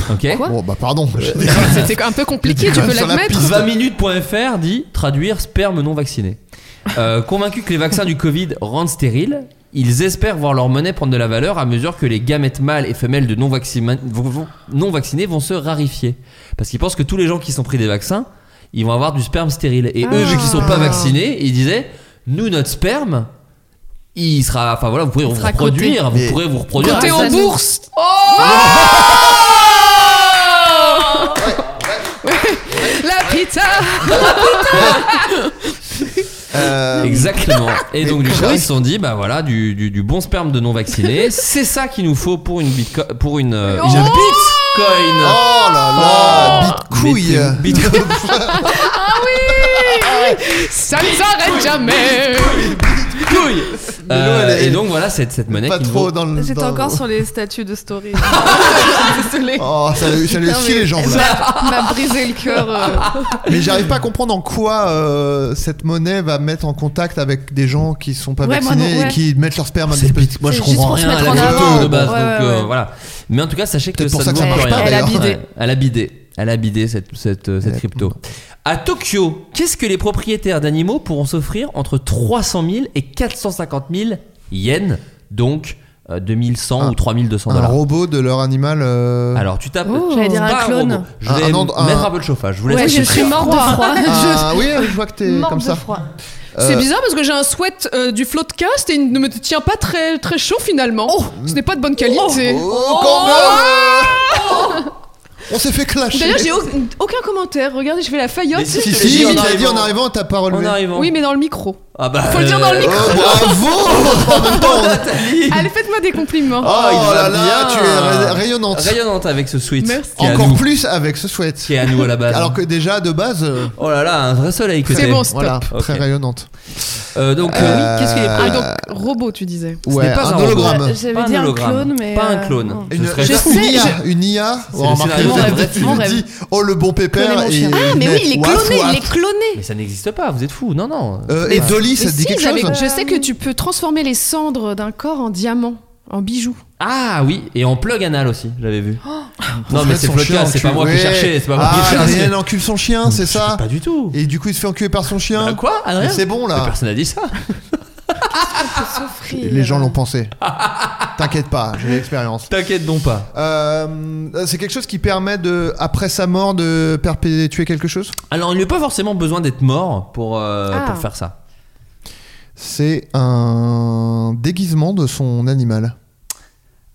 S7: Ok.
S8: Bon, bah, pardon.
S10: Euh,
S9: C'était un peu compliqué, tu peux
S8: Sur la
S9: l'admettre.
S8: piste.
S7: 20minutes.fr dit traduire sperme non vacciné. Euh, convaincus que les vaccins du Covid rendent stériles, ils espèrent voir leur monnaie prendre de la valeur à mesure que les gamètes mâles et femelles de non, vaccima- vont- vont- non vaccinés vont se rarifier. Parce qu'ils pensent que tous les gens qui sont pris des vaccins, ils vont avoir du sperme stérile. Et
S9: Ah.
S7: eux, vu qu'ils sont pas vaccinés, ils disaient Nous, notre sperme. Il sera, enfin voilà, vous pourrez vous
S9: sera
S7: reproduire,
S8: coté.
S7: vous pourrez vous reproduire.
S9: Coté en
S7: Ah, ça-
S9: bourse. Oh La pizza
S8: Euh,
S7: Exactement. Et donc du coup,
S8: Oui.
S7: ils se sont dit, bah voilà, du, du, du bon sperme de non vaccinés, c'est ça qu'il nous faut pour une bitcoin, pour une, euh, une
S8: Oh Ah,
S7: bitcoin.
S8: là là.
S10: Oh
S8: Bitcouille.
S7: Bit- bitcoin.
S9: Ça ne s'arrête jamais
S7: Couille. Euh,
S8: Mais non, elle est-
S7: et donc voilà cette cette monnaie.
S8: Pas
S7: qui nous
S8: trop
S7: vaut-
S8: dans le.
S10: J'étais
S8: dans-
S10: encore sur les statuts de story. Désolée.
S8: Oh, ça lui ça lui a
S10: Non,
S8: scié
S10: mais-
S8: les jambes là.
S10: m'a m'a brisé le cœur. euh.
S8: Mais j'arrive pas à comprendre en quoi euh, cette monnaie va mettre en contact avec des gens qui sont pas
S10: Ouais, moi
S8: vaccinés
S10: non, ouais.
S8: et qui mettent leur sperme à
S7: C'est
S8: disposition.
S7: bit- Moi je
S10: C'est juste
S7: comprends
S10: pour se
S7: rien à Ah, la
S10: mettre en
S7: crypto
S8: avant.
S7: de base,
S10: Ouais,
S7: donc
S10: ouais,
S7: euh,
S10: ouais.
S7: voilà. Mais en tout cas, sachez que
S8: Peut-être pour
S7: ça
S8: ça
S7: ne
S8: que ça
S7: vaut
S8: marche
S7: plus
S8: pas,
S7: rien.
S8: Elle a d'ailleurs. bidé.
S7: Ouais, Elle a bidé. Elle a bidé cette cette euh, cette crypto. À Tokyo, qu'est-ce que les propriétaires d'animaux pourront s'offrir entre 300 000 et 450 000 yens, donc euh, 2100
S8: Un-
S7: ou 3200
S8: Un
S7: dollars.
S8: robot de leur animal. euh,
S7: Alors tu tapes.
S10: Oh. J'allais dire un
S7: Pas
S10: clone.
S7: robot. Je
S8: Un-
S7: vais
S8: un
S7: m-
S8: and- un-
S7: mettre un peu de chauffage. Je vous laisse
S10: Ouais, je
S7: réfléchir.
S10: suis morte de froid.
S8: Ah, oui, je vois que t'es
S10: Morte
S8: comme
S10: de
S8: ça. Euh,
S10: froid.
S9: C'est bizarre parce que j'ai un sweat euh, du floatcast et il ne me tient pas très, très chaud finalement. Ce n'est pas de bonne qualité.
S8: Oh, quand
S10: Oh
S8: même, euh, On s'est fait clasher.
S9: D'ailleurs, j'ai au- aucun commentaire. Regardez, je fais la faillotte.
S7: Mais si,
S8: Si,
S7: si,
S8: si,
S7: J'ai dit en
S8: il t'a dit en
S7: arrivant.
S8: arrivant, t'as pas
S7: En
S8: relevé.
S7: arrivant.
S9: Oui, mais dans le micro.
S7: Ah bah,
S9: Faut le dire dans le
S8: Oh,
S9: micro.
S8: bravo En même temps, on-
S7: Nathalie.
S9: Allez, faites-moi des compliments.
S8: Oh,
S7: il va
S8: là là,
S7: bien.
S8: tu es ray- rayonnante.
S7: Rayonnante avec ce sweat.
S9: Merci.
S7: Qui est à
S8: Encore
S7: nous.
S8: plus avec ce sweat.
S7: Qui est à nous à la base.
S8: Alors que déjà, de base, euh,
S7: Oh là là, un vrai soleil que
S9: C'est
S7: t'es.
S9: bon, stop.
S8: voilà,
S7: Ok.
S8: très rayonnante.
S7: Euh, donc euh,
S8: Euh,
S7: oui, qu'est-ce qu'il est
S9: Ah,
S7: prévu
S9: donc, robot, tu disais.
S7: Ce
S8: Ouais,
S7: n'est pas
S8: un
S7: un
S8: hologramme.
S7: robot. Pas
S10: J'avais
S7: un
S10: dit un
S7: hologramme.
S10: clone, mais.
S7: Pas un
S10: euh,
S7: clone.
S10: non.
S7: Ce
S8: Une,
S7: serait
S8: je
S7: fou.
S8: sais, je- une IA
S7: C'est
S8: oh,
S7: le
S8: remarquez,
S7: scénario
S8: vous
S7: de
S8: êtes-
S7: Brett
S8: tu
S7: Mon
S8: te
S7: rêve.
S8: dis oh le bon pépère
S10: Clonez mon
S8: et
S10: chien.
S9: Ah, mais oui, il est
S8: Waf,
S9: cloné,
S8: waf.
S9: il est cloné.
S7: Mais ça n'existe pas, vous êtes fous. Non, non.
S8: Euh, et Dolly ça
S9: Mais
S8: te dit
S9: si,
S8: quelque
S9: j'avais-
S8: chose
S9: Je sais que tu peux transformer les cendres d'un corps en diamant, en bijoux.
S7: Ah oui, et en plug anal aussi, j'avais vu.
S10: Oh.
S7: non, mais
S8: Fred,
S7: c'est
S8: son
S7: Floodcast,
S8: chien,
S7: c'est pas
S8: enculé.
S7: moi qui cherchais. C'est pas moi qui
S8: ah
S7: cherchais.
S8: Adrien encule son chien c'est ça
S7: Pas du tout.
S8: et du coup il se fait enculer par son chien
S7: Bah, quoi, Adrien
S8: Mais c'est bon
S7: Mais
S8: là
S7: Personne n'a dit ça.
S10: Free,
S8: les gens
S10: euh,
S8: l'ont pensé t'inquiète pas j'ai l'expérience
S7: T'inquiète donc pas.
S8: Euh, c'est quelque chose qui permet de après sa mort de perpétuer quelque chose
S7: Alors, il n'y a pas forcément besoin d'être mort pour, euh,
S9: Ah.
S7: pour faire ça.
S8: c'est un déguisement de son animal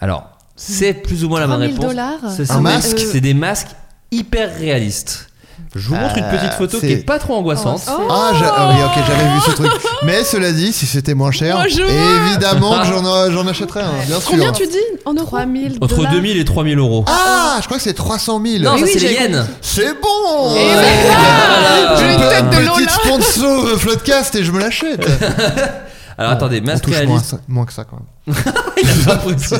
S7: Alors, c'est plus ou moins la bonne
S9: 3000
S7: réponse.
S9: dollars
S7: Ce sont
S8: Un
S7: des- euh,
S8: masque
S7: C'est des masques hyper réalistes. Euh, Je vous montre une petite photo qui est pas trop
S10: Oh,
S7: angoissante.
S9: Oh,
S8: Ah, j'a- ah oui, ok, j'avais vu ce truc. Mais cela dit, si c'était moins cher,
S9: Moi, je vois.
S8: évidemment que j'en, a- j'en achèterais un, bien sûr.
S9: Combien tu dis en euros 3000
S7: Entre 2000 et 3000 euros.
S8: Ah, je crois que c'est 300 000.
S7: Non, ça, c'est les yens.
S8: C'est bon
S9: Et
S8: Ouais.
S9: voilà
S8: J'ai
S9: J'ai
S8: une
S9: une tête de
S8: petite
S9: Lola.
S8: sponsor euh, Floodcast et je me l'achète.
S7: Alors attendez,
S8: On
S7: masque
S8: touche moins,
S7: réaliste.
S8: ça- moins que ça quand même.
S7: Il a pas précisé.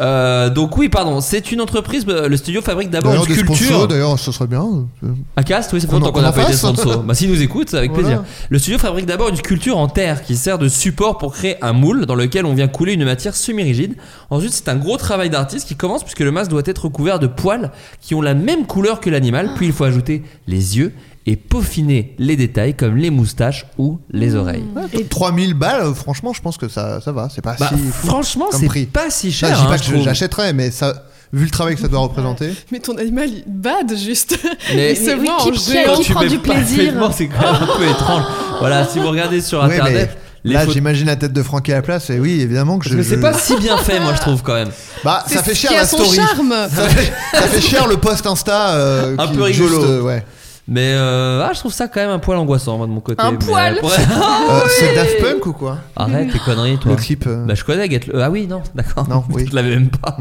S7: Euh, donc oui, pardon, c'est une entreprise. euh, Le studio fabrique d'abord une
S8: D'ailleurs, des sponsors,
S7: sculpture.
S8: d'ailleurs, ce serait bien. euh,
S7: À Cast, oui, ça fait
S8: Qu'on
S7: longtemps
S8: en-
S7: qu'on
S8: qu'on
S7: n'a
S8: en
S7: pas été
S8: fasse.
S7: sponsor. bah, s'ils nous écoutent, c'est avec
S8: Voilà.
S7: plaisir. Le studio fabrique d'abord une sculpture en terre qui sert de support pour créer un moule dans lequel on vient couler une matière semi-rigide. Ensuite, c'est un gros travail d'artiste qui commence puisque le masque doit être recouvert de poils qui ont la même couleur que l'animal. Puis il faut ajouter les yeux et peaufiner les détails comme les moustaches ou les oreilles.
S8: Ouais, 3000 balles, euh, franchement, je pense que ça, ça va. C'est pas
S7: Bah,
S8: Ah, si. fou
S7: franchement,
S8: comme
S7: c'est
S8: prix.
S7: pas si
S8: Non,
S7: cher.
S8: je dis
S7: hein,
S8: pas
S7: je
S8: que je-
S7: trouve.
S8: j'achèterais, mais ça, vu le travail que ça doit représenter.
S9: Mais ton animal, il bade juste.
S7: Mais-
S9: il se
S7: Mais
S10: oui,
S9: voit
S10: qui-
S9: en
S10: qui-
S9: géant.
S7: Quand tu
S10: prend
S7: mets
S10: du
S7: pas
S10: plaisir.
S7: vêtements, c'est quand même un peu étrange. Voilà, si vous regardez sur
S8: Ouais,
S7: internet,
S8: mais
S7: les
S8: là,
S7: photos-
S8: j'imagine la tête de Francky à la place, et oui, évidemment que
S7: Parce
S8: je.
S7: que c'est
S8: je-
S7: pas si bien fait, moi je trouve quand même.
S8: Bah,
S9: C'est
S8: ça fait
S9: ce
S8: cher
S9: qui a
S8: la
S9: son
S8: story.
S9: charme.
S8: Ça fait, ça fait cher le post Insta. euh,
S7: Un
S8: qui
S7: peu
S8: est juste,
S7: rigolo.
S8: euh, ouais.
S7: Mais euh, ah, je trouve ça quand même un poil angoissant, moi de mon côté.
S9: Un
S7: Mais
S9: poil
S7: après-
S8: Euh, c'est Daft Punk ou quoi
S7: Arrête tes conneries, toi.
S8: Le clip. euh,
S7: Bah, je connais Get Ah oui, non, d'accord.
S8: Non, oui.
S7: Je l'avais même pas.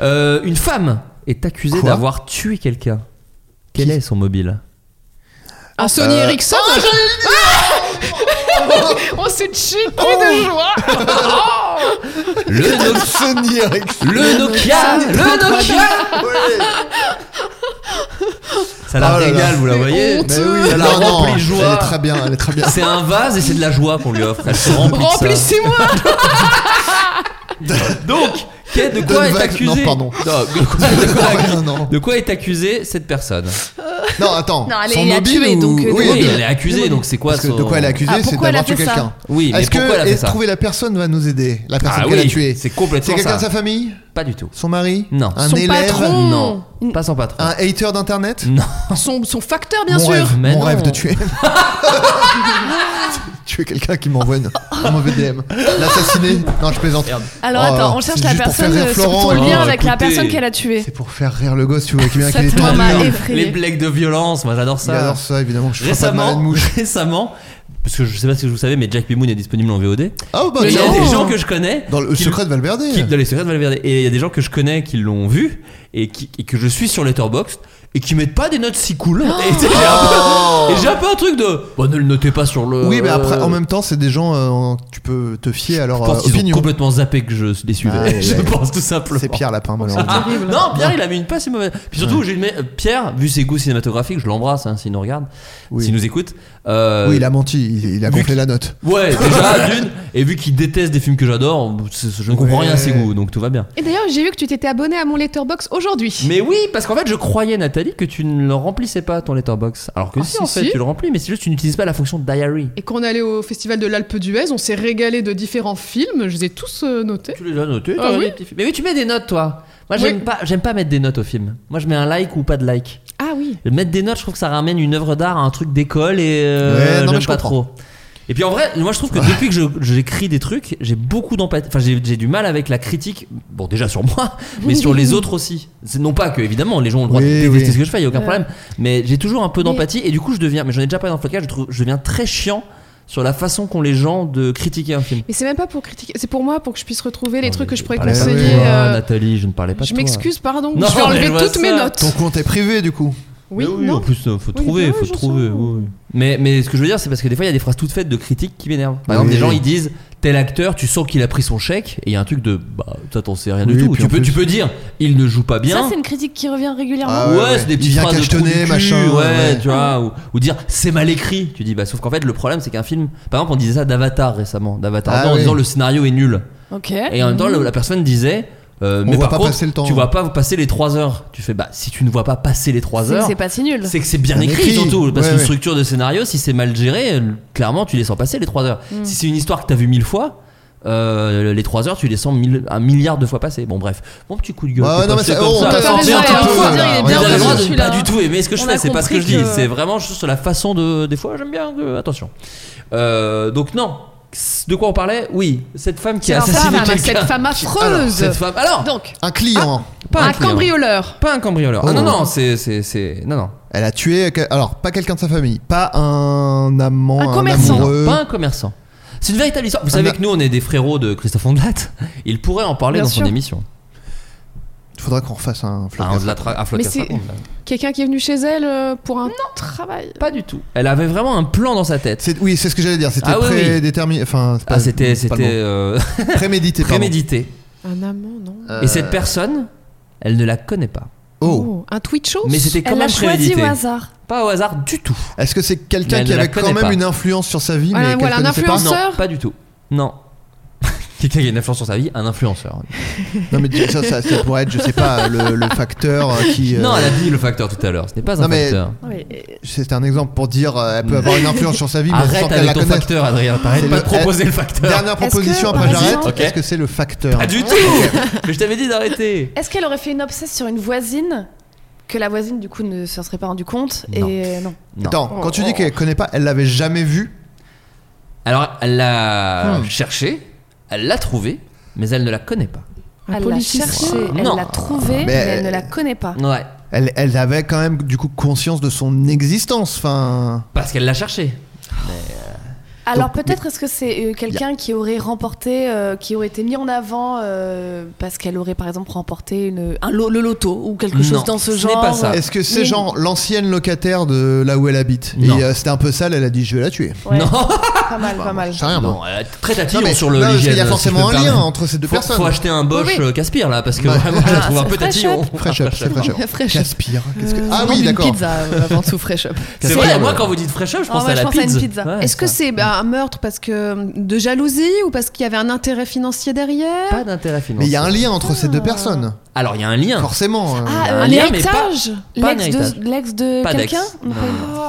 S7: Euh, une femme est accusée
S8: Quoi
S7: d'avoir tué quelqu'un. Quel
S8: Qui
S7: est son mobile
S9: Un Sony Ah Oh,
S8: Euh,
S9: Ericsson On s'est cheaté
S8: Oh,
S9: de joie oh,
S7: Le, No-
S8: Sony Ericsson.
S7: le Nokia Le Nokia
S8: Ouais.
S7: Ça la
S8: Oh là là.
S7: régale, vous la voyez
S8: Mais oui,
S7: Ça la
S8: non, non,
S7: remplit de joie.
S8: Elle est très bien, elle est très bien.
S7: C'est un vase et c'est de la joie qu'on lui offre. Elle se remplit de ça.
S9: Remplissez-moi
S7: Donc, qu'est- de quoi
S8: Donne
S7: est
S8: vague-
S7: accusée
S8: non, pardon.
S7: Non, de, quoi, de quoi-
S8: non, non.
S7: de quoi est accusée cette personne
S8: Non, attends.
S10: Non, elle est-
S8: son
S10: il a
S8: mobile
S10: tué,
S8: ou-
S10: donc, euh,
S8: oui,
S7: Oui,
S10: mobile.
S8: de-
S7: elle est accusée, donc c'est quoi
S8: parce que
S7: son-
S8: de quoi elle est accusée,
S10: Ah,
S8: c'est
S10: pourquoi elle a
S8: d'avoir tué
S10: fait ça
S8: quelqu'un.
S7: Oui, mais
S8: Est-ce
S7: pourquoi elle a
S8: que
S7: fait
S8: et
S7: ça
S8: trouver la personne va nous aider La personne
S7: Ah
S8: qu'elle
S7: oui,
S8: a tuée.
S7: c'est complètement
S8: C'est quelqu'un
S7: ça.
S8: de sa famille
S7: Pas du tout.
S8: Son mari
S7: Non.
S8: Un
S9: Son
S8: élève
S9: patron
S7: Non, pas son patron.
S8: Un hater d'internet
S7: Non.
S9: son, son facteur, bien
S8: Mon
S9: sûr
S8: rêve,
S7: Mais
S8: mon
S7: non.
S8: rêve de tuer. tuer quelqu'un qui m'envoie une- un mauvais DM. L'assassiner Non, je plaisante.
S7: Merde.
S10: Alors
S8: Oh,
S10: attends, on
S8: c'est
S10: cherche la
S8: juste pour faire
S10: personne
S8: rire
S10: euh, sur
S8: Florent,
S10: ton
S7: hein.
S10: lien
S7: Oh,
S10: avec la
S7: écoutez.
S10: personne qu'elle a tuée.
S8: C'est pour faire rire le gosse, tu vois, qui vient
S10: Ça
S8: qu'il est
S10: te m'a
S8: tendu.
S10: effrayé.
S7: Les blagues de violence, moi j'adore
S8: Il
S7: ça.
S8: adore ça, évidemment. que Je suis pas de malade
S7: récemment,
S8: mouche.
S7: récemment, parce que je sais pas si vous savez, mais Jack Bimoun est disponible en VOD.
S8: Oh, bah,
S7: Il y a
S8: non.
S7: des gens que je connais.
S8: Dans le
S7: qui-
S8: secret de Valverde.
S7: qui- dans les secrets de Valverde. Et il y a des gens que je connais qui l'ont vu et, qui- et que je suis sur Letterboxd et qui mettent pas des notes si cool. Et j'ai un peu- et j'ai un, peu un truc de. Bon, ne le notez pas sur le.
S8: Oh. Oui, mais après, en même temps, c'est des gens, euh, en- tu peux te fier à
S7: Euh, Je
S8: leur
S7: pense
S8: euh,
S7: qu'ils ont
S8: opinion.
S7: complètement zappé que je les suivais.
S8: Ah, ouais,
S7: je
S8: ouais.
S7: pense tout simplement.
S8: C'est Pierre Lapin,
S7: Ah,
S8: malheureusement.
S7: non, Pierre, il a mis une pas si mauvaise. Puis surtout, j'ai une ma- euh, Pierre, vu ses goûts cinématographiques, je l'embrasse hein, s'il nous regarde,
S8: Oui.
S7: s'il nous écoute. Euh,
S8: Oui, il a menti, il, il a
S7: Vu
S8: gonflé
S7: qu'il-
S8: la note.
S7: Ouais, déjà d'une. Et vu qu'il déteste des films que j'adore, c'est- je ne comprends
S8: Ouais.
S7: rien à ses goûts, donc tout va bien.
S9: Et d'ailleurs, j'ai vu que tu t'étais abonné à mon letterbox aujourd'hui.
S7: Mais oui, parce qu'en fait, je croyais, Nathalie, que tu ne le remplissais pas ton letterbox. Alors que
S9: Ah,
S7: si,
S9: si,
S7: en fait,
S9: si.
S7: tu le remplis, mais c'est juste que tu n'utilises pas la fonction diary.
S9: Et quand on est allé au festival de l'Alpe d'Huez, on s'est régalé de différents films, je les ai tous euh, notés.
S7: Tu les as notés, t'as
S9: Ah
S7: regardé
S9: oui.
S7: les petits films. Mais oui, tu mets des notes, toi. Moi,
S9: Oui.
S7: j'aime pas, j'aime pas mettre des notes au film. Moi, je mets un like ou pas de like.
S9: Ah oui.
S7: Mettre des notes, je trouve que ça ramène une œuvre d'art à un truc d'école et euh,
S8: Ouais, non, mais
S7: j'aime
S8: je
S7: pas
S8: comprends.
S7: trop. Et puis en vrai, moi je trouve que depuis que je- j'écris des trucs, j'ai beaucoup d'empathie. Enfin, j'ai j'ai du mal avec la critique. Bon, déjà sur moi, mais sur les autres aussi. C'est non pas que évidemment les gens ont le droit
S8: Oui,
S7: de détester
S8: oui.
S7: ce que je fais, y a aucun
S10: Ouais.
S7: problème. Mais j'ai toujours un peu d'empathie et du coup je deviens. Mais j'en ai déjà parlé dans le podcast. Je trouve, je deviens très chiant sur la façon qu'ont les gens de critiquer un film.
S9: Mais c'est même pas pour critiquer, c'est pour moi, pour que je puisse retrouver les
S7: Non,
S9: trucs
S7: mais
S9: que je pourrais
S7: parlais pas de
S9: conseiller.
S7: toi,
S9: euh,
S7: Nathalie, je ne parlais pas de
S9: je
S7: toi. hein.
S9: m'excuse, pardon,
S7: Non,
S9: je vais
S7: mais
S9: enlever
S7: je vois
S9: toutes mes
S7: ça.
S9: notes.
S8: Ton compte est privé, du coup.
S9: Oui,
S7: Mais
S9: non.
S7: en plus, euh, faut
S9: Oui,
S7: trouver,
S9: bah ouais,
S7: faut
S9: j'en
S7: trouver.
S9: sais rien.
S7: oui, oui. Mais, mais ce que je veux dire, c'est parce que des fois, il y a des phrases toutes faites de critiques qui m'énervent. Par exemple,
S8: Oui.
S7: des gens, ils disent tel acteur, tu sens qu'il a pris son chèque, et il y a un truc de bah, ça, t'en sais rien
S8: Oui,
S7: du
S8: et
S7: tout.
S8: puis
S7: Tu
S8: en
S7: peux,
S8: plus-
S7: tu peux dire, il ne joue pas bien.
S10: Ça, c'est une critique qui revient régulièrement.
S8: Ah
S7: ouais,
S8: ouais, ouais.
S7: c'est des
S8: Il
S7: petites
S8: vient
S7: phrases de
S8: cachetonner,
S7: trous du cul,
S8: machin,
S7: ouais,
S8: ouais.
S7: tu vois, ou, ou dire c'est mal écrit. Tu dis bah sauf qu'en fait le problème c'est qu'un film, par exemple on disait ça d'Avatar récemment, d'Avatar
S8: Ah
S7: en
S8: oui.
S7: disant le scénario est nul.
S10: Ok.
S7: Et en même temps le- la personne disait euh,
S8: On
S7: mais
S8: voit
S7: par
S8: pas
S7: contre
S8: passer le temps.
S7: tu vois pas passer les 3 heures. Tu fais bah si tu ne vois pas passer les 3
S10: C'est que
S7: heures,
S10: c'est pas si nul.
S7: c'est que c'est bien
S8: Bien
S7: écrit,
S8: écrit,
S7: surtout parce
S8: ouais,
S7: qu'une
S8: ouais.
S7: structure de scénario si c'est mal géré euh, clairement tu les sens passer les 3 heures
S10: Mm.
S7: si c'est une histoire que t'as vue mille fois euh, les 3 heures tu les sens mille- un milliard de fois passer bon bref mon petit coup de gueule
S8: Ouais,
S7: c'est
S8: non,
S7: pas-
S8: mais
S7: c'est
S8: c'est-
S7: comme
S8: on
S7: ça.
S8: peut
S7: Sortez un
S8: parler
S7: petit
S8: un
S7: peu,
S8: peu, là.
S7: là.
S10: hein. il est
S7: Vous
S10: bien
S7: avez le
S10: raison,
S7: droit de
S10: celui-là.
S7: pas du tout aimer ce que je
S10: On
S7: fais
S10: a
S7: c'est pas ce que je
S10: compris
S7: dis
S10: que-
S7: c'est vraiment juste la façon de des fois j'aime bien que- attention Euh, donc non De quoi on parlait Oui, cette femme qui a
S9: Cette
S7: assassiné
S10: hein,
S9: femme,
S7: quelqu'un.
S9: cette femme
S7: Qui-
S9: affreuse.
S7: Alors, cette femme. Alors,
S9: Donc,
S8: un client.
S7: pas
S9: un,
S7: un client.
S9: cambrioleur.
S7: Pas un cambrioleur. Ah non, non, c'est. c'est- c'est- Non, non.
S8: Elle a tué. que- Alors, pas quelqu'un de sa famille, pas un amant, un, amoureux.
S7: Pas un commerçant. C'est une véritable histoire. Vous
S8: Un
S7: savez
S8: a-
S7: que nous, on est des frérots de Christophe Ondelat. Il pourrait en parler
S9: Bien
S7: dans
S9: sûr.
S7: son émission.
S8: Il faudra qu'on refasse un
S7: Ah,
S8: flotteur.
S7: on se la tra- un flotteur
S9: Mais c'est-
S7: raconte, là.
S9: Quelqu'un qui est venu chez elle euh, pour un travail.
S7: Pas du tout. Elle avait vraiment un plan dans sa tête.
S8: C'est- Oui, c'est ce que j'allais dire. C'était
S7: Ah oui, oui.
S8: prédéterminé. Enfin, c'est
S7: Ah,
S8: pas-
S7: c'était.
S8: c'est pas le
S7: c'était
S8: mot.
S7: euh,
S8: Prémédité. pardon.
S7: prémédité.
S9: Un amant, non
S8: Euh,
S7: Et cette personne, elle ne la connaît pas.
S8: Oh.
S9: Oh, Un Twitcho
S7: Mais c'était quand
S10: Elle l'a
S7: même
S10: choisi
S7: prémédité.
S10: au hasard.
S7: Pas au hasard du tout.
S8: Est-ce que c'est
S7: Mais
S8: quelqu'un
S7: elle
S8: qui
S7: ne la
S8: avait quand
S7: connaît
S8: même
S7: pas.
S8: une influence sur sa vie,
S9: Voilà,
S8: mais
S9: voilà,
S8: qu'elle
S9: un
S8: connaissait pas
S9: influenceur.
S8: Non.
S9: Influenceur
S7: Pas du tout. Non. Quelqu'un qui a une influence sur sa vie, un influenceur.
S8: Non, mais ça, ça, ça pourrait être, je sais pas, le, le facteur euh, qui. euh,
S7: Non, elle a dit le facteur tout à l'heure. Ce n'est pas
S8: Non,
S7: un
S8: mais-
S7: facteur.
S9: euh,
S8: C'est un exemple pour dire, euh, elle peut avoir une influence sur sa vie, mais sans
S7: Arrête
S8: qu'elle la
S7: avec ton
S8: connaisse.
S7: facteur, Adrien. T'arrêtes
S8: C'est
S7: pas
S8: le- eh,
S7: de proposer le facteur.
S8: Dernière
S10: que,
S8: proposition,
S10: par
S8: après j'arrête.
S10: exemple-
S7: Ok.
S8: Est-ce que c'est le facteur
S7: Pas du tout Mais je t'avais dit d'arrêter.
S10: Est-ce qu'elle aurait fait une obsesse sur une voisine que la voisine du coup ne s'en serait pas rendue compte
S7: Non.
S10: et euh, non.
S7: Non.
S8: Attends, quand tu dis qu'elle connaît pas, elle l'avait jamais vu.
S7: Alors, elle l'a
S8: Hmm.
S7: cherché, elle l'a trouvé, mais elle ne la connaît pas.
S10: elle
S9: Un
S10: l'a
S9: politicien.
S10: cherchée, elle
S7: Non.
S10: l'a trouvée, mais, elle ne la connaît pas.
S7: Ouais.
S8: Elle, elle avait quand même du coup conscience de son existence. Enfin,
S7: Parce qu'elle l'a cherché.
S10: Alors
S8: Donc,
S10: peut-être est-ce que c'est euh, quelqu'un qui aurait remporté, euh, qui aurait été mis en avant euh, parce qu'elle aurait par exemple remporté une, un lo- le loto ou quelque chose
S7: Non,
S10: dans ce
S7: ce n'est
S10: genre.
S7: pas ça. Ah.
S8: est-ce que c'est
S10: Mais-
S8: genre l'ancienne locataire de là où elle habite
S7: Non.
S8: Et euh, c'était un peu sale, elle a dit je vais la tuer.
S10: Ouais,
S7: Non,
S10: Pas mal, pas mal.
S8: Je sais rien, moi.
S7: non elle est très
S8: Non, mais-
S7: tatillon sur le
S8: non, parce qu'il y a
S7: l'hygiène, si
S8: forcément
S7: je peux
S8: un lien
S7: me permettre.
S8: entre ces deux
S7: faut,
S8: personnes.
S7: Faut acheter un Bosch
S9: Oui, oui.
S7: euh, Caspire là, parce que
S8: Bah,
S7: vraiment, je la trouve un
S10: Ah, c'est
S7: peu
S10: fresh
S7: tatillon.
S8: Fresh up, c'est fresh up.
S9: Fresh up.
S8: Caspire. qu'est-ce que-
S9: Euh,
S8: Ah
S9: vendre
S8: oui,
S9: une
S8: d'accord.
S9: pizza euh, avant tout fresh up.
S7: C'est
S8: vrai,
S7: vrai,
S8: ouais.
S7: moi quand vous dites fresh up, je
S10: Ah
S7: pense
S10: ouais,
S7: à
S10: je
S7: la
S10: pense à une
S7: pizza.
S10: pizza.
S7: Ouais,
S9: Est-ce que
S7: ça.
S9: c'est bah, un meurtre parce que euh, de jalousie ou parce qu'il y avait un intérêt financier derrière
S7: Pas d'intérêt financier.
S8: Mais il y a un lien entre ces deux personnes.
S7: Alors, il y a un lien.
S8: Forcément. euh,
S10: Ah,
S7: un
S10: euh,
S7: lien, mais pas-
S10: l'héritage
S7: pas un
S10: L'ex de,
S7: héritage.
S10: l'ex de
S7: Pas d'ex.
S10: quelqu'un
S7: Non, non, non.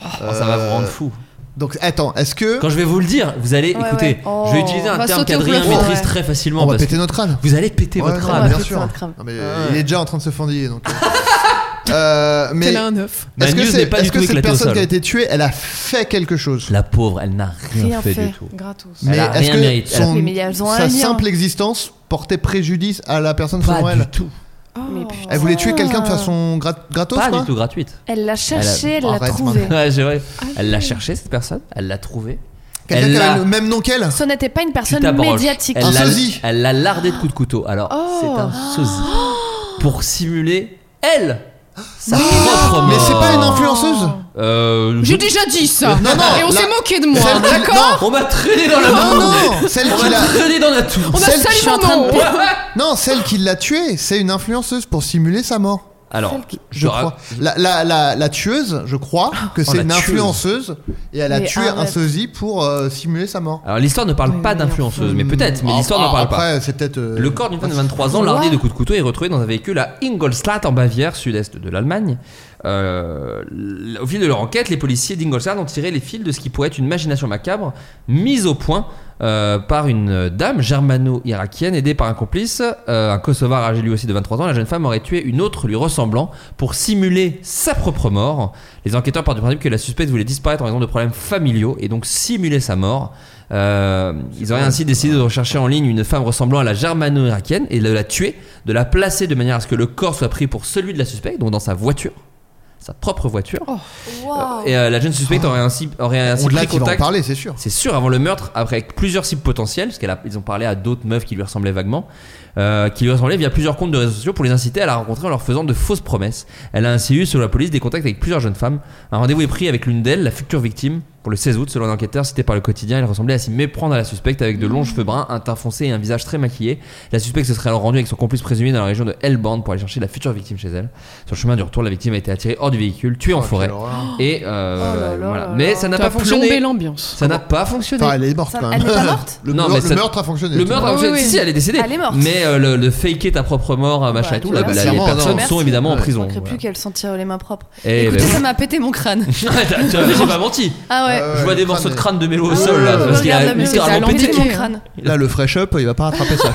S7: Oh, ça va vous
S8: euh,
S7: rendre fou.
S8: Donc attends, est-ce que
S7: Quand je vais vous le dire, vous allez,
S10: Ouais,
S7: écoutez,
S10: ouais. Oh.
S7: je vais utiliser
S9: On
S7: un
S9: va
S7: terme
S9: sauter au
S7: qu'Adrien
S9: plafond,
S7: maîtrise
S10: ouais.
S7: très facilement.
S8: on va
S7: parce
S8: péter notre crâne
S7: que Vous allez péter
S8: Ouais,
S7: votre
S8: ouais,
S7: crâne.
S8: bien
S10: péter Ah,
S8: sûr.
S10: notre crâne.
S8: Non, mais, euh, Il est déjà en train de se fendiller. Donc, euh, euh, mais
S9: Tel un œuf.
S7: Ma
S8: est-ce que
S7: news
S8: c'est
S7: n'est pas
S8: est-ce
S7: du
S8: que
S7: tout
S8: cette
S7: éclatée au
S8: personne
S7: sol.
S8: qui a été tuée, elle a fait quelque chose
S7: La pauvre, elle n'a rien,
S10: Rien
S7: fait,
S10: fait.
S7: du tout.
S9: Gratos.
S7: Elle
S8: Mais
S7: a
S8: est-ce
S7: rien
S8: que
S7: mérité. Elle a-
S8: son-
S10: Oui, mais elles ont un
S8: sa
S10: lien.
S8: simple existence portait préjudice à la personne
S7: Pas
S8: selon
S7: du
S8: elle
S7: tout.
S9: Oh.
S10: Mais putain.
S8: Elle voulait tuer quelqu'un de
S10: Ah.
S8: façon grat- gratos
S7: Pas
S8: quoi
S7: du tout gratuite.
S10: Elle l'a cherchée, elle l'a
S8: Arrête,
S10: trouvée.
S7: Ouais, c'est vrai.
S8: Ah,
S7: Elle l'a cherché cette personne, elle l'a trouvé.
S8: Quelqu'un
S7: Elle
S8: qui
S7: l'a-
S8: avait le même nom qu'elle
S10: Ce n'était pas une
S7: Tu
S10: personne
S7: t'abroches.
S10: médiatique.
S7: Elle
S8: Un
S7: l'a-
S8: sosie. Oh. Ah.
S7: Elle l'a lardé de coups de couteau. Alors, c'est un sosie. Pour simuler, elle, sa propre mort.
S8: Ah. Mais c'est pas une influenceuse
S7: Euh, je-
S9: J'ai déjà dit ça.
S8: Non, non,
S9: Et on
S8: la-
S9: s'est moqué de moi.
S8: Celle qui-
S9: D'accord
S7: On m'a traîné dans la
S8: Non,
S7: boue.
S8: non, celle
S7: On
S8: qui
S7: m'a
S8: l'a
S7: traîné dans la toux.
S9: On a
S8: Celle- je suis en
S9: salué
S8: train
S9: mon
S8: de-
S9: nom.
S8: Non, celle qui l'a tué, c'est une influenceuse pour simuler sa mort.
S7: Alors,
S8: Je crois. La, la, la, la tueuse, je crois que c'est
S7: Oh, la
S8: une
S7: tueuse.
S8: influenceuse et elle a
S10: Mais
S8: tué un
S10: arrête.
S8: sosie pour euh, simuler sa mort.
S7: Alors l'histoire ne parle pas d'influenceuse, mais peut-être, mais
S8: Ah,
S7: l'histoire
S8: ah,
S7: n'en parle pas.
S8: Après, c'est peut-être. euh,
S7: Le corps d'une femme de 23 ans, lardé de coups de couteau, est retrouvé dans un véhicule à Ingolstadt, en Bavière, sud-est de l'Allemagne. Euh, l- au fil de leur enquête, les policiers d'Ingolstadt ont tiré les fils de ce qui pourrait être une imagination macabre mise au point euh, par une dame germano-irakienne aidée par un complice, euh, un kosovar âgé lui aussi de 23 ans. La jeune femme aurait tué une autre lui ressemblant pour simuler sa propre mort. Les enquêteurs partent du principe que la suspecte voulait disparaître en raison de problèmes familiaux et donc simuler sa mort. Euh, ils auraient ainsi décidé de rechercher en ligne une femme ressemblant à la germano-irakienne et de la tuer, de la placer de manière à ce que le corps soit pris pour celui de la suspecte, donc dans sa voiture, sa propre voiture.
S10: Waouh.
S7: Et euh, la jeune suspecte aurait ainsi, aurait ainsi
S8: On de là
S7: pris
S8: qui va en
S7: contact.
S8: parler, c'est sûr.
S7: C'est sûr, avant le meurtre, après plusieurs cibles potentielles, parce qu'ils ont parlé à d'autres meufs qui lui ressemblaient vaguement, euh, qui lui ressemblaient via plusieurs comptes de réseaux sociaux pour les inciter à la rencontrer en leur faisant de fausses promesses. Elle a ainsi eu, selon la police, des contacts avec plusieurs jeunes femmes. Un rendez-vous est pris avec l'une d'elles, la future victime, pour le 16 août, selon un enquêteur cité par le quotidien. Elle ressemblait à s'y méprendre à la suspecte avec de longs cheveux bruns, un teint foncé et un visage très maquillé. La suspecte se serait alors rendue avec son complice présumé dans la région de Hellband pour aller chercher la future victime chez elle. Sur le chemin du retour, la victime a été attirée hors du véhicule, tuée en
S8: Oh,
S7: forêt.
S8: quelle horreur.
S7: Et euh,
S10: Oh là là
S7: voilà.
S10: là
S7: Mais
S10: là.
S7: ça n'a
S9: T'as
S7: pas
S9: plombé
S7: fonctionné.
S9: l'ambiance.
S7: Ça n'a pas fonctionné.
S8: Enfin, elle est morte
S10: Ça-
S8: quand
S10: elle
S8: même.
S10: n'est pas morte
S8: Le,
S7: Non,
S8: meur-
S7: mais
S8: le
S7: ça-
S8: meurtre a fonctionné.
S7: Le meurtre,
S9: Ah oui,
S7: si,
S9: oui.
S7: si, elle est décédée.
S10: Elle est morte.
S7: Mais euh, le, le faker ta propre mort, euh, machin
S10: Bah,
S7: et tout,
S10: tu
S7: là,
S10: vois,
S7: bah,
S8: c'est
S7: les
S8: vraiment-
S7: personnes
S8: non.
S7: sont évidemment en
S10: Ouais, Je
S7: prison.
S10: manquerai
S7: voilà.
S10: plus qu'elle s'en tire les mains propres.
S7: Eh
S10: Écoutez,
S7: ben oui.
S10: ça m'a pété mon crâne.
S7: T'as- t'as- J'ai pas menti.
S10: Ah ouais, Ouais.
S7: Je vois des morceaux de crâne de mélo au sol
S8: ouais,
S7: là,
S8: ouais,
S7: parce qu'il
S8: regarde
S7: a
S8: la musique,
S7: littéralement
S8: c'est à
S7: pété
S8: l'envie de mon
S10: crâne.
S8: Là, le fresh up, il va pas rattraper ça.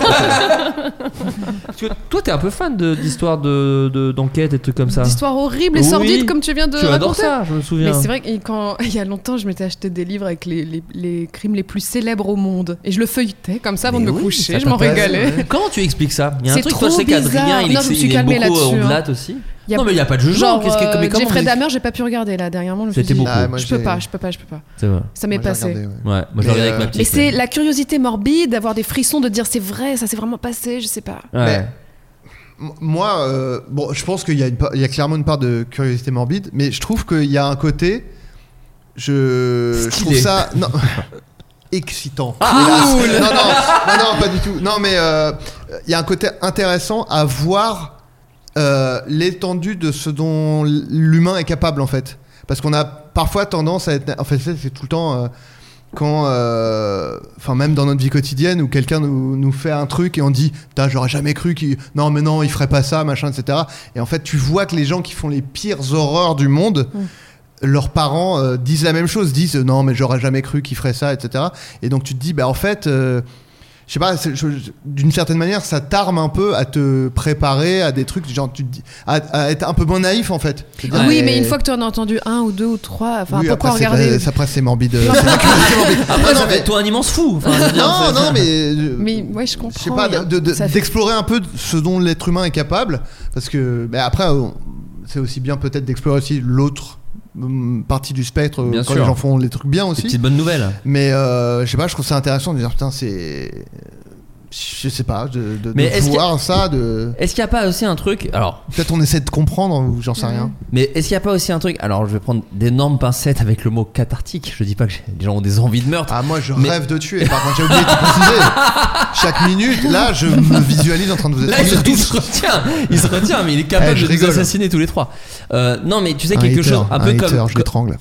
S7: Tu- Toi, t'es un peu fan de- d'histoires de, de- d'enquête et de trucs comme ça.
S9: D'histoires horribles et
S7: Oui.
S9: sordides comme tu viens de
S7: Tu adores
S9: raconter.
S7: ça, je me souviens.
S9: Mais c'est vrai que quand il y a longtemps, je m'étais acheté des livres avec les, les- les crimes les plus célèbres au monde et je le feuilletais comme ça avant de me coucher,
S7: Ça
S9: je m'en
S7: t'intéresse,
S9: régalais.
S7: ouais. Comment tu expliques ça Il y a un
S9: C'est
S7: truc,
S9: trop
S7: toi, je sais qu'Adrien,
S9: bizarre.
S7: il,
S9: Non, je me
S7: est-
S9: suis
S7: il est
S9: calmée
S7: beaucoup
S9: là-dessus, hein.
S7: ondulate aussi.
S9: Il y a-
S7: Non, mais il n'y a pas de genre.
S9: Genre,
S7: Qu'est-ce que,
S9: euh,
S7: mais comment
S9: Jeffrey
S7: vous-
S9: Dahmer, j'ai pas pu regarder là dernièrement. Je me suis
S7: C'était
S9: dit,
S7: beaucoup. Ah, moi,
S9: je peux
S7: j'ai-
S9: pas, je peux pas, je peux pas.
S7: C'est vrai.
S9: Ça m'est
S7: Moi, j'ai
S9: passé.
S7: regardé, ouais. Ouais, moi, j'ai regardé avec ma petite,
S9: Mais
S7: ouais.
S9: c'est la curiosité morbide d'avoir des frissons de dire c'est vrai, ça s'est vraiment passé, je sais pas.
S8: Mais, m- moi, euh, bon, je pense qu'il y, a une pa- il y a clairement une part de curiosité morbide, mais je trouve qu'il y a un côté. Je, je
S12: Stylé.
S8: trouve ça. Non. excitant.
S12: Ah,
S8: Hélas.
S12: cool.
S8: non, non, non, non, pas du tout. Non, mais euh, il y a un côté intéressant à voir euh, l'étendue de ce dont l'humain est capable, en fait. Parce qu'on a parfois tendance à être. En fait, c'est c'est tout le temps. euh, quand, euh, enfin même dans notre vie quotidienne, où quelqu'un nous, nous fait un truc et on dit, putain, j'aurais jamais cru qu'il, non mais non, il ferait pas ça, machin, etc. Et en fait, tu vois que les gens qui font les pires horreurs du monde, leurs parents euh, disent la même chose, disent, non mais j'aurais jamais cru qu'il ferait ça, etc. Et donc tu te dis, bah en fait. euh, je sais pas, c'est- je- je- d'une certaine manière, ça t'arme un peu à te préparer à des trucs, genre tu te dis, à, à être un peu moins naïf en fait. Te dire,
S9: Oui, mais une fois que tu en as entendu un ou deux ou trois, enfin,
S8: Oui,
S9: pourquoi
S8: après, c'est-
S9: regarder
S8: euh, après, c'est morbide. euh, c'est la curiosité morbide.
S7: Ah, Après,
S8: Ah, Non, non,
S7: ça fait
S8: mais-
S7: de toi un immense fou. Enfin, je veux dire,
S8: non,
S7: c'est-
S8: non, mais euh,
S9: Mais ouais, je comprends.
S8: je sais pas,
S9: il y a-
S8: de- de-
S9: ça fait-
S8: d'explorer un peu ce dont l'être humain est capable, parce que bah, après, on- c'est aussi bien peut-être d'explorer aussi l'autre hum, partie du spectre
S7: Bien
S8: quand
S7: sûr.
S8: les gens font les trucs bien aussi.
S7: petites bonnes nouvelles.
S8: Mais euh, je sais pas, je trouve ça intéressant de dire putain, c'est, je sais pas, de, de,
S7: Mais
S8: de
S7: est-ce qu'il y a-
S8: voir ça, de.
S7: Est-ce qu'il n'y a pas aussi un truc Alors,
S8: peut-être on essaie de comprendre ou j'en sais rien.
S7: Mais est-ce qu'il n'y a pas aussi un truc Alors, je vais prendre d'énormes pincettes avec le mot cathartique. Je dis pas que j'ai- les gens ont des envies de meurtre.
S8: Ah, moi, je
S7: Mais-
S8: rêve de tuer. Par contre, j'ai oublié de préciser. Chaque minute, là, je me visualise en train de vous
S7: Là, il se,
S8: assassiner
S7: il
S8: tous.
S7: se retient, il se retient, mais il est
S8: Ah, Eh,
S7: capable
S8: je
S7: de nous
S8: rigole.
S7: assassiner tous les trois. Euh, non, mais tu sais
S8: Un
S7: quelque
S8: hater,
S7: chose, un,
S8: un
S7: peu
S8: hater,
S7: comme
S8: je l'étrangle.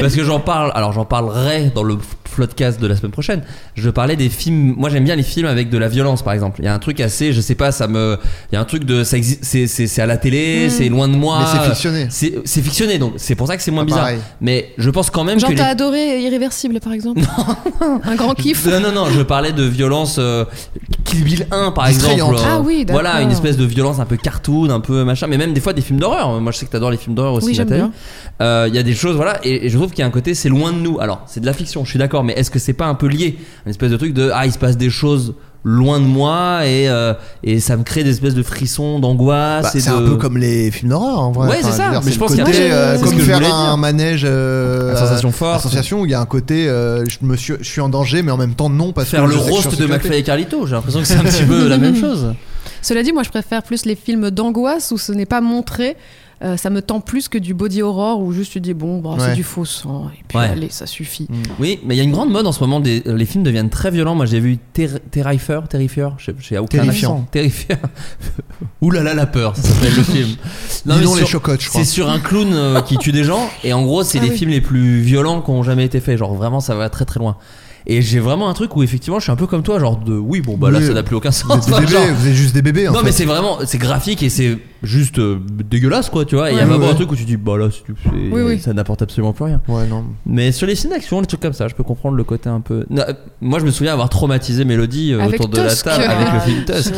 S7: parce que j'en parle. Alors, j'en parlerai dans le floodcast de la semaine prochaine. Je parlais des films. Moi, j'aime bien les films avec de la violence, par exemple. Il y a un truc assez, je sais pas, ça me, il y a un truc de, ça existe, c'est, c'est, c'est à la télé,
S8: Mm.
S7: c'est loin de moi.
S8: Mais c'est fictionné.
S7: C'est, c'est fictionné, donc c'est pour ça que c'est moins
S8: Ah,
S7: bizarre.
S8: pareil.
S7: Mais je pense quand même
S9: Genre,
S7: que les-
S9: t'as adoré Irréversible par exemple Un grand kiff
S7: non, non, non, je parlais de violence euh, Kill Bill 1 par exemple. euh,
S9: Distrayante. Ah oui, d'accord.
S7: Voilà, une espèce de violence un peu cartoon, un peu machin, mais même des fois des films d'horreur. Moi je sais que t'adores les films d'horreur aussi,
S9: Oui, j'aime
S7: Nathalie.
S9: bien.
S7: Euh, Il y a des choses, voilà, et, et je trouve qu'il y a un côté, c'est loin de nous. Alors, c'est de la fiction, je suis d'accord, mais est-ce que c'est pas un peu lié Une espèce de truc de ah, il se passe des choses loin de moi et, euh, et ça me crée des espèces de frissons, d'angoisse.
S8: Bah,
S7: et
S8: c'est
S7: Ah, de-
S8: un peu comme les films d'horreur en vrai.
S7: Ouais, c'est
S8: je
S7: ça.
S8: veux dire,
S7: Mais je
S8: le
S7: pense qu'il y a
S8: côté,
S7: des-
S8: euh,
S7: c'est ce
S8: comme
S7: que je
S8: faire
S7: voulais
S8: un
S7: dire.
S8: manège. euh,
S7: La sensation forte.
S8: sensation où il y a un côté euh, je, me suis, je suis en danger, mais en même temps non. Parce
S7: Faire
S8: que
S7: le
S8: je sais que je suis
S7: roast
S8: en
S7: de
S8: sécurité.
S7: McFly et Carlito, j'ai l'impression que c'est un petit peu la même chose.
S9: Cela dit, moi je préfère plus les films d'angoisse où ce n'est pas montré. Euh, ça me tend plus que du body horror où juste tu dis bon, bah,
S7: Ouais.
S9: c'est du faux sang et puis
S7: Ouais.
S9: allez, ça suffit.
S8: Mm.
S7: Oui, mais il y a une grande mode en ce moment. Des, euh, les films deviennent très violents. Moi, j'ai vu Ter- Terrifier, Terrifier, je sais- j'ai aucun
S8: Terrifiant.
S7: accent. Terrifier. Ouh là là, la peur, ça s'appelle le film. mais
S8: Dis donc, les
S7: sur-
S8: chocottes, je crois.
S7: C'est sur un clown euh, qui tue des gens, et en gros, c'est
S8: Ah
S7: les
S8: oui.
S7: films les plus violents qui ont jamais été faits. Genre, vraiment, ça va très très loin. Et j'ai vraiment un truc où effectivement je suis un peu comme toi, genre de oui, bon bah là
S8: Oui.
S7: ça n'a plus aucun sens.
S8: Vous êtes, des
S7: Enfin,
S8: bébés,
S7: genre-
S8: vous êtes juste des bébés en
S7: non
S8: fait.
S7: mais c'est vraiment c'est graphique et c'est juste euh, dégueulasse quoi tu vois. Et Il y a
S8: Ouais,
S7: vraiment
S8: ouais.
S7: un truc où tu dis bah là c'est- c'est-
S8: Oui, oui.
S7: ça n'apporte absolument plus rien.
S8: Ouais, non.
S7: Mais sur les films d'action, les trucs comme ça, je peux comprendre le côté un peu. Non, euh, moi je me souviens avoir traumatisé Mélodie euh,
S9: Avec
S7: autour de la
S9: Tusk.
S7: table avec le
S9: Ah,
S7: film Tusk.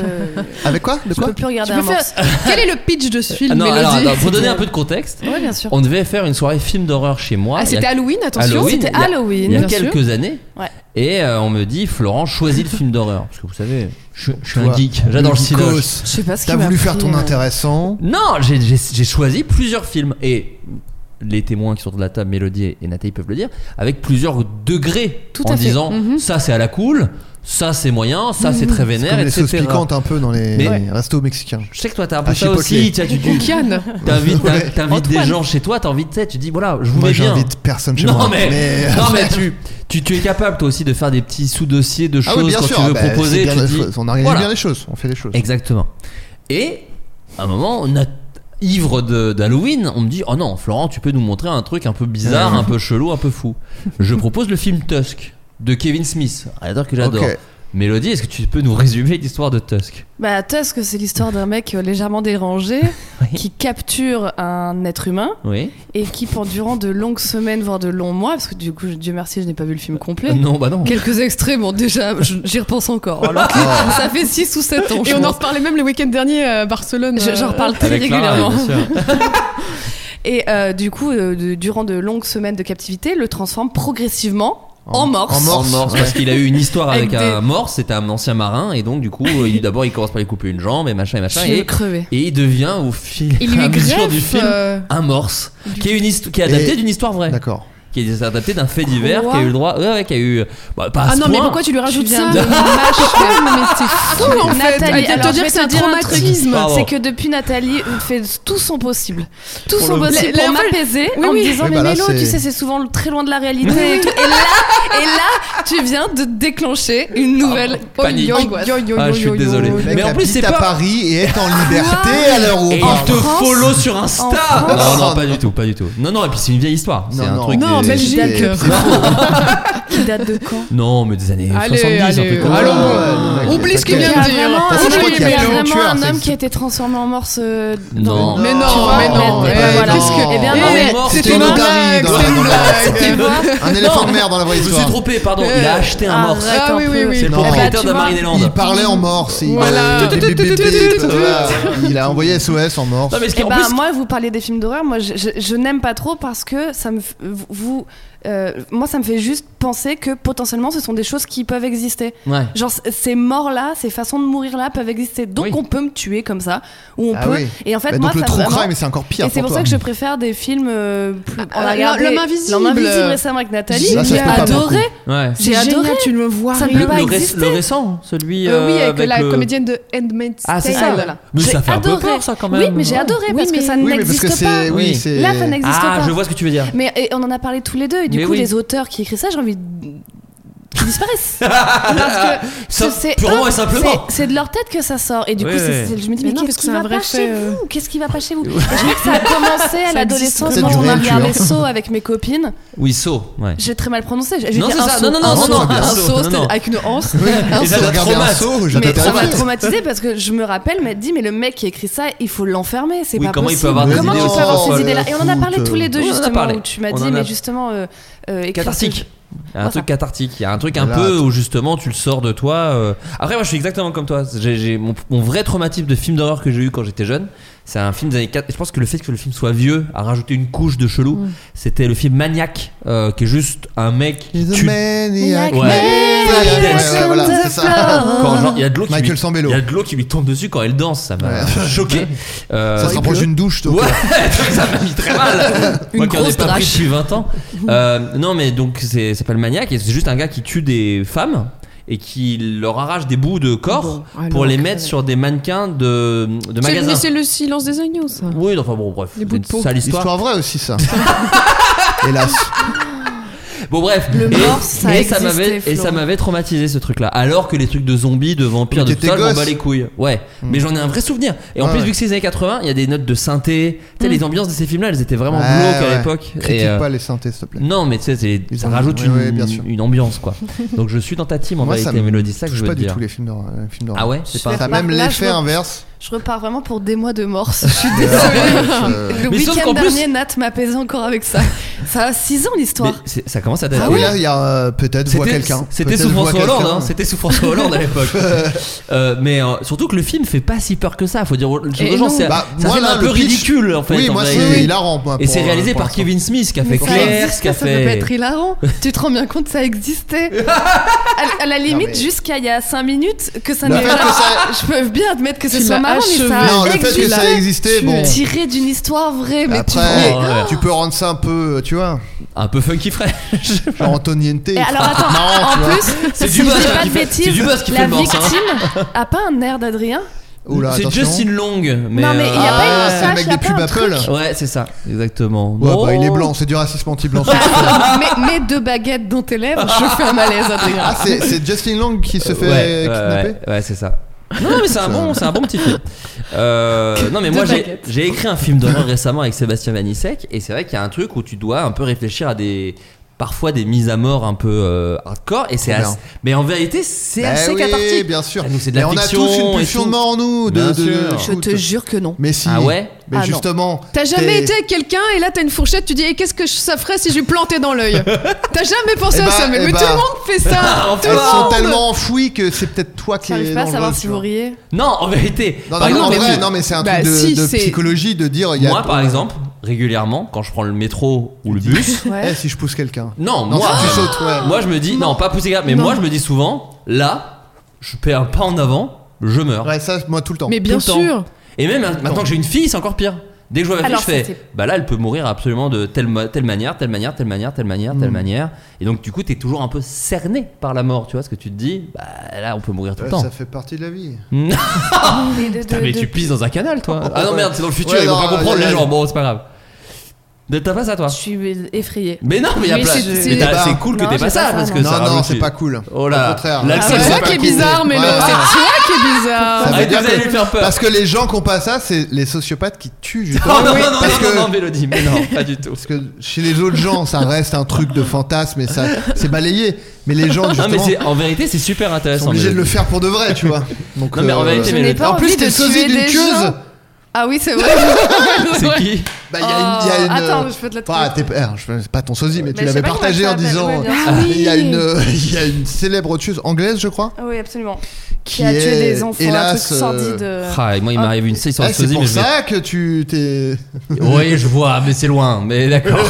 S8: Avec quoi De
S10: Je peux plus regarder
S9: Tu
S10: un
S9: peux faire-
S10: morceau.
S9: Quel est le pitch de ce film
S7: Ah non,
S9: Mélodie
S7: alors, attends, pour donner un peu de contexte,
S10: Ouais, bien sûr.
S7: on devait faire une soirée film d'horreur chez moi.
S10: Ah,
S7: Il y a-
S10: c'était Halloween, attention.
S7: Halloween,
S10: C'était
S7: il y a-
S10: Halloween,
S7: Il y a
S10: bien sûr.
S7: quelques années.
S10: Ouais.
S7: Et euh, on me dit, Florent, choisis le film d'horreur. Parce que vous savez, je, je suis un
S8: Toi,
S7: geek, j'adore le
S8: Geekos.
S7: cinéma.
S8: Je sais pas ce qui T'as m'a voulu faire pris, ton euh. intéressant.
S7: Non, j'ai- j'ai j'ai choisi plusieurs films. Et les témoins qui sont de la table, Mélodie et- et Nathalie peuvent le dire, avec plusieurs degrés
S8: Tout
S7: en
S8: à fait.
S7: disant
S8: Mhm.
S7: ça c'est à la cool, ça c'est moyen, ça c'est très
S8: C'est
S7: vénère,
S8: comme les
S7: etc.
S8: sauces piquantes un peu dans les
S7: Mais-
S8: restos mexicains.
S7: Je sais que toi t'as un peu
S8: À
S7: ça
S8: Chipotle.
S7: aussi, tu as du
S9: Ou Kian.
S7: T'invites t'in-
S8: Ouais.
S7: t'invites des
S8: Antoine.
S7: gens chez toi, t'as envie de tu sais, tu dis voilà, je vous
S8: Moi,
S7: mets bien.
S8: j'invite personne chez
S7: non,
S8: moi.
S7: Mais,
S8: Mais- euh,
S7: non mais tu, tu, tu es capable toi aussi de faire des petits sous-dossiers de
S8: Ah
S7: choses
S8: oui, bien
S7: quand
S8: sûr,
S7: tu veux
S8: bah, c'est
S7: proposer.
S8: bien
S7: tu
S8: de-
S7: dis,
S8: on organise
S7: voilà.
S8: bien les choses, on fait les choses.
S7: Exactement. Et à un moment, on a ivre de- d'Halloween, on me dit oh non Florent, tu peux nous montrer un truc un peu bizarre,
S8: Ouais.
S7: un peu chelou, un peu fou. Je propose le film Tusk de Kevin Smith, un réalisateur que j'adore.
S8: Ok.
S7: Mélodie, est-ce que tu peux nous résumer l'histoire de Tusk
S9: Bah, Tusk, c'est l'histoire d'un mec euh, légèrement dérangé qui capture un être humain
S7: Oui.
S9: et qui, pendant durant de longues semaines, voire de longs mois, parce que du coup, je- Dieu merci, je n'ai pas vu le film complet.
S7: Euh, non, bah non.
S9: Quelques extraits, bon, déjà, je- j'y repense encore. Alors que
S7: Oh.
S9: ça fait 6 ou 7 ans.
S1: Et on en reparlait même le week-end dernier à Barcelone. euh,
S9: Je- j'en reparle très
S7: Euh, Avec Clara,
S9: régulièrement.
S7: bien sûr.
S9: Et euh, du coup, euh, de- durant de longues semaines de captivité, le transforme progressivement en, morse.
S7: En morse, parce qu'il a eu une histoire avec,
S9: Avec des-
S7: un morse, c'était un ancien marin, et donc du coup, il- d'abord il commence par lui couper une jambe et machin et machin.
S9: Je vais
S7: et,
S9: crever.
S7: et il devient au fil
S9: Il lui
S7: à mesure
S9: greffe,
S7: du film
S9: euh,
S7: un morse, qui est, une histo- qui est adapté
S8: Et-
S7: d'une histoire vraie.
S8: D'accord.
S7: Qui est adapté d'un fait divers,
S1: Quoi
S7: qui a eu le droit. Ouais, ouais, qui a eu. bah, pas à
S1: Ah
S7: ce
S1: non, mais
S7: point.
S1: pourquoi tu lui rajoutes ça
S9: viens
S1: de
S9: de-
S1: machin, Mais t'es fou en fait
S9: Nathalie,
S1: Arrête de
S9: alors,
S1: te dire
S9: je
S1: que
S9: vais
S1: c'est un
S9: te dire un truc.
S1: traumatisme
S7: Pardon.
S9: C'est que depuis Nathalie fait tout son possible, tout
S7: Pour
S9: son
S7: le-
S9: possible
S1: La-
S9: pour
S1: la-
S9: m'apaiser
S1: Oui,
S9: en
S1: oui.
S9: me disant
S1: Oui,
S9: mais
S1: bah là,
S9: Mélo,
S1: c'est-
S9: tu sais c'est souvent très loin de la réalité et tout. Et là, et là, tu viens de déclencher une nouvelle
S7: Ah, panique.
S9: angoisse.
S7: Ah, je suis désolé.
S8: Le mec
S7: Mais en plus,
S8: habite
S7: c'est
S8: à
S7: pas-
S8: Paris et est en liberté à l'heure où on
S7: Et
S8: parle.
S7: il te
S8: France
S7: follow sur Insta
S8: En France
S7: Non, non, pas du tout, pas du tout. Non, non, et puis c'est une vieille histoire. C'est
S8: Non,
S7: un
S8: non.
S7: truc.
S8: Non,
S7: des-
S8: Belgique.
S7: des-
S8: C'est
S9: Qui date de quand
S7: Non, mais des années
S1: Allez,
S7: 70, un
S1: allez,
S7: peu comme ça.
S1: allons.
S8: Ah
S7: Ouais, ouais, ouais,
S1: Oublie ce qu'il
S7: t'inquiète.
S1: vient
S9: Il y a
S1: de dire.
S9: vraiment,
S8: Parce que je
S9: un-
S8: crois qu'il y a
S9: il y a
S8: Mélo,
S9: vraiment
S8: tu as
S9: un
S8: fait
S9: homme
S8: ce-
S9: qui a été transformé en morse. euh,
S7: Non.
S9: dans-
S1: Mais non,
S9: Tu vois,
S1: mais non,
S9: et
S1: eh,
S9: ben voilà.
S1: qu'est-ce que-
S9: Eh bien,
S1: eh,
S9: non.
S1: mais
S7: morse,
S1: c'était
S8: c'était
S1: une
S8: une
S1: blague,
S8: otarie dans la-
S1: c'était une
S8: dans la-
S1: blague.
S8: Un éléphant de mer dans la vraie
S7: Je me suis
S8: histoire.
S7: trompé, pardon. Il a acheté un morse.
S9: Arrête
S1: Ah
S9: un
S1: oui,
S9: peu.
S1: oui, oui.
S7: C'est le
S8: Non.
S9: Eh ben,
S7: propriétaire
S9: tu
S7: de
S9: vois,
S7: Marinelland.
S8: Il parlait en morse. Il,
S1: Voilà.
S8: euh, bip, bip, bip, voilà. il a envoyé SOS en morse.
S7: Non, mais ce qui
S9: Eh
S7: en
S9: ben,
S7: plus.
S9: moi, vous parlez des films d'horreur. Moi, je, je- je n'aime pas trop parce que ça me, f- vous, euh, moi, ça me fait juste penser que potentiellement, ce sont des choses qui peuvent exister.
S7: Ouais.
S9: Genre, c- ces morts-là, ces façons de mourir-là peuvent exister. Donc,
S7: Oui.
S9: on peut me tuer comme ça, ou on
S8: Ah
S9: peut.
S8: oui.
S9: Et en fait,
S8: Bah,
S9: moi,
S8: donc le
S9: ça
S8: true
S9: me- vraiment-
S8: crime, c'est encore pire.
S9: Et c'est pour ça
S8: toi.
S9: que je préfère des films. euh, plus... On a
S1: euh,
S9: regardé
S1: L'Homme Invisible.
S9: L'Homme Invisible récemment avec Nathalie.
S8: Ça, ça se
S9: J'ai
S8: fait pas
S9: adoré.
S7: Ouais.
S9: J'ai adoré.
S1: tu le vois.
S9: Ça me
S7: Le,
S9: peut pas
S7: le, ré-
S9: exister.
S7: le récent, celui.
S1: Euh, oui,
S7: euh,
S1: avec la
S7: le-
S1: comédienne de Handmaid's
S7: Ah, c'est
S1: Tale.
S7: ça.
S9: voilà.
S7: Mais
S9: J'ai
S7: ça fait un peu
S9: adoré.
S7: peur, ça, quand
S9: Oui,
S7: même.
S9: mais j'ai adoré
S1: Oui,
S9: parce que
S1: mais-
S9: ça
S8: Oui, mais parce que
S9: n'existe pas.
S8: c'est.
S7: Oui.
S8: Oui, c'est.
S9: Là, ça n'existe
S7: Ah,
S9: pas.
S7: je vois ce que tu veux dire.
S9: Mais et on en a parlé tous les deux, et du
S7: Mais
S9: coup,
S7: oui.
S9: les auteurs qui écrivent ça, j'ai envie de- qu'ils disparaissent. Parce que
S7: Ça,
S9: c'est
S7: purement
S9: eux,
S7: et simplement.
S9: c'est- c'est de leur tête que ça sort. Et du
S7: Oui,
S9: coup, c'est-
S7: oui.
S9: c'est- je me dis,
S1: Mais non,
S9: mais,
S1: parce
S9: qu'est-ce
S1: que
S9: qui
S1: c'est un
S9: va
S1: vrai
S9: pas chez
S1: fait, euh.
S9: vous Qu'est-ce qui va pas chez vous Et Je crois que ça a commencé à
S1: existe.
S9: l'adolescence
S8: C'est
S9: quand
S8: du
S9: on a
S8: réel, tu
S9: regardé
S8: vois.
S9: Saut avec mes copines.
S7: Oui, So. Ouais.
S9: J'ai très mal prononcé. J'ai- j'ai
S7: Non,
S9: dit
S7: c'est
S9: un
S7: ça.
S9: saut,
S7: Non, non, non,
S9: un
S7: non,
S9: saut,
S7: non,
S9: un
S7: un
S9: saut,
S7: saut, non,
S9: c'était
S7: non.
S9: avec une anse.
S7: Et ça
S8: J'ai
S7: t'a
S8: regardé un
S7: traumatisé.
S8: saut, j'étais
S9: Mais ça m'a
S8: traumatisé.
S9: traumatisé parce que je me rappelle m'être dit mais le mec qui écrit ça il faut l'enfermer c'est
S7: Oui,
S9: pas
S7: comment il
S9: possible
S7: peut avoir des
S9: comment
S7: idées
S9: tu
S7: aussi
S9: peux avoir
S8: Oh,
S7: folles,
S9: ces idées là et on en a
S8: foot,
S9: parlé tous les deux
S7: on en a
S9: justement
S7: parlé.
S9: où tu m'as
S7: On
S9: dit
S7: en a-
S9: mais justement euh, euh, écrire
S7: Cathartique. Il y a un
S9: Voilà.
S7: truc cathartique, il y a un truc un
S8: Voilà.
S7: peu où justement tu le sors de toi. euh. Après, moi je suis exactement comme toi. J'ai, j'ai- mon, mon vrai traumatisme de film d'horreur que j'ai eu quand j'étais jeune, c'est un film des années 4. Et je pense que le fait que le film soit vieux a rajouté une couche de chelou. C'était le film Maniac, euh, qui est juste un mec qui
S8: He's a
S7: tue.
S8: maniac.
S7: Ouais.
S8: maniac.
S7: Ouais,
S8: ouais, voilà,
S9: on
S8: c'est
S9: the
S8: ça.
S9: floor.
S7: Quand genre, il y a de l'eau qui
S8: Michael
S7: lui-
S8: Sambello.
S7: il y a de l'eau qui lui tombe dessus quand elle danse, ça m'a
S8: Ouais.
S7: choqué. Euh,
S8: Ça se rapproche d'une douche, toi.
S7: Ouais, ça m'a mis très mal. Moi qui en ai pas pris depuis 20 ans. Euh, non, mais donc c'est ça s'appelle Maniac et c'est juste un gars qui tue des femmes et qui leur arrache des bouts de corps
S1: Bon, alors
S7: pour les
S1: que-
S7: mettre sur des mannequins de, de
S1: C'est- Mais
S7: magasins.
S1: c'est le silence des agneaux, ça.
S7: Oui, enfin bon, bref,
S1: Les bouts de
S7: c'est
S1: peau.
S7: ça l'histoire.
S8: Histoire vraie aussi, ça. Hélas.
S7: Bon, bref,
S9: Le
S7: et,
S9: morse, ça
S7: et ça
S9: existait,
S7: m'avait et
S9: Florent.
S7: ça m'avait traumatisé ce truc-là. Alors que les trucs de zombies, de vampires,
S8: Mais
S7: de tout
S8: t'étais
S7: ça, je m'en
S8: gosse.
S7: bats les couilles. Ouais, mais j'en ai un vrai souvenir. Et en
S8: Hmm. Ouais,
S7: plus,
S8: ouais.
S7: vu que c'est les années 80, il y a des notes de synthé. Tu
S1: Hmm.
S7: sais, les ambiances de ces films-là, elles étaient vraiment
S8: Ouais,
S7: glauques
S8: ouais.
S7: à l'époque. Et,
S8: Critique
S7: euh,
S8: pas les synthés, s'il te plaît.
S7: Non, mais tu sais, c'est-
S8: Ils
S7: ça
S8: ont-
S7: rajoute
S8: ouais,
S7: une,
S8: ouais, bien sûr.
S7: une ambiance quoi. Donc je suis dans ta team en
S8: Moi, ça
S7: vérité,
S8: me
S7: Mélodie, c'est ça que je
S8: touche
S7: veux
S8: pas
S7: te
S8: du
S7: dire.
S8: tout les films d'horreur. les films d'horreur.
S7: Ah ouais, c'est
S9: Je vais
S7: pas.
S8: Ça a
S9: Par
S8: même
S9: là, je
S8: l'effet
S9: vois-
S8: inverse.
S9: je repars vraiment pour des mois de morse je suis désolée
S8: Euh,
S9: le
S7: Mais sauf qu'en
S9: week-end
S7: plus-
S9: dernier Nat m'apaisait encore avec ça ça a 6 ans
S7: Mais
S9: l'histoire
S7: c'est- ça commence à dater.
S8: Et là, il y a euh, peut-être voit
S7: C'était-
S8: quelqu'un.
S7: C'était
S8: Peut-être
S7: sous
S8: voit
S7: François Hollande,
S8: quelqu'un.
S7: hein, c'était sous François Hollande à l'époque. Euh, mais euh, surtout que le film fait pas si peur que ça. Faut dire aux
S1: Et
S7: aux gens,
S1: non.
S7: c'est
S8: Bah,
S7: c'est un
S8: moi,
S7: film
S8: là,
S7: un peu
S8: le pitch-
S7: ridicule en fait.
S8: Oui,
S7: en
S8: moi,
S7: réalité.
S8: c'est hilarant. moi,
S7: Et
S8: pour- euh,
S7: c'est réalisé
S8: pour
S7: par
S8: l'instant.
S7: Kevin Smith qui a fait
S9: ça
S7: Claire,
S9: existe,
S7: ce qui a
S9: ça peut pas
S7: fait.
S9: être hilarant. tu te rends bien compte, ça existait. À, à la limite,
S8: mais-
S9: jusqu'à il y a 5 minutes, que ça
S8: Le
S9: n'est
S8: fait
S9: pas.
S8: que ça-
S9: Je peux bien admettre que ce
S1: Tu
S9: soit
S1: l'as
S9: marrant, mais
S1: achevé.
S9: ça.
S8: Non,
S9: a
S8: le fait que ça
S9: existé.
S8: a existé,
S9: Tu-
S8: bon.
S9: Tiré d'une histoire vraie, mais tu
S8: Après,
S7: vois. Ouais.
S8: tu peux rendre ça un peu, tu vois,
S7: Un peu funky fresh.
S8: genre Antoniente.
S9: Et alors attends,
S8: marrant, tu
S9: en
S8: vois.
S9: plus,
S7: C'est
S9: si
S7: du
S9: je
S7: buzz
S9: dis pas
S7: qui
S9: de
S7: fait- c'est du buzz
S9: bêtises,
S7: qui fait
S9: la
S7: le morse, hein.
S9: victime a pas un air d'Adrien
S8: Oula,
S7: C'est
S8: attention.
S7: Justin Long. Mais
S9: Non, mais il y a
S7: euh,
S9: pas une
S8: Ah, c'est le
S9: moustache,
S8: mec
S9: il y a
S8: des
S9: pas
S8: pubs
S9: un
S8: Apple.
S9: truc.
S7: Ouais, c'est ça, exactement.
S8: Ouais,
S7: Bon.
S8: bah il est blanc, c'est du racisme anti-blanc. ça.
S9: mais, mais deux baguettes dont tes lèvres, je fais un malaise, Adrien.
S8: Ah, c'est c'est Justin Long qui se fait
S7: Euh, ouais, ouais,
S8: kidnapper
S7: ouais, ouais, c'est ça. Non, non, mais c'est un bon, c'est un bon petit film. Euh, non mais moi j'ai,
S9: baguettes.
S7: j'ai écrit un film d'horreur récemment avec Sébastien Vanissek et c'est vrai qu'il y a un truc où tu dois un peu réfléchir à des parfois des mises à mort un peu euh, hardcore. Et c'est
S8: Bien.
S7: assez- mais en vérité, c'est
S8: Bah
S7: assez
S8: oui,
S7: cathartique.
S8: bien sûr.
S7: Ah, nous, c'est de
S8: Mais
S7: la
S8: on a
S7: fiction
S8: tous une
S7: et
S8: pulsion
S7: tout.
S8: de mort en nous. De,
S7: Bien
S8: de-
S7: sûr.
S9: Je te jure que non.
S8: Mais si.
S7: Ah ouais
S8: Mais
S9: Ah non.
S8: justement.
S9: T'as
S8: t'es-
S9: jamais été avec quelqu'un et là t'as une fourchette, tu dis et qu'est-ce que je- ça ferait si je lui plantais dans l'œil T'as jamais pensé
S8: Eh
S9: à
S8: bah,
S9: ça, mais,
S8: eh Ah,
S9: mais
S8: bah.
S9: tout le monde fait ça tout le
S8: Elles sont
S9: monde.
S8: tellement enfouies que c'est peut-être toi qui
S10: J'arrive
S8: es
S10: pas à savoir
S8: dangereuse,
S10: si
S8: tu vois.
S10: vous riez.
S7: Non, en vérité.
S8: Non, non,
S7: Par
S8: mais en
S7: exemple,
S8: vrai,
S7: tu-
S8: non, mais c'est un
S10: Bah,
S8: truc de,
S10: si,
S8: de
S10: c'est-
S8: psychologie de dire. il Y a...
S7: Moi, par exemple, régulièrement, quand je prends le métro ou le bus,
S8: Eh, si je pousse quelqu'un.
S7: non,
S8: Non,
S7: moi,
S8: si tu
S7: euh,
S8: sautes, ouais.
S7: moi, je me dis, non, pas pousser grave, mais
S8: Non.
S7: moi, je me dis souvent, là, je fais un pas en avant, je meurs.
S8: Ouais, ça, moi, tout le temps.
S9: Mais bien
S7: Tout le temps.
S9: sûr.
S7: Et même maintenant que j'ai une fille, c'est encore pire. Dès que je vois ma fille,
S9: Alors,
S7: je fais
S9: ça, c'est-
S7: bah là, elle peut mourir absolument de telle, ma- telle manière, telle manière, telle manière, telle manière, telle manière. Et donc, du coup, t'es toujours un peu cerné par la mort, tu vois, ce que tu te dis, bah là, on peut mourir tout le
S8: Ouais,
S7: temps.
S8: Ça fait partie de la vie.
S10: Mais de-
S7: Non, Putain,
S10: de-
S7: Ah, mais
S10: de-
S7: tu pisses dans un canal, toi. Ah non,
S8: Ouais.
S7: merde, c'est dans le futur,
S8: Ouais,
S7: ils vont
S8: non,
S7: pas comprendre
S8: ouais,
S7: les
S8: ouais.
S7: gens. Bon, c'est pas grave. De- T'as pas ça, toi
S10: Je suis effrayée.
S7: Mais non, mais y a plein.
S10: c'est-
S7: mais t'as-
S8: Bah.
S7: C'est cool que
S10: Non,
S7: t'aies pas
S10: j'ai
S7: ça,
S10: pas ça,
S7: parce que
S8: non,
S7: ça
S8: non,
S7: rajoute
S8: c'est
S7: du-
S8: pas cool.
S7: Oh
S8: Au
S7: là,
S8: contraire.
S7: là,
S8: Ah,
S7: c'est-
S8: ouais.
S9: C'est
S7: c'est
S9: toi
S8: pas
S9: qui est
S8: cool.
S9: bizarre, mais
S8: Ouais, ouais.
S9: c'est toi qui est bizarre.
S8: Ça
S7: Ah,
S8: veut dire
S7: vous allez
S8: que-
S7: lui faire peur.
S8: Parce que les gens qui ont pas ça, c'est les sociopathes qui tuent justement.
S7: Oh, non, non, non,
S8: parce
S7: non,
S8: que...
S7: non, Mélodie, mais non, pas du tout.
S8: parce que chez les autres gens, ça reste un truc de fantasme et ça, c'est balayé. Mais les gens,
S7: Non,
S8: justement,
S7: mais c'est- en vérité, c'est super
S8: sont
S7: intéressant.
S8: obligés de
S7: Mélodie.
S8: le faire pour de vrai, tu vois. Donc, euh,
S7: Non, mais en vérité,
S10: Je
S7: mais
S10: n'ai
S7: le-
S10: pas
S8: en plus,
S10: envie
S8: t'es
S10: de
S8: sosie
S10: tuer
S8: d'une
S10: des
S8: queuse.
S10: gens. Ah oui, c'est vrai.
S7: C'est qui
S8: Bah, il y a une- il y a
S10: Oh,
S8: une-
S10: attends, je peux te la
S8: Ah,
S10: trouver.
S8: t'es- eh, je- c'est pas ton sosie, mais,
S10: Mais
S8: tu
S10: je sais
S8: l'avais
S10: pas comment
S8: partagé
S10: elle
S8: en disant.
S10: s'appelle, ouais, bien
S8: Ah, Il y, a
S10: sûr.
S8: une, il y a une célèbre tueuse anglaise, je crois.
S10: Ah oui, absolument.
S8: Qui
S10: Qui a
S8: est,
S10: tué des enfants,
S8: hélas,
S10: un truc sordide. euh,
S7: Ah, et moi, il
S10: hop.
S7: m'arrive une série sur
S8: Ah,
S7: le
S8: c'est
S7: sosie,
S8: pour
S7: mais je vais-
S8: ça que tu t'es.
S7: Oui, je vois, mais c'est loin, mais d'accord.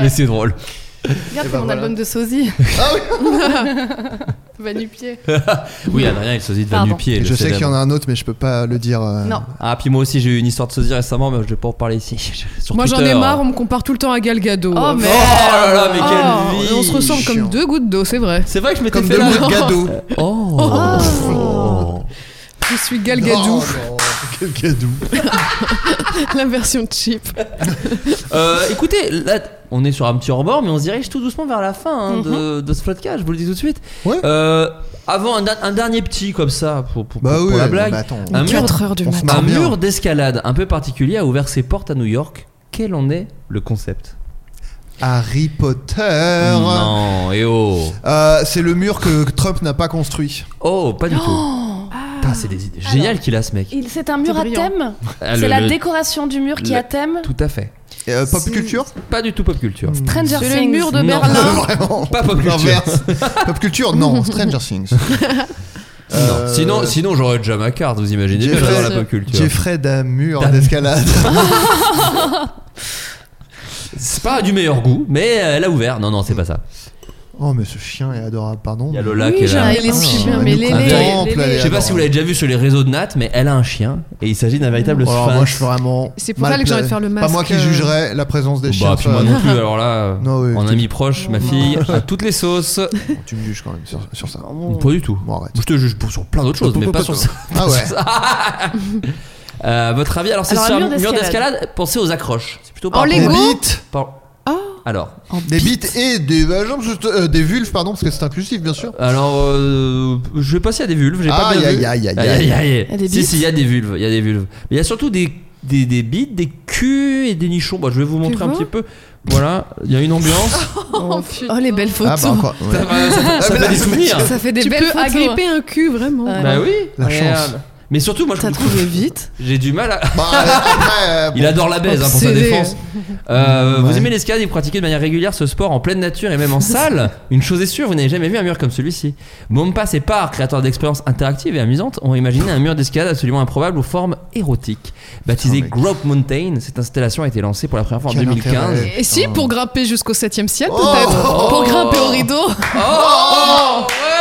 S7: mais c'est drôle.
S10: Regarde,
S8: Eh
S10: c'est
S8: ben
S10: mon
S8: voilà.
S10: album de sosie.
S8: Ah oui
S10: Va nu pied.
S7: Oui, Adrien, il sosie de
S10: Pardon.
S7: du pied.
S8: Et Je sais qu'il y en a un autre, mais je peux pas le dire. euh,
S10: Non.
S7: Ah, puis moi aussi, j'ai eu une histoire de sosie récemment, mais je vais pas en parler ici. Sur
S9: Moi j'en ai
S7: Twitter.
S9: marre, on me compare tout le temps à Gal Gadot.
S10: Oh,
S7: Oh
S10: mais-
S7: là là, mais
S9: Oh,
S7: quelle vie
S9: on se ressemble
S8: Chiant.
S9: comme deux gouttes d'eau, c'est vrai.
S7: C'est vrai que je m'étais
S8: Comme
S7: fait
S8: deux
S7: la...
S8: mots de gado.
S7: Oh,
S10: Oh.
S9: Je suis Gal
S8: Oh,
S9: Gadot,
S8: non, Quel gadou.
S9: la version cheap.
S7: Euh, écoutez, là, on est sur un petit rebord, mais on se dirige tout doucement vers la fin hein, de, de ce podcast, je vous le dis tout de suite.
S8: Ouais.
S7: Euh, avant, un, da- un dernier petit comme ça, pour, pour,
S8: Bah
S7: pour-
S8: oui,
S7: pour la
S8: non,
S7: blague.
S8: mais attends.
S7: Un mur-
S9: 4 heures du
S8: on se
S9: matin.
S8: marre
S7: Un
S8: bien.
S7: mur d'escalade un peu particulier a ouvert ses portes à New York. Quel en est le concept
S8: Harry Potter.
S7: Non, et oh
S8: Euh, c'est le mur que Trump n'a pas construit.
S7: Oh, pas du tout. Putain, c'est des idées géniales qu'il a ce mec.
S10: Il- C'est un mur à
S9: brillant.
S10: thème.
S7: Ah, le-
S10: C'est la
S7: le-
S10: décoration du mur qui
S7: le-
S10: a thème.
S7: Tout à fait.
S8: Et, euh, pop
S10: C'est-
S8: culture
S7: Pas du tout pop culture.
S8: Hmm.
S10: Stranger
S9: C'est
S10: Things.
S9: le mur de
S7: Non.
S9: Berlin.
S8: Vraiment.
S7: Pas pop culture.
S8: L'inverse. pop culture, non. Stranger Things.
S7: Non.
S8: Euh,
S7: Sinon, sinon j'aurais déjà ma carte, vous imaginez bien,
S8: Jeffrey-
S7: j'adore la pop culture.
S8: Jeffrey d'un mur
S7: D'un-
S8: d'escalade.
S7: C'est pas du meilleur goût, mais euh, elle a ouvert. Non, non, c'est pas ça.
S8: oh, mais ce chien est adorable, pardon.
S7: Il y a Lola qui
S9: Oui,
S7: est là.
S9: j'ai- elle est
S8: Ah,
S9: si
S8: elle
S9: bien,
S8: nous
S9: mais les-
S7: les-
S8: contemple,
S10: les-
S8: elle est
S7: Je sais pas si vous l'avez déjà vu sur les réseaux de Nat, mais elle a un chien et il s'agit d'un véritable
S8: Oh, Alors,
S7: sphinx.
S8: moi, je suis vraiment.
S9: C'est pour
S8: mal
S9: ça que j'ai envie de faire le
S8: Pas moi
S9: masque,
S8: qui
S9: euh.
S8: jugerais la présence des chiens.
S7: Bah, puis
S8: sur la-
S7: moi non plus, alors là, euh,
S8: Non, oui,
S7: en
S8: tu-
S7: ami proche, ma fille, à toutes les sauces.
S8: Bon, tu me juges quand même sur, sur ça.
S9: Ah
S7: Pas du tout.
S8: Bon, arrête.
S7: Je te juge pour- sur plein d'autres choses, mais pas sur ça.
S8: Ah ouais. Ah
S7: Euh, votre avis Alors, c'est
S10: Alors,
S7: sur
S10: un mur
S7: un mur
S10: d'escalade.
S7: d'escalade, pensez aux accroches. C'est plutôt
S9: En
S7: par
S8: Des
S9: Lego Oh,
S8: bites,
S7: Par-
S10: Ah.
S7: Alors,
S8: des bites et des vagins, parce que, euh, des vulves, pardon, parce que c'est inclusif, bien sûr.
S7: alors euh, je vais passer à des vulves. J'ai pas
S8: Aïe,
S7: bien
S8: aïe,
S7: vu.
S8: aïe, aïe, aïe.
S10: Y a des
S7: Si,
S10: bites
S7: si, il y a des vulves. Il y a des vulves. Mais il y a surtout des, des, des bites, des culs et des nichons. Bah, je vais vous montrer un
S9: vois
S7: petit peu. Voilà, il y a une ambiance.
S9: Oh,
S10: Oh, les belles
S8: Ah
S10: photos.
S8: bah encore. ouais.
S7: ça fait- ça fait- ça
S8: Ah, mais
S7: fait
S8: là,
S7: des
S8: c'est-
S7: souvenirs.
S10: Ça fait des
S9: Tu
S10: belles
S9: peux
S10: photos.
S9: agripper un cul, vraiment.
S10: Ouais.
S7: Bah oui.
S8: La
S7: regarde.
S8: chance.
S7: Mais surtout, moi, je
S10: T'as trouvé vite.
S7: J'ai du mal à.
S8: Bah, euh, après, euh,
S7: Il adore la baise hein, pour sa
S9: Obsédé.
S7: défense. Euh,
S8: Ouais.
S7: Vous aimez l'escalade et vous pratiquez de manière régulière ce sport en pleine nature et même en salle Une chose est sûre, vous n'avez jamais vu un mur comme celui-ci. Bompas et Par, créateurs d'expériences interactives et amusantes, ont imaginé un mur d'escalade absolument improbable aux formes érotiques. Baptisé
S8: Putain,
S7: Grope Mountain, cette installation a été lancée pour la première fois en
S8: Quel
S7: 2015.
S8: intérêt.
S9: Et
S7: Oh.
S9: si, pour grimper jusqu'au 7ème ciel,
S8: Oh
S9: peut-être. Pour grimper au rideau.
S7: Oh ouais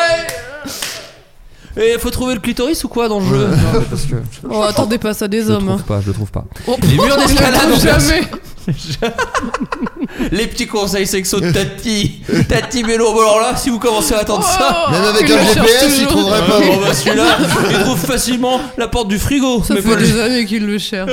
S7: Et faut trouver le clitoris ou quoi dans le jeu Non, mais parce que
S9: Oh, attendez pas ça
S7: je
S9: des
S7: le
S9: hommes.
S7: trouve pas, je le trouve pas.
S9: Oh,
S7: Les murs d'escalade, on
S9: on le trouve
S7: verra.
S9: jamais.
S7: Les petits conseils sexo de Tati, Tati Bello. Bon, alors là, si vous commencez à attendre ça.
S8: Même
S9: Oh,
S8: avec
S9: tu
S8: un
S9: le cherches
S8: GPS, il
S9: toujours.
S8: trouverait pas.
S7: Bon, bah, celui-là, il trouve facilement la porte du frigo.
S9: Ça
S7: mais
S9: fait
S7: pas
S9: des années qu'il le cherche.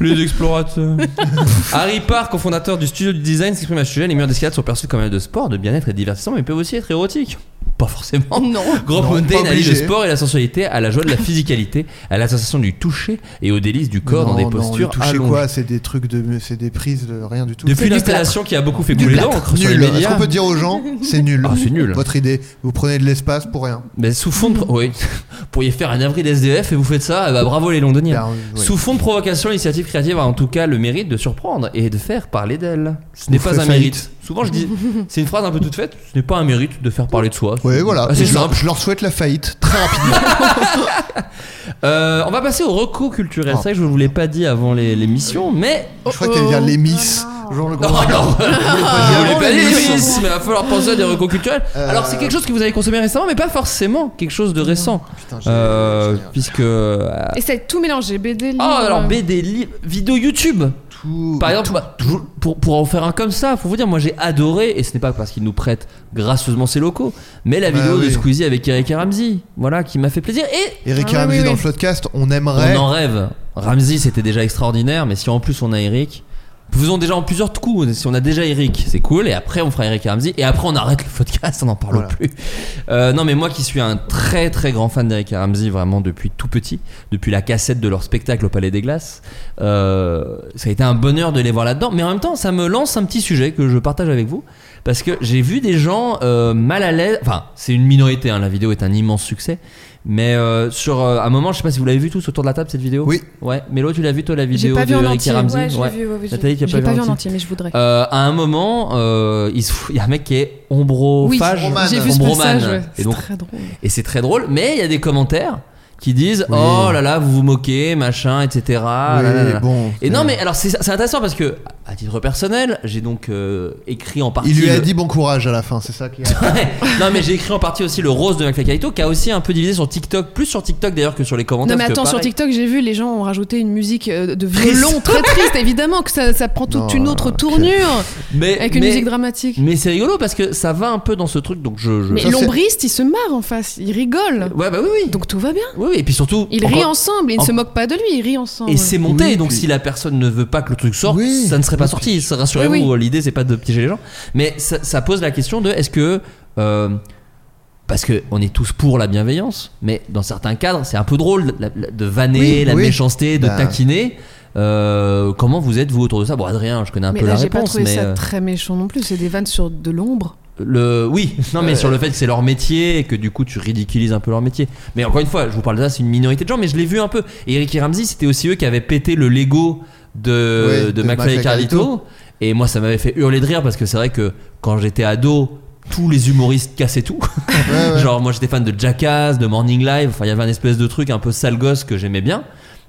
S7: les explorateurs. Harry Parr, cofondateur du studio du design, s'exprime à ce sujet. Les murs d'escalade sont perçus comme un lieu de sport, de bien-être et de divertissement, mais ils peuvent aussi être érotiques. Pas forcément.
S9: Oh, Non.
S7: Grand
S8: Non,
S7: Montaigne
S8: pas
S7: allie
S8: obligé.
S7: le sport et la sensualité à la joie de la physicalité, à la sensation du toucher et au délice du corps dans des
S8: Non, non,
S7: postures
S8: le toucher
S7: allongées.
S8: quoi C'est des trucs de, c'est des prises, de, rien du tout.
S7: Depuis l'installation qui a beaucoup fait
S8: Du
S7: couler
S8: plâtre.
S7: d'encre sur les
S8: Nul. Est-ce
S7: médias.
S8: qu'on peut dire aux gens c'est nul
S7: Ah, c'est nul.
S8: Votre idée, vous prenez de l'espace pour rien.
S7: Mais sous fond de. pro-
S8: Mhm.
S7: Oui. Vous pourriez faire un avril SDF et vous faites ça, eh ben, bravo les londoniens.
S8: Bah, oui.
S7: Sous fond de provocation, l'initiative créative a en tout cas le mérite de surprendre et de faire parler d'elle. Ce n'est
S8: Vous
S7: pas
S8: ferez
S7: un
S8: faillite.
S7: mérite. Souvent je dis. C'est une phrase un peu toute faite, ce n'est pas un mérite de faire parler de soi.
S8: Oui, voilà.
S7: Ah, c'est
S8: je, leur,
S7: simple.
S8: je leur souhaite la faillite très rapidement.
S7: Euh, on va passer au recours
S8: Ah.
S7: culturel. C'est vrai que je ne vous l'ai pas dit avant les- l'émission, mais.
S8: Je crois que t'allais dire les miss. Genre le grand.
S7: Oh, non. Je voulais
S8: Vraiment,
S7: pas
S8: les Euh.
S7: dire
S8: miss.
S7: miss, mais il va falloir penser à des recours culturels. Alors, c'est quelque chose que vous avez consommé récemment, mais pas forcément quelque chose de récent. Euh, puisque. euh,
S9: Et ça a tout mélangé, BD, livre.
S7: Ah, alors BD, livres, vidéos YouTube. Par exemple, bah, toujours- pour, pour en faire un comme ça, faut vous dire, moi j'ai adoré, et ce n'est pas parce qu'ils nous prêtent gracieusement ses locaux, mais la
S8: Bah
S7: vidéo de
S8: oui.
S7: Squeezie avec Eric et Ramsey, voilà, qui m'a fait plaisir. Et
S8: Eric et Ramsey dans le podcast, on aimerait.
S7: on en rêve. Ramsey, c'était déjà extraordinaire, mais si en plus on a Eric, faisons déjà en plusieurs coups. Si on a déjà Eric, c'est cool, et après on fera Eric et Ramsey, et après on arrête le podcast, on n'en parle plus. Euh, non, mais moi qui suis un très très grand fan d'Eric et Ramsey, vraiment depuis tout petit, depuis la cassette de leur spectacle au Palais des Glaces, euh, ça a été un bonheur de les voir là-dedans, mais en même temps, ça me lance un petit sujet que je partage avec vous. Parce que j'ai vu des gens euh, mal à l'aise. Enfin, c'est une minorité. hein, la vidéo est un immense succès. Mais euh, sur euh, un moment, je sais pas si vous l'avez vu tous autour de la table cette vidéo.
S8: Oui.
S7: Ouais. Mélo, tu l'as vu toi la
S9: J'ai
S7: vidéo
S9: pas
S7: de
S9: vu en
S7: Eric et
S9: entier.
S7: Ramsey
S9: Ouais, je l'ai vu, ouais, ouais, je l'ai
S7: Nathalie
S9: vu.
S7: qui a
S9: J'ai
S7: pas,
S9: pas vu en
S7: entier.
S9: entier, mais je voudrais.
S7: Euh, à un moment, euh, il se fout- il y a un mec qui est ombrofage,
S9: Oui, j'ai vu ce
S7: ombromane.
S9: passage, ouais.
S7: Et
S9: C'est
S7: donc,
S9: très drôle.
S7: et c'est très drôle, mais il y a des commentaires qui disent Oh là là, vous vous moquez, machin, etc. Ah, là, là, là, là.
S8: bon,
S7: et
S9: Euh.
S7: non, mais alors c'est c'est intéressant parce que, à titre personnel, j'ai donc euh, écrit en partie.
S8: Il lui a
S7: le-
S8: dit bon courage à la fin, c'est ça qui.
S7: Ouais. non mais j'ai écrit en partie aussi le rose de McFly qui a aussi un peu divisé sur TikTok, plus sur TikTok d'ailleurs que sur les commentaires.
S9: Non mais
S7: parce que
S9: attends, sur
S7: pareil-
S9: TikTok, j'ai vu les gens ont rajouté une musique euh, de violon très triste. Évidemment que ça, ça prend toute
S7: Non,
S9: une autre tournure
S7: Mais-
S9: avec une
S7: mais-
S9: musique dramatique.
S7: Mais c'est rigolo parce que ça va un peu dans ce truc donc je. je-
S9: Mais l'ombriste, il se marre en face, il rigole.
S7: Ouais bah oui oui.
S9: Donc tout va bien.
S7: Oui oui et puis surtout.
S9: Ils
S7: encore-
S9: rient ensemble, ils ne
S7: en-
S9: se moquent pas de lui, ils rient ensemble.
S7: Et c'est monté, donc si la personne ne veut pas que le truc sorte, ça ne serait pas sorti. Rassurez-vous, euh,
S9: Oui, oui.
S7: l'idée c'est pas de piéger les gens, mais ça, ça pose la question de est-ce que euh, parce que on est tous pour la bienveillance, mais dans certains cadres c'est un peu drôle la- la- de vanner
S8: Oui,
S7: la
S8: oui.
S7: méchanceté, de
S8: Bah.
S7: taquiner. Euh, comment vous êtes vous autour de ça Bon Adrien, je connais un
S9: mais
S7: peu
S9: là,
S7: la
S9: j'ai pas
S7: réponse,
S9: trouvé
S7: mais
S9: ça
S7: euh,
S9: très méchant non plus. C'est des vannes sur de l'ombre.
S7: le oui, non mais
S9: Euh.
S7: sur le fait que c'est leur métier et que du coup tu ridiculises un peu leur métier. Mais encore une fois, je vous parle de ça, c'est une minorité de gens, mais je l'ai vu un peu. Et Eric et Ramsey, c'était aussi eux qui avaient pété le Lego de,
S8: Oui,
S7: de
S8: de
S7: McFly et
S8: McFly
S7: Carlito.
S8: Carlito.
S7: Et moi, ça m'avait fait hurler de rire parce que c'est vrai que quand j'étais ado, tous les humoristes cassaient tout. Genre, moi j'étais fan de Jackass, de Morning Live, enfin il y avait un espèce de truc un peu sale gosse que j'aimais bien.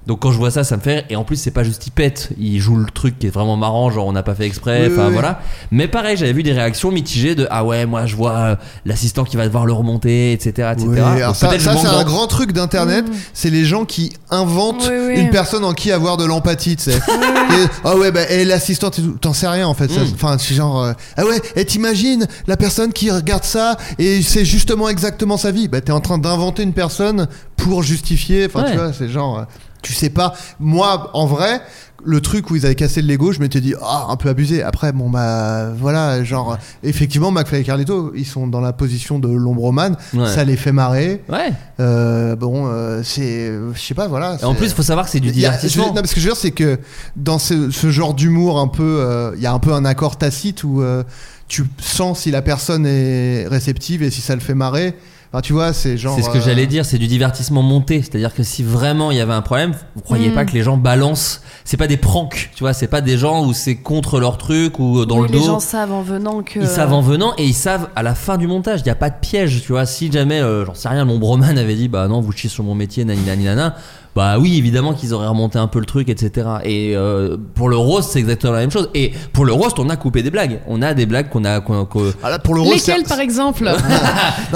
S7: Donc quand je vois ça, ça me fait rire. Et en plus, c'est pas juste il pète, il joue le truc qui est vraiment marrant, genre on n'a pas fait exprès,
S8: Oui,
S7: enfin
S8: oui, oui.
S7: voilà. Mais pareil, j'avais vu des réactions mitigées de ah ouais, moi je vois euh, l'assistant qui va devoir le remonter, etc. etc.
S8: Oui, alors
S7: Donc,
S8: ça,
S7: peut-être
S8: ça,
S7: je manque
S8: c'est un
S7: d'en-
S8: grand truc d'internet, c'est les gens qui inventent
S9: Mm. Oui, oui.
S8: une personne en qui avoir de l'empathie, tu sais. Et, Ah ouais, bah, et l'assistante, et tout, t'en sais rien en fait. ça.
S7: Mm.
S8: Enfin, c'est genre, euh, ah ouais, et t'imagines la personne qui regarde ça et c'est justement exactement sa vie. Bah, t'es en train d'inventer une personne pour justifier, enfin,
S7: Ouais.
S8: tu vois, c'est genre, euh, tu sais pas. Moi, en vrai, le truc où ils avaient cassé le Lego, je m'étais dit, ah, un peu abusé. Après, bon, bah, voilà, genre, euh, effectivement, McFly et Carlito, ils sont dans la position de l'ombroman.
S7: Ouais.
S8: Ça les fait marrer.
S7: Ouais.
S8: Euh, bon, euh, c'est. Je sais pas, voilà.
S7: Et en
S8: c'est-
S7: plus, faut savoir que c'est du
S8: Il y a-
S7: divertissement.
S8: je- non, parce que je veux dire, c'est que dans ce, ce genre d'humour un peu. euh, Il y a un peu un accord tacite où euh, tu sens si la personne est réceptive et si ça le fait marrer. Enfin, tu vois, c'est genre.
S7: C'est ce que
S8: euh,
S7: j'allais dire, c'est du divertissement monté. C'est-à-dire que si vraiment il y avait un problème, vous croyez
S8: Mm.
S7: pas que les gens balancent. C'est pas des pranks, tu vois. C'est pas des gens où c'est contre leur truc ou euh, dans
S10: Oui,
S7: le
S10: les
S7: dos.
S10: gens savent en venant que.
S7: Ils savent en venant et ils savent à la fin du montage. Il n'y a pas de piège, tu vois. Si jamais, euh, j'en sais rien, mon broman avait dit Bah non, vous chiez sur mon métier, nani nani nana. Bah oui, évidemment qu'ils auraient remonté un peu le truc, etc. Et euh, pour le roast, c'est exactement la même chose. Et pour le roast, on a coupé des blagues. On a des blagues qu'on a. qu'on- qu'on-
S8: Ah, pour le roast,
S9: Lesquelles,
S8: c'est-
S9: par exemple
S8: Non,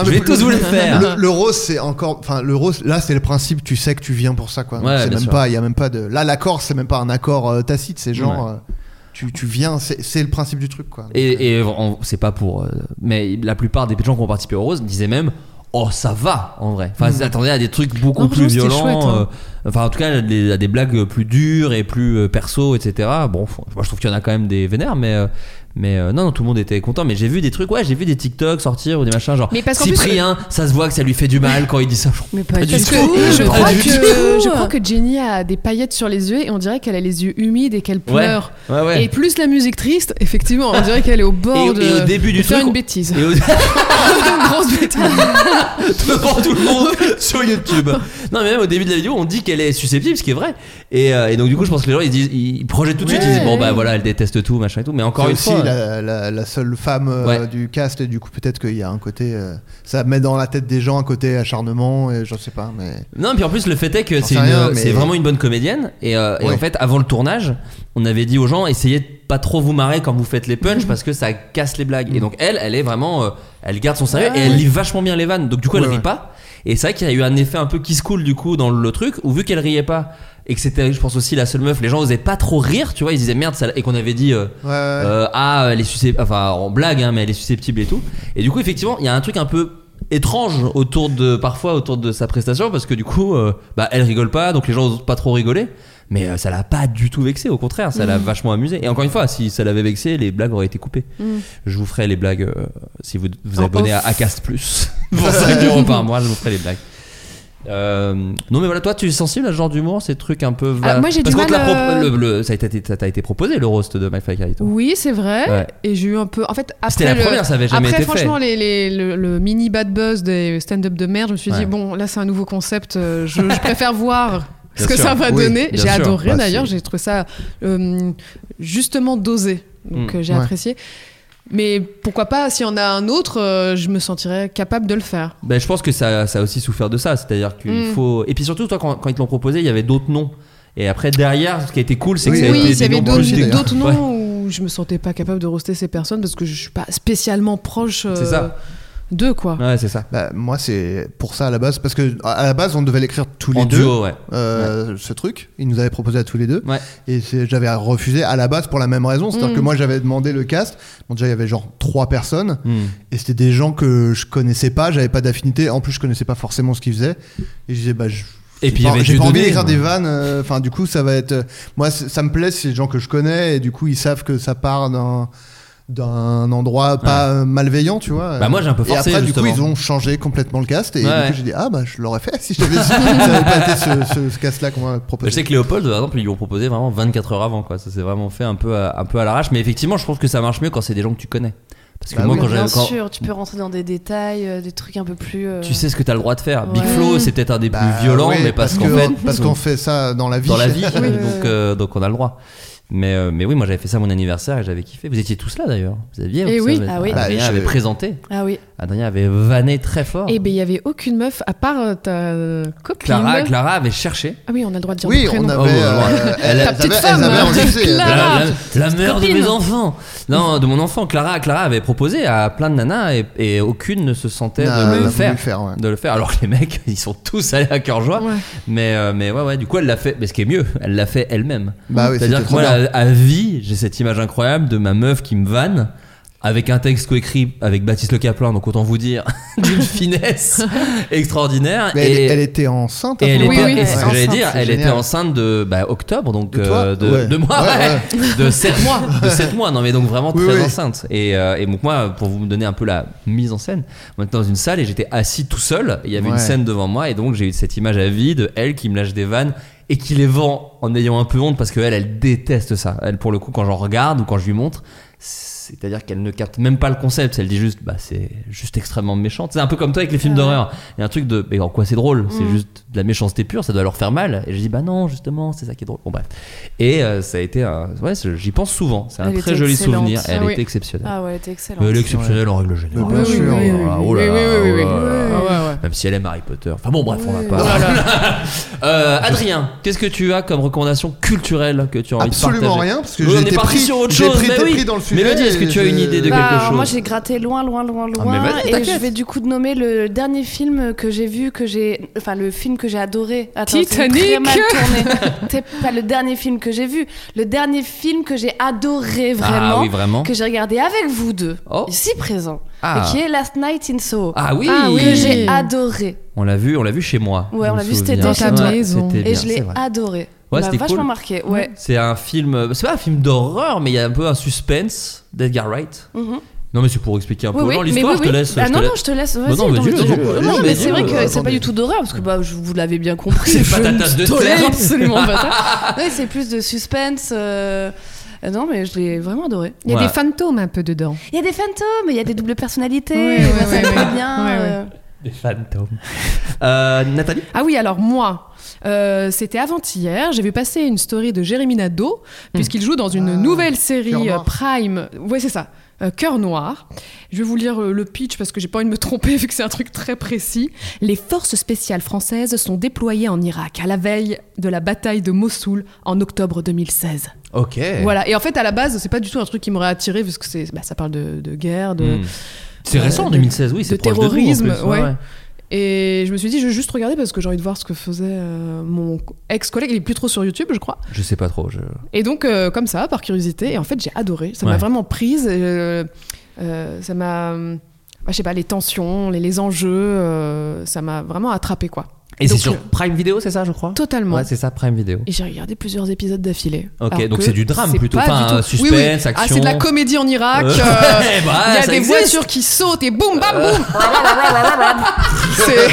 S7: Je
S8: mais
S7: vais tous vous les faire.
S8: Le, le rose, c'est encore. Enfin, le rose, là, c'est le principe, tu sais que tu viens pour ça, quoi.
S7: Ouais,
S8: c'est
S7: bien
S8: même
S7: sûr.
S8: pas. Il y a même pas de. Là, l'accord, c'est même pas un accord euh, tacite, c'est genre.
S7: Ouais.
S8: euh, tu, tu viens, c'est c'est le principe du truc, quoi.
S7: Et, et on- c'est pas pour. euh, mais la plupart des gens qui ont participé au Rose disaient même Oh, ça va en vrai. Enfin,
S8: Mm.
S7: ils attendaient à des trucs beaucoup
S9: Non,
S7: plus
S9: franchement, c'était
S7: violents.
S9: chouette, hein.
S7: euh, enfin, en tout cas, à des, à des blagues plus dures et plus euh, perso, etc. Bon, faut- moi je trouve qu'il y en a quand même des vénères, mais, euh, Mais euh, non, non, tout le monde était content. Mais j'ai vu des trucs, ouais, j'ai vu des TikTok sortir ou des machins genre.
S9: Mais parce qu'en plus- euh,
S7: Cyprien, ça se voit que ça lui fait du mal quand il dit ça.
S10: Mais
S7: pas
S9: Parce
S7: du
S9: que
S7: tout.
S9: je
S7: Pas
S9: crois
S7: du
S9: que,
S7: tout.
S9: je crois que Jenny a des paillettes sur les yeux et on dirait qu'elle a les yeux humides et qu'elle
S7: Ouais,
S9: pleure.
S7: ouais, ouais.
S9: Et plus la musique triste, effectivement, on dirait qu'elle est au bord
S7: Et-
S9: de,
S7: et au début du
S9: de faire
S7: truc,
S9: une bêtise.
S7: et au-
S9: une grosse bêtise.
S7: devant tout le monde sur YouTube. Non, mais même au début de la vidéo, on dit qu'elle est susceptible, ce qui est vrai. Et, euh, et donc, du coup, je pense que les gens ils disent, ils projettent tout de suite, ils disent bon, bah voilà, elle déteste tout, machin et tout. Mais encore
S8: C'est
S7: une
S8: aussi
S7: fois.
S8: la, la- la seule femme euh,
S7: Ouais.
S8: du cast et du coup peut-être qu'il y a un côté euh, ça met dans la tête des gens un côté acharnement et j'en sais pas mais
S7: Non, puis en plus, le fait est que
S8: J'en
S7: c'est
S8: sais
S7: une-
S8: rien, mais-
S7: c'est vraiment une bonne comédienne. Et, euh, et
S8: Ouais.
S7: en fait, avant le tournage, on avait dit aux gens essayez de pas trop vous marrer quand vous faites les punchs parce que ça casse les blagues. Et donc, elle, elle est vraiment. euh, elle garde son sérieux
S8: Ah, Ouais.
S7: et elle lit vachement bien les vannes. Donc, du coup, elle
S8: Ouais,
S7: rit
S8: ouais.
S7: pas. Et c'est vrai qu'il y a eu un effet un peu kiss cool du coup dans le truc où, vu qu'elle riait pas et que c'était, je pense aussi, la seule meuf, les gens osaient pas trop rire, tu vois. Ils disaient merde, ça- et qu'on avait dit. euh,
S8: Ouais, ouais, ouais.
S7: euh, ah elle est susceptible enfin en blague hein, mais elle est susceptible et tout et du coup effectivement il y a un truc un peu étrange autour de parfois autour de sa prestation parce que du coup euh, bah elle rigole pas donc les gens osent pas trop rigoler mais euh, ça l'a pas du tout vexé au contraire ça l'a
S9: Mm.
S8: Mhm.
S7: vachement amusé et encore une fois si ça l'avait vexé les blagues auraient été coupées
S9: Mm.
S8: Mhm.
S7: je vous ferai les blagues euh, si vous vous
S8: En
S7: abonnez à,
S8: off.
S7: à Cast Plus pour 5 euros par mois je vous ferai les blagues Euh, non mais voilà toi tu es sensible à ce genre d'humour ces trucs un peu va-
S9: Ah, moi, j'ai
S7: parce
S9: du
S7: qu'on te l'a
S9: mal,
S7: pro-
S9: euh,
S7: le- le- ça a été ça t'a été proposé le roast de My Fly Carito
S9: Oui, c'est vrai.
S7: Ouais.
S9: Et j'ai eu un peu. En fait, après.
S7: C'était la
S9: le-
S7: première, ça avait jamais
S9: après,
S7: été fait.
S9: franchement, les- les- le, le mini bad buzz des stand-up de merde, je me suis
S7: Ouais.
S9: dit, bon, là, c'est un nouveau concept. euh, Je, je préfère voir ce
S7: Bien
S9: que
S7: sûr.
S9: ça va
S7: Oui,
S9: donner.
S7: bien sûr.
S9: J'ai adoré
S7: Bah,
S9: d'ailleurs,
S7: c'est-
S9: j'ai trouvé ça euh, justement dosé. Donc,
S7: Mm.
S9: euh, j'ai
S7: Ouais.
S9: apprécié. Mais pourquoi pas, s'il y en a un autre, euh, je me sentirais capable de le faire.
S7: Ben, je pense que ça, ça a aussi souffert de ça. C'est-à-dire qu'il
S9: Mm.
S7: faut. Et puis surtout, toi, quand, quand ils te l'ont proposé, il y avait d'autres noms. Et après, derrière, ce qui a été cool, c'est que
S9: Oui,
S7: ça a
S9: oui,
S7: été
S9: il y avait
S7: des noms
S9: d'autres
S7: plus dégueux.
S9: d'autres
S7: Ouais.
S9: noms où je me sentais pas capable de roster ces personnes parce que je suis pas spécialement proche euh,
S8: C'est ça.
S9: d'eux, quoi.
S7: Ouais, c'est ça.
S8: Bah, moi, c'est pour ça à la base, parce que à- à la base, on devait l'écrire tous les
S7: En
S8: deux.
S7: duo, ouais.
S8: euh, Ce truc, il nous avait proposé à tous les deux.
S7: Ouais.
S8: Et c'est- j'avais refusé à la base pour la même raison. C'est-à-dire
S7: Mm.
S8: que moi, j'avais demandé le cast. Bon, déjà, il y avait genre trois personnes.
S7: Mm.
S8: Et c'était des gens que je connaissais pas, j'avais pas d'affinité. En plus, je connaissais pas forcément ce qu'ils faisaient. Et je disais, bah, je.
S7: Et
S8: j'ai
S7: puis, il y
S8: pas-
S7: avait hein.
S8: j'ai
S7: Dieu
S8: pas envie
S7: donné,
S8: d'écrire
S7: moi.
S8: des vannes. euh, Enfin, du coup, ça va être. Moi, c'est- ça me plaît, c'est des gens que je connais. Et du coup, ils savent que ça part d'un d'un endroit pas euh, malveillant, tu vois.
S7: Bah, moi, j'ai un peu
S8: Et
S7: forcé,
S8: après, du coup,
S7: justement.
S8: ils ont changé complètement le cast. Et
S7: Ouais,
S8: du
S7: ouais.
S8: coup, j'ai dit, ah bah, je l'aurais fait si j'avais si ça avait pas été ce, ce- ce cast-là qu'on m'a
S7: Je sais
S8: proposé.
S7: que Léopold, par exemple, ils lui ont proposé vraiment 24 heures avant, quoi. Ça s'est vraiment fait un peu à, un peu à l'arrache. Mais effectivement, je pense que ça marche mieux quand c'est des gens que tu connais. Parce que moi, quand
S10: Bien
S7: j'avais. quand-
S10: sûr, tu peux rentrer dans des détails, euh, des trucs un peu plus. euh,
S7: Tu sais ce que t'as le droit de faire. Big
S10: Ouais.
S7: Flo, c'est peut-être un des plus violents,
S8: Bah, oui,
S7: mais parce,
S8: parce
S7: qu'en
S8: que-
S7: fait.
S8: parce qu'on fait ça dans la vie.
S7: Dans la vie,
S8: Oui.
S7: donc, euh, donc on a le droit. Mais, euh, mais oui, moi j'avais fait ça à mon anniversaire et j'avais kiffé. Vous étiez tous là d'ailleurs. Vous aviez.
S9: Eh
S7: vous
S9: oui.
S7: savez,
S9: Ah oui.
S7: Adrien
S9: Bah, je-
S7: avait présenté.
S10: Ah oui.
S7: Adrien avait vanné très fort.
S9: Et ben il y avait aucune meuf à part euh, ta euh, copine.
S7: Clara, Clara avait cherché.
S9: Ah oui, on a le droit de dire
S8: Oui,
S9: le prénom.
S8: on avait,
S7: Oh, ouais,
S8: euh,
S7: ouais.
S8: elles
S7: Ta
S8: avaient-
S7: petite
S8: elles
S7: femme,
S8: avaient
S7: hein.
S8: enregistré, elles
S7: La,
S8: avaient-
S7: la- la mère
S9: Ah, Copine.
S7: de mes enfants. Non, de mon enfant. Clara, Clara avait proposé à plein de nanas et, et aucune ne se sentait
S8: N'a- n'a
S7: de le
S8: voulu
S7: faire.
S8: le faire, ouais.
S7: De le faire. Alors que les mecs, ils sont tous allés à cœur joie.
S9: Ouais.
S7: Mais, euh, mais ouais, ouais. Du coup, elle l'a fait. Mais ce qui est mieux, elle l'a fait elle-même.
S8: Bah oui,
S7: C'est-à-dire
S8: c'était
S7: que
S8: trop
S7: moi,
S8: bien.
S7: à, à vie, j'ai cette image incroyable de ma meuf qui me vanne. Avec un texte coécrit avec Baptiste Le Caplin, donc autant vous dire d'une finesse extraordinaire.
S8: Mais
S7: et
S8: elle, elle était enceinte. à
S7: et
S8: ce
S7: elle
S8: moment-là.
S7: était, et c'est ce que j'allais
S8: Enceinte,
S7: dire,
S8: c'est
S7: elle était
S8: génial.
S7: enceinte de bah, octobre, donc
S8: De toi
S7: euh, de,
S8: Ouais.
S7: de moi,
S8: Ouais, ouais.
S7: de 7 mois, de 7 mois, non mais donc vraiment
S8: Oui,
S7: très
S8: oui.
S7: enceinte. Et, euh, et donc moi, pour vous donner un peu la mise en scène, on était dans une salle et j'étais assis tout seul, et il y avait une
S8: Ouais.
S7: scène devant moi, et donc j'ai eu cette image à vie de elle qui me lâche des vannes et qui les vend en ayant un peu honte parce qu'elle, elle déteste ça. Elle, pour le coup, quand j'en regarde ou quand je lui montre, c'est-à-dire qu'elle ne capte même pas le concept, elle dit juste, bah c'est juste extrêmement méchante. C'est un peu comme toi avec les films d'horreur. Il y a un truc de, mais en quoi c'est drôle C'est
S8: Mm.
S7: juste de la méchanceté pure, ça doit leur faire mal. Et je dis, bah non, justement, c'est ça qui est drôle. Bon bref. Et euh, ça a été, un- ouais, c'est- j'y pense souvent. C'est un
S10: Elle
S7: très
S10: était
S7: joli
S10: excellente.
S7: souvenir. Elle
S10: Ah oui.
S7: était exceptionnelle.
S10: Ah ouais, elle était excellente.
S7: Mais elle est exceptionnelle en règle
S8: Mais
S7: générale.
S8: bien
S10: oui,
S8: sûr.
S10: oui,
S7: Oh là, oh là
S10: Oui,
S7: là,
S10: oui, oui,
S7: oh
S10: oui. Ah,
S7: là là.
S10: Ouais, ouais, ouais.
S7: Même si elle aime Harry Potter. Enfin bon, bref, on va
S10: Ouais.
S7: pas.
S10: Oh là
S7: Euh, Adrien, qu'est-ce que tu as comme recommandation culturelle que tu as envie de
S8: Absolument
S7: partager
S8: rien, parce que
S7: Oui,
S8: j'ai
S7: on est
S8: été
S7: parti
S8: pris-
S7: sur autre
S8: j'ai
S7: chose.
S8: pris-
S7: mais
S8: été
S7: oui.
S8: pris dans le sujet,
S7: Mélodie, est-ce que tu as une
S8: je-
S7: idée de
S10: Bah,
S7: quelque
S10: alors
S7: chose Ah,
S10: Moi, j'ai gratté loin, loin, loin, loin, loin.
S7: mais vas-y,
S10: et
S7: t'inquiète.
S10: je vais du coup de nommer le dernier film que j'ai vu, que j'ai, enfin le film que j'ai adoré. Attends, c'est Très
S9: Titanic.
S10: mal tourné. C'est pas le dernier film que j'ai vu, le dernier film que j'ai adoré vraiment,
S7: Ah oui, vraiment.
S10: que j'ai regardé avec vous deux, ici présents,
S7: Ah.
S10: et qui est Last Night in Soho.
S7: Ah oui.
S9: Ah oui.
S10: que j'ai adoré.
S7: On l'a vu, on l'a vu chez moi.
S10: Ouais,
S7: je
S10: on
S7: me
S10: l'a vu, c'était
S7: souviens.
S10: dans ta
S7: Ouais,
S10: maison.
S7: c'était
S10: Et
S7: bien,
S10: je Bah,
S7: c'est
S10: l'ai
S7: vrai.
S10: adoré.
S7: Ouais,
S10: m'a
S7: c'était
S10: vachement
S7: cool.
S10: marqué, ouais.
S7: C'est un film, c'est pas un film d'horreur, mais il y a un peu un suspense d'Edgar Wright.
S10: Mhm.
S7: Non, mais c'est pour expliquer un peu.
S10: Oui, oui,
S7: Non,
S10: mais
S7: l'histoire,
S10: oui,
S7: je te
S10: oui.
S7: laisse.
S10: Ah non,
S7: te
S10: non, je te laisse. Vas-y,
S7: Bah non,
S10: attends,
S7: vas-y,
S10: je te-
S7: vas-y, vas-y,
S10: Non,
S7: vas-y,
S10: mais
S7: vas-y,
S10: c'est vrai
S7: vas-y,
S10: que c'est pas
S7: attendez.
S10: du tout d'horreur, parce que bah, je vous l'avez bien compris.
S7: C'est
S10: je
S7: pas ta
S10: ne
S7: tasse de
S10: tolère
S7: thé.
S10: absolument pas ça. Ouais, c'est plus de suspense. euh, euh, Non, mais je l'ai vraiment adoré.
S9: Il y a des fantômes un peu dedans.
S10: Il y a des fantômes, il y a des doubles personnalités.
S9: Ouais, ouais,
S10: bah, ça
S9: ouais,
S10: me
S9: ouais.
S10: va bien.
S9: Ouais, ouais.
S10: euh.
S7: Des fantômes. Euh, Nathalie
S9: Ah oui, alors moi, euh, c'était avant-hier, j'ai vu passer une story de Jérémy Nadeau, puisqu'il joue dans une nouvelle
S10: Ah. Cœur
S9: série euh,
S10: noir.
S9: Prime. Ouais, c'est ça. euh, Cœur noir. Je vais vous lire euh, le pitch parce que j'ai pas envie de me tromper vu que c'est un truc très précis. Les forces spéciales françaises sont déployées en Irak à la veille de la bataille de Mossoul en octobre 2016.
S7: Ok.
S9: Voilà. Et en fait, à la base, c'est pas du tout un truc qui m'aurait attiré parce que c'est, bah, ça parle de, de guerre, de.
S7: Hmm. C'est
S9: euh,
S7: récent, en
S9: de-
S7: 2016, oui, c'est
S9: De
S7: proche de nous, en
S9: terrorisme,
S7: plus, ouais,
S9: ouais.
S7: ouais.
S9: Et je me suis dit, je vais juste regarder parce que j'ai envie de voir ce que faisait euh, mon ex-collègue. Il est plus trop sur YouTube, je crois.
S7: Je sais pas trop. Je...
S9: Et donc, euh, comme ça, par curiosité. Et en fait, j'ai adoré. Ça
S7: Ouais.
S9: m'a vraiment prise. euh, euh, ça m'a. euh, bah, je sais pas, les tensions, les, les enjeux. euh, ça m'a vraiment attrapé, quoi.
S7: Et c'est
S9: Donc,
S7: sur
S9: euh,
S7: Prime Video, c'est ça, je crois
S9: Totalement.
S7: Ouais, c'est ça, Prime Video.
S9: Et j'ai regardé plusieurs épisodes d'affilée.
S7: Ok,
S9: Alors
S7: donc
S9: que
S7: c'est du drame
S9: c'est
S7: plutôt,
S9: pas
S7: enfin,
S9: du tout-
S7: euh, suspense,
S9: Oui, oui. Ah,
S7: action.
S9: c'est de la comédie en Irak.
S7: Euh,
S9: euh, Il
S7: ouais, bah,
S9: y a
S7: ça
S9: des
S7: existe.
S9: voitures qui sautent et boum, bam, boum. c'est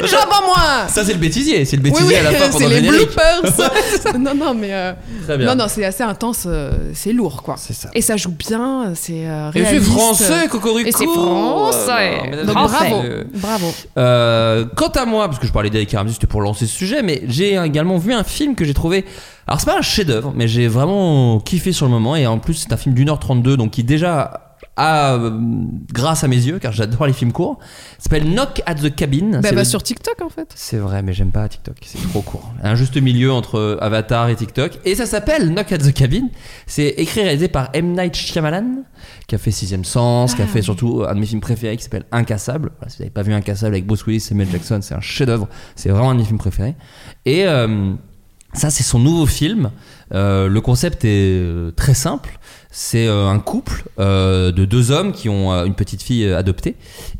S9: une jambe en moins.
S7: Ça, c'est le bêtisier. C'est le
S9: Oui,
S7: bêtisier
S9: oui,
S7: à la fin
S9: c'est
S7: pendant le
S9: les
S7: générique.
S9: bloopers. non, non, mais euh,
S7: Très bien.
S9: non, non, c'est assez intense, euh, c'est lourd, quoi. Et ça joue bien, c'est euh,
S7: Et c'est
S9: réaliste.
S7: français, Bah, Cocorico.
S9: Et c'est français.
S7: Non, mais
S9: Donc,
S7: français.
S9: bravo,
S7: Euh,
S9: bravo.
S7: Euh, quant à moi, parce que je parlais d'Eric Aramis, c'était pour lancer ce sujet, mais j'ai également vu un film que j'ai trouvé. Alors, c'est pas un chef-d'œuvre, mais j'ai vraiment kiffé sur le moment. Et en plus, c'est un film d'une heure 32, donc qui déjà a, euh, grâce à mes yeux, car j'adore les films courts, s'appelle Knock at the Cabin.
S9: Bah,
S7: C'est
S9: va
S7: le-
S9: sur TikTok, en fait.
S7: C'est vrai, mais j'aime pas TikTok, c'est trop court. Un juste milieu entre Avatar et TikTok. Et ça s'appelle Knock at the Cabin. C'est écrit et réalisé par M. Night Shyamalan, qui a fait Sixième Sens, qui a
S12: Ah.
S7: fait surtout euh, un de mes films préférés qui s'appelle Incassable. Voilà, si vous n'avez pas vu Incassable avec Bruce Willis et Mel Jackson, c'est un chef-d'œuvre. C'est vraiment un de mes films préférés. Et euh, ça, c'est son nouveau film. Euh, le concept est euh, très simple. C'est euh, un couple euh, de deux hommes qui ont euh, une petite fille euh, adoptée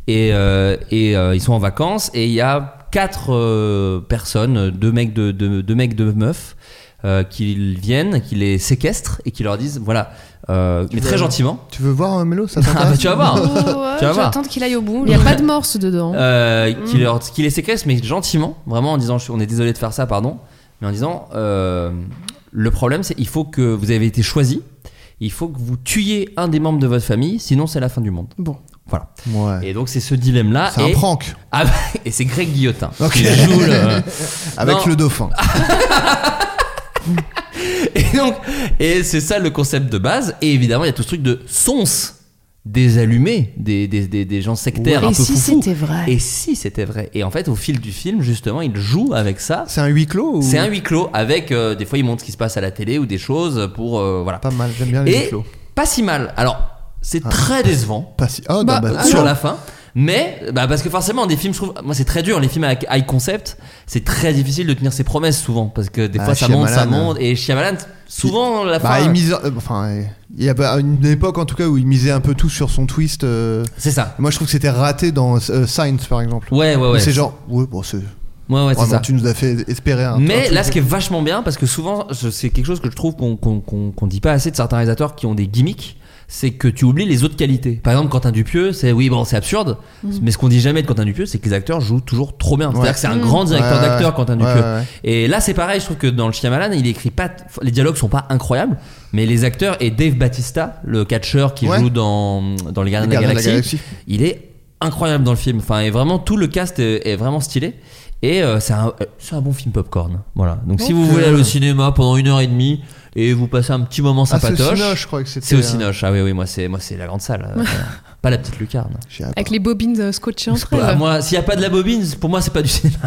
S7: et, euh, et, euh, ils sont en vacances et il y a quatre euh, personnes, deux mecs, de, de- deux mecs, deux meufs, euh, qui viennent, qui les séquestrent et qui leur disent voilà, euh, mais très
S8: veux-
S7: gentiment.
S8: Tu veux voir un mélo Ça
S7: Ah bah, tu vas voir. tu vas
S10: Je vais
S7: voir.
S10: attendre qu'il aille au bout.
S9: Il n'y a pas de morse dedans.
S7: Euh, qui,
S9: Mm.
S7: leur- qui les séquestre, mais gentiment, vraiment en disant on est désolé de faire ça, pardon, mais en disant euh, le problème c'est il faut que vous avez été choisi, il faut que vous tuiez un des membres de votre famille, sinon c'est la fin du monde.
S9: Bon.
S7: Voilà. Et donc c'est ce dilemme là.
S8: C'est un prank.
S7: bah, et c'est Greg Guillotin.
S8: Ok.
S7: qui joue le-
S8: Avec
S7: Non.
S8: le dauphin.
S7: Et donc, et c'est ça le concept de base. Et évidemment, il y a tout ce truc de sons des allumés, des, des, des, des gens sectaires
S10: Ouais.
S7: un
S10: Et
S7: peu
S10: si
S7: foufous.
S10: c'était vrai
S7: Et si c'était vrai Et en fait, au fil du film, justement, il joue avec ça.
S8: C'est un huis clos ou-
S7: C'est un huis clos avec euh, des fois il montre ce qui se passe à la télé ou des choses pour euh, voilà.
S8: Pas mal, j'aime bien les
S7: Et
S8: huis clos.
S7: pas si mal. Alors, c'est très décevant.
S8: Pas si... Ah, bah, bah,
S7: sur
S8: tiens.
S7: la fin. Mais bah, parce que forcément des films je trouve moi c'est très dur les films avec high concept c'est très difficile de tenir ses promesses souvent parce que des
S8: Ah,
S7: fois ça monte ça
S8: Shyamalan,
S7: monte et Shyamalan souvent la
S8: Bah,
S7: fin
S8: il mise- euh, enfin, euh, il y a pas- une époque en tout cas où il misait un peu tout sur son twist.
S7: C'est ça.
S8: Moi je trouve que c'était raté dans euh, Science par exemple.
S7: Ouais, ouais,
S8: Où
S7: ouais.
S8: C'est genre, ouais, bon, c'est.
S7: Ouais, ouais, c'est
S8: vraiment,
S7: ça.
S8: Tu nous as fait espérer un. un
S7: Mais
S8: truc.
S7: là, ce qui est vachement bien, parce que souvent, je- c'est quelque chose que je trouve qu'on qu'on- qu'on- qu'on dit pas assez de certains réalisateurs qui ont des gimmicks, c'est que tu oublies les autres qualités. Par exemple, Quentin Dupieux, c'est oui, bon, c'est absurde,
S12: Mhm.
S7: mais ce qu'on dit jamais de Quentin Dupieux, c'est que les acteurs jouent toujours trop bien. C'est-à-dire
S12: Ouais.
S7: que c'est un
S12: Mhm.
S7: grand directeur
S12: Ouais, ouais,
S7: d'acteurs, Quentin
S12: ouais,
S7: Dupieux.
S12: ouais, ouais.
S7: Et là, c'est pareil, je trouve que dans le Shyamalan, il écrit pas, t- les dialogues sont pas incroyables, mais les acteurs et Dave Batista, le catcheur qui
S8: Ouais.
S7: joue dans, dans Les Gardiens de la
S8: Gardiens de la
S7: Galaxie,
S8: Galaxie.
S7: il est incroyable dans le film. Enfin, et vraiment, tout le cast est, est vraiment stylé. Et euh, c'est un, euh, c'est un bon film popcorn. Voilà. Donc, si vous
S8: Ok.
S7: voulez aller au cinéma pendant une heure et demie et vous passez un petit moment
S8: Ah, c'est au
S7: sympatoche.
S8: Cinoche, je crois que c'était,
S7: C'est
S8: euh,
S7: au Cinoche. Ah oui, oui, moi, c'est moi, c'est la grande salle. euh, pas la petite lucarne.
S9: Avec les bobines euh, scotchées entre
S7: Bah,
S9: elles.
S7: moi, s'il n'y a pas de la bobine, pour moi, c'est pas du cinéma.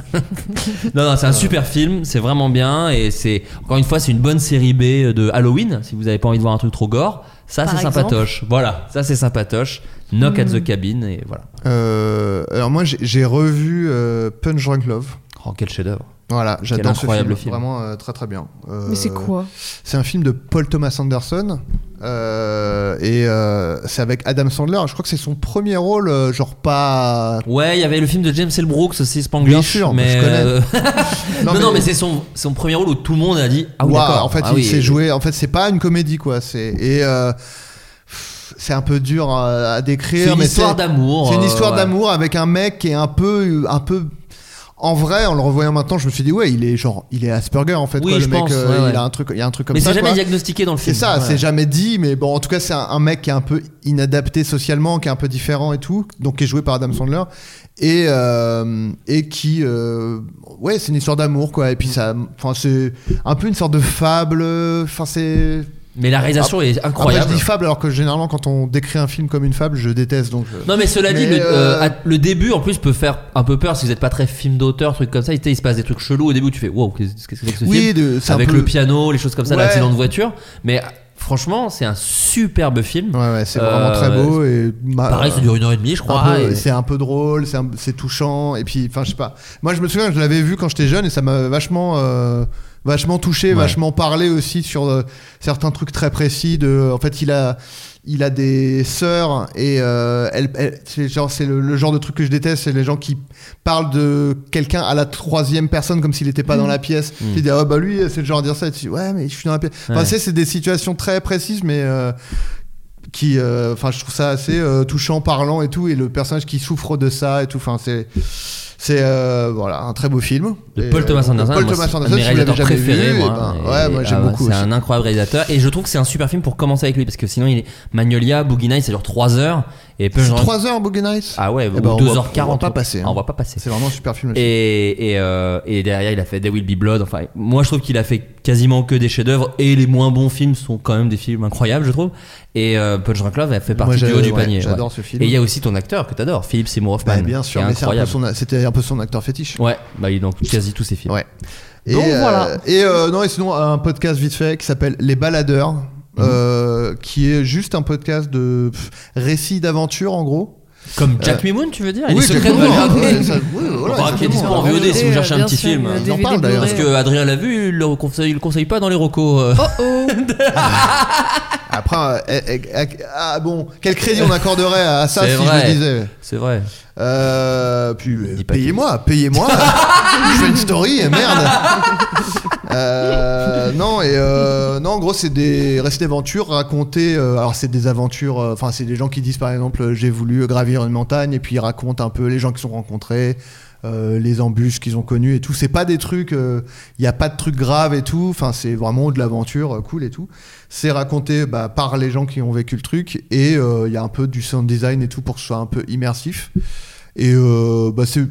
S7: non, non, c'est un super film, c'est vraiment bien. Et c'est, encore une fois, c'est une bonne série B de Halloween. Si vous n'avez pas envie de voir un truc trop gore, ça,
S8: Par
S7: c'est
S8: exemple.
S7: sympatoche. Voilà, ça, c'est sympatoche. Knock at
S8: Hmm.
S7: the cabin, et voilà.
S8: Euh, alors moi j'ai- j'ai revu euh, Punch Drunk Love.
S7: Oh, quel chef-d'œuvre.
S8: Voilà,
S7: Quel
S8: j'adore ce
S7: incroyable
S8: film,
S7: film.
S8: Vraiment euh, très très bien. Euh,
S9: Mais c'est quoi
S8: C'est un film de Paul Thomas Anderson. euh, et euh, c'est avec Adam Sandler. Je crois que c'est son premier rôle, euh, genre pas.
S7: Ouais, il y avait le film de James L. Brooks aussi, Spanglish.
S8: Bien sûr,
S7: mais
S8: je connais.
S7: euh,
S8: Non,
S7: non, non,
S8: mais-
S7: mais c'est son, son premier rôle où tout le monde a dit Ah oui,
S8: Waouh,
S7: d'accord.
S8: en fait,
S7: Ah
S8: il
S7: oui,
S8: s'est
S7: euh,
S8: joué. En fait, c'est pas une comédie, quoi. C'est et euh, pff, c'est un peu dur euh, à décrire.
S7: C'est une
S8: mais
S7: histoire d'amour,
S8: C'est une
S7: euh,
S8: histoire
S7: ouais.
S8: d'amour avec un mec qui est un peu, un peu. En vrai, en le revoyant maintenant, je me suis dit ouais, il est genre, il est Asperger en fait.
S7: Oui,
S8: quoi,
S7: je
S8: le mec,
S7: pense,
S8: euh,
S7: ouais, ouais.
S8: il a un truc, il y a un truc comme
S7: Mais
S8: ça.
S7: c'est jamais
S8: quoi.
S7: diagnostiqué dans le
S8: C'est
S7: film.
S8: ça,
S7: Ouais.
S8: c'est jamais dit, mais bon, en tout cas, c'est un, un mec qui est un peu inadapté socialement, qui est un peu différent et tout, donc qui est joué par Adam Sandler, et, euh, et qui, euh, ouais, c'est une histoire d'amour, quoi, et puis ça, enfin, c'est un peu une sorte de fable, enfin, c'est.
S7: Mais la réalisation est
S8: Après,
S7: incroyable.
S8: je dis fable, alors que généralement, quand on décrit un film comme une fable, je déteste, donc. je-
S7: Non mais cela dit,
S8: Mais,
S7: le,
S8: euh,
S7: euh, à- le début en plus peut faire un peu peur si vous n'êtes pas très film d'auteur, truc comme ça. Il, il se passe des trucs chelous au début, tu fais wow, qu'est-ce que c'est que ce
S8: Oui,
S7: film
S8: de- c'est un
S7: Avec
S8: peu-
S7: le piano, les choses comme ça,
S8: Ouais.
S7: l'accident de voiture. Mais euh, franchement, c'est un superbe film.
S8: Ouais, ouais, c'est vraiment très beau et ma-
S7: Euh, pareil, ça dure une heure et demie, je crois.
S8: un peu-
S7: et-
S8: C'est un peu drôle, c'est un- c'est touchant. Et puis, enfin, je sais pas. Moi, je me souviens, je l'avais vu quand j'étais jeune et ça m'a vachement. euh, vachement touché, vachement parlé aussi sur euh, certains trucs très précis de en fait il a il a des sœurs et euh, elle, elle- c'est genre c'est le, le genre de truc que je déteste c'est les gens qui parlent de quelqu'un à la troisième personne comme s'il n'était pas dans la pièce
S7: Mm.
S8: qui dit ah bah lui c'est le genre à dire ça et tu dis, ouais mais je suis dans la pièce Enfin,
S7: Ouais.
S8: tu sais, c'est des situations très précises mais euh, qui euh, enfin je trouve ça assez euh, touchant parlant et tout et le personnage qui souffre de ça et tout enfin c'est c'est euh, voilà un très beau film
S7: De
S8: Et,
S7: Paul
S8: euh,
S7: Thomas
S8: de
S7: Anderson,
S8: Paul
S7: moi,
S8: Thomas
S7: c'est un de
S8: Anderson,
S7: mes
S8: si vous l'avez
S7: réalisateurs
S8: jamais vu,
S7: préférés.
S8: eh
S7: moi,
S8: ben,
S7: hein,
S8: ouais
S7: et-
S8: moi
S7: ah
S8: j'aime
S7: ouais,
S8: beaucoup
S7: C'est
S8: aussi.
S7: un incroyable réalisateur et je trouve que c'est un super film pour commencer avec lui parce que sinon il est Magnolia, Boogie Nights, ça dure 3 heures et peu
S8: C'est
S7: genre-
S8: 3 heures Boogie Nights
S7: Ah ouais,
S8: Eh ben, on va-
S7: 2h40.
S8: on va pas passer, hein.
S7: On va pas passer.
S8: c'est vraiment un super film
S7: Et, et, euh, et derrière, il a fait There Will Be Blood. Enfin, moi, je trouve qu'il a fait quasiment que des chefs-d'œuvre. Et les moins bons films sont quand même des films incroyables, je trouve. Et euh, Punch Drunk Love a fait partie du
S8: j'adore-
S7: haut du
S8: ouais,
S7: panier.
S8: j'adore ce film.
S7: Et il y a aussi ton acteur que t'adores, Philippe Seymour Hoffman.
S8: Bah, bien sûr
S7: qui est
S8: mais c'est un peu
S7: incroyable.
S8: son- c'était un peu son acteur fétiche
S7: Ouais, bah, il est dans quasi tous ses films.
S8: Ouais. Et,
S7: Donc, voilà.
S8: euh, et euh, non, et sinon, un podcast vite fait qui s'appelle Les Baladeurs,
S7: Mhm.
S8: euh, qui est juste un podcast de pff, récits d'aventure en gros.
S7: Comme Jack Mimoun, tu veux dire Et
S8: Euh, oui,
S7: les secrets
S8: Jack
S7: de
S8: Mimoun,
S7: Valhalla.
S8: ouais, ça- oui, voilà,
S7: Enfin, qui est dispo en
S8: exactement.
S7: VOD
S10: Euh,
S7: si vous cherchez un
S8: Bien
S7: petit
S8: sûr,
S7: film.
S8: Ils en parlent d'ailleurs.
S7: Parce que Adrien l'a vu, il le conseille, il le conseille pas dans les recos. euh.
S9: Oh,
S8: Après, euh, eh, eh, eh, ah bon, quel crédit on accorderait à ça si
S7: C'est vrai.
S8: je le disais
S7: C'est vrai.
S8: Euh, puis euh, payez-moi, payez-moi. je fais une story, et merde. Euh, non et euh, non en gros c'est des récits d'aventures racontés euh, alors c'est des aventures euh, enfin c'est des gens qui disent par exemple euh, j'ai voulu gravir une montagne et puis ils racontent un peu les gens qui sont rencontrés euh, les embûches qu'ils ont connues et tout c'est pas des trucs il n'y a pas de trucs graves et tout enfin c'est vraiment de l'aventure euh, cool et tout c'est raconté bah, par les gens qui ont vécu le truc et euh, il y a un peu du sound design et tout pour que ce soit un peu immersif et euh, bah, c'est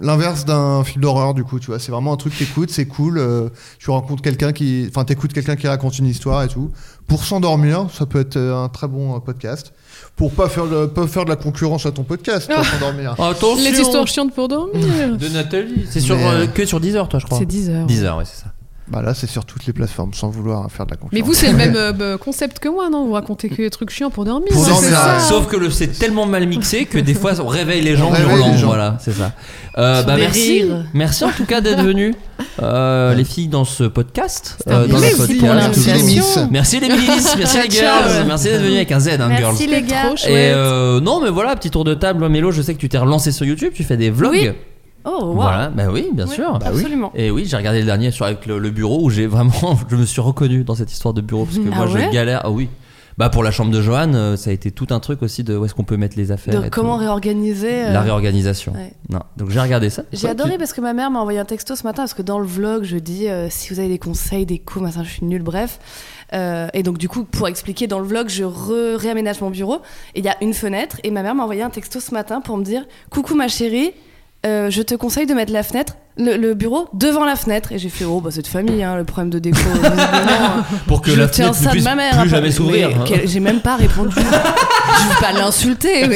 S8: l'inverse d'un film d'horreur du coup tu vois c'est vraiment un truc t'écoutes c'est cool euh, tu rencontres quelqu'un qui enfin t'écoutes quelqu'un qui raconte une histoire et tout pour s'endormir ça peut être euh, un très bon euh, podcast pour pas faire de, pas faire de la concurrence à ton podcast pour s'endormir
S7: Attention.
S9: Les histoires chiantes pour dormir.
S7: De Nathalie. C'est sur,
S8: Mais,
S7: euh,
S8: euh,
S7: que sur 10 heures, toi, je crois.
S9: C'est 10 heures.
S7: 10 heures, ouais, c'est ça.
S8: bah là c'est sur toutes les plateformes sans vouloir faire de la concurrence
S9: Mais vous, c'est le même euh, bah, concept que moi, non Vous racontez que les trucs chiants pour dormir.
S8: Pour
S9: c'est
S8: dormir,
S9: ça.
S8: ouais.
S7: Sauf que le- c'est tellement mal mixé que des fois on réveille les gens
S8: On
S7: en
S8: réveille
S7: hurlant.
S8: les gens.
S7: Voilà, c'est ça. Euh,
S9: Sur
S7: bah,
S9: des
S7: merci.
S9: rires.
S7: Merci en tout cas d'être venus, euh, les filles, dans ce podcast. euh,
S9: C'était un
S7: dans
S9: plaisir.
S7: le podcast.
S9: Merci pour
S8: l'invitation.
S7: Merci les miss, merci les girls,
S9: Ciao.
S7: merci d'être venus avec un Z, hein,
S12: Merci,
S7: girls.
S12: les gars.
S9: Trop
S7: Et
S9: chouette.
S7: euh, non, mais voilà, petit tour de table. hein, Mélo, je sais que tu t'es relancé sur YouTube, tu fais des vlogs.
S12: Oui. Oh, wow.
S7: Voilà, bah oui, bien sûr.
S12: Bah oui. absolument.
S7: Et oui, j'ai regardé le dernier sur avec le, le bureau où j'ai vraiment, je me suis reconnu dans cette histoire de bureau parce que
S10: Ah
S7: moi
S10: ouais
S7: je galère. Ah oui. Bah pour la chambre de Johan, euh, ça a été tout un truc aussi de où est-ce qu'on peut mettre les affaires.
S10: Donc,
S7: et
S10: comment
S7: tout.
S10: réorganiser euh,
S7: La réorganisation.
S10: ouais.
S7: Non. Donc j'ai regardé ça.
S10: J'ai
S7: Toi,
S10: adoré
S7: tu-
S10: parce que ma mère m'a envoyé un texto ce matin parce que dans le vlog je dis euh, si vous avez des conseils, des coups, machin, je suis nulle, bref. Euh, et donc du coup pour expliquer dans le vlog je re- réaménage mon bureau et il y a une fenêtre et ma mère m'a envoyé un texto ce matin pour me dire coucou ma chérie, euh, je te conseille de mettre la fenêtre, le, le bureau devant la fenêtre et j'ai fait oh bah c'est de famille hein, le problème de déco. visiblement, hein.
S7: Pour que
S10: je
S7: la
S10: tiens
S7: fenêtre ne
S10: ça de
S7: puisse
S10: ma mère.
S7: plus
S10: après-
S7: jamais s'ouvrir.
S10: Mais
S7: hein.
S10: quel- J'ai même pas répondu. je veux pas l'insulter mais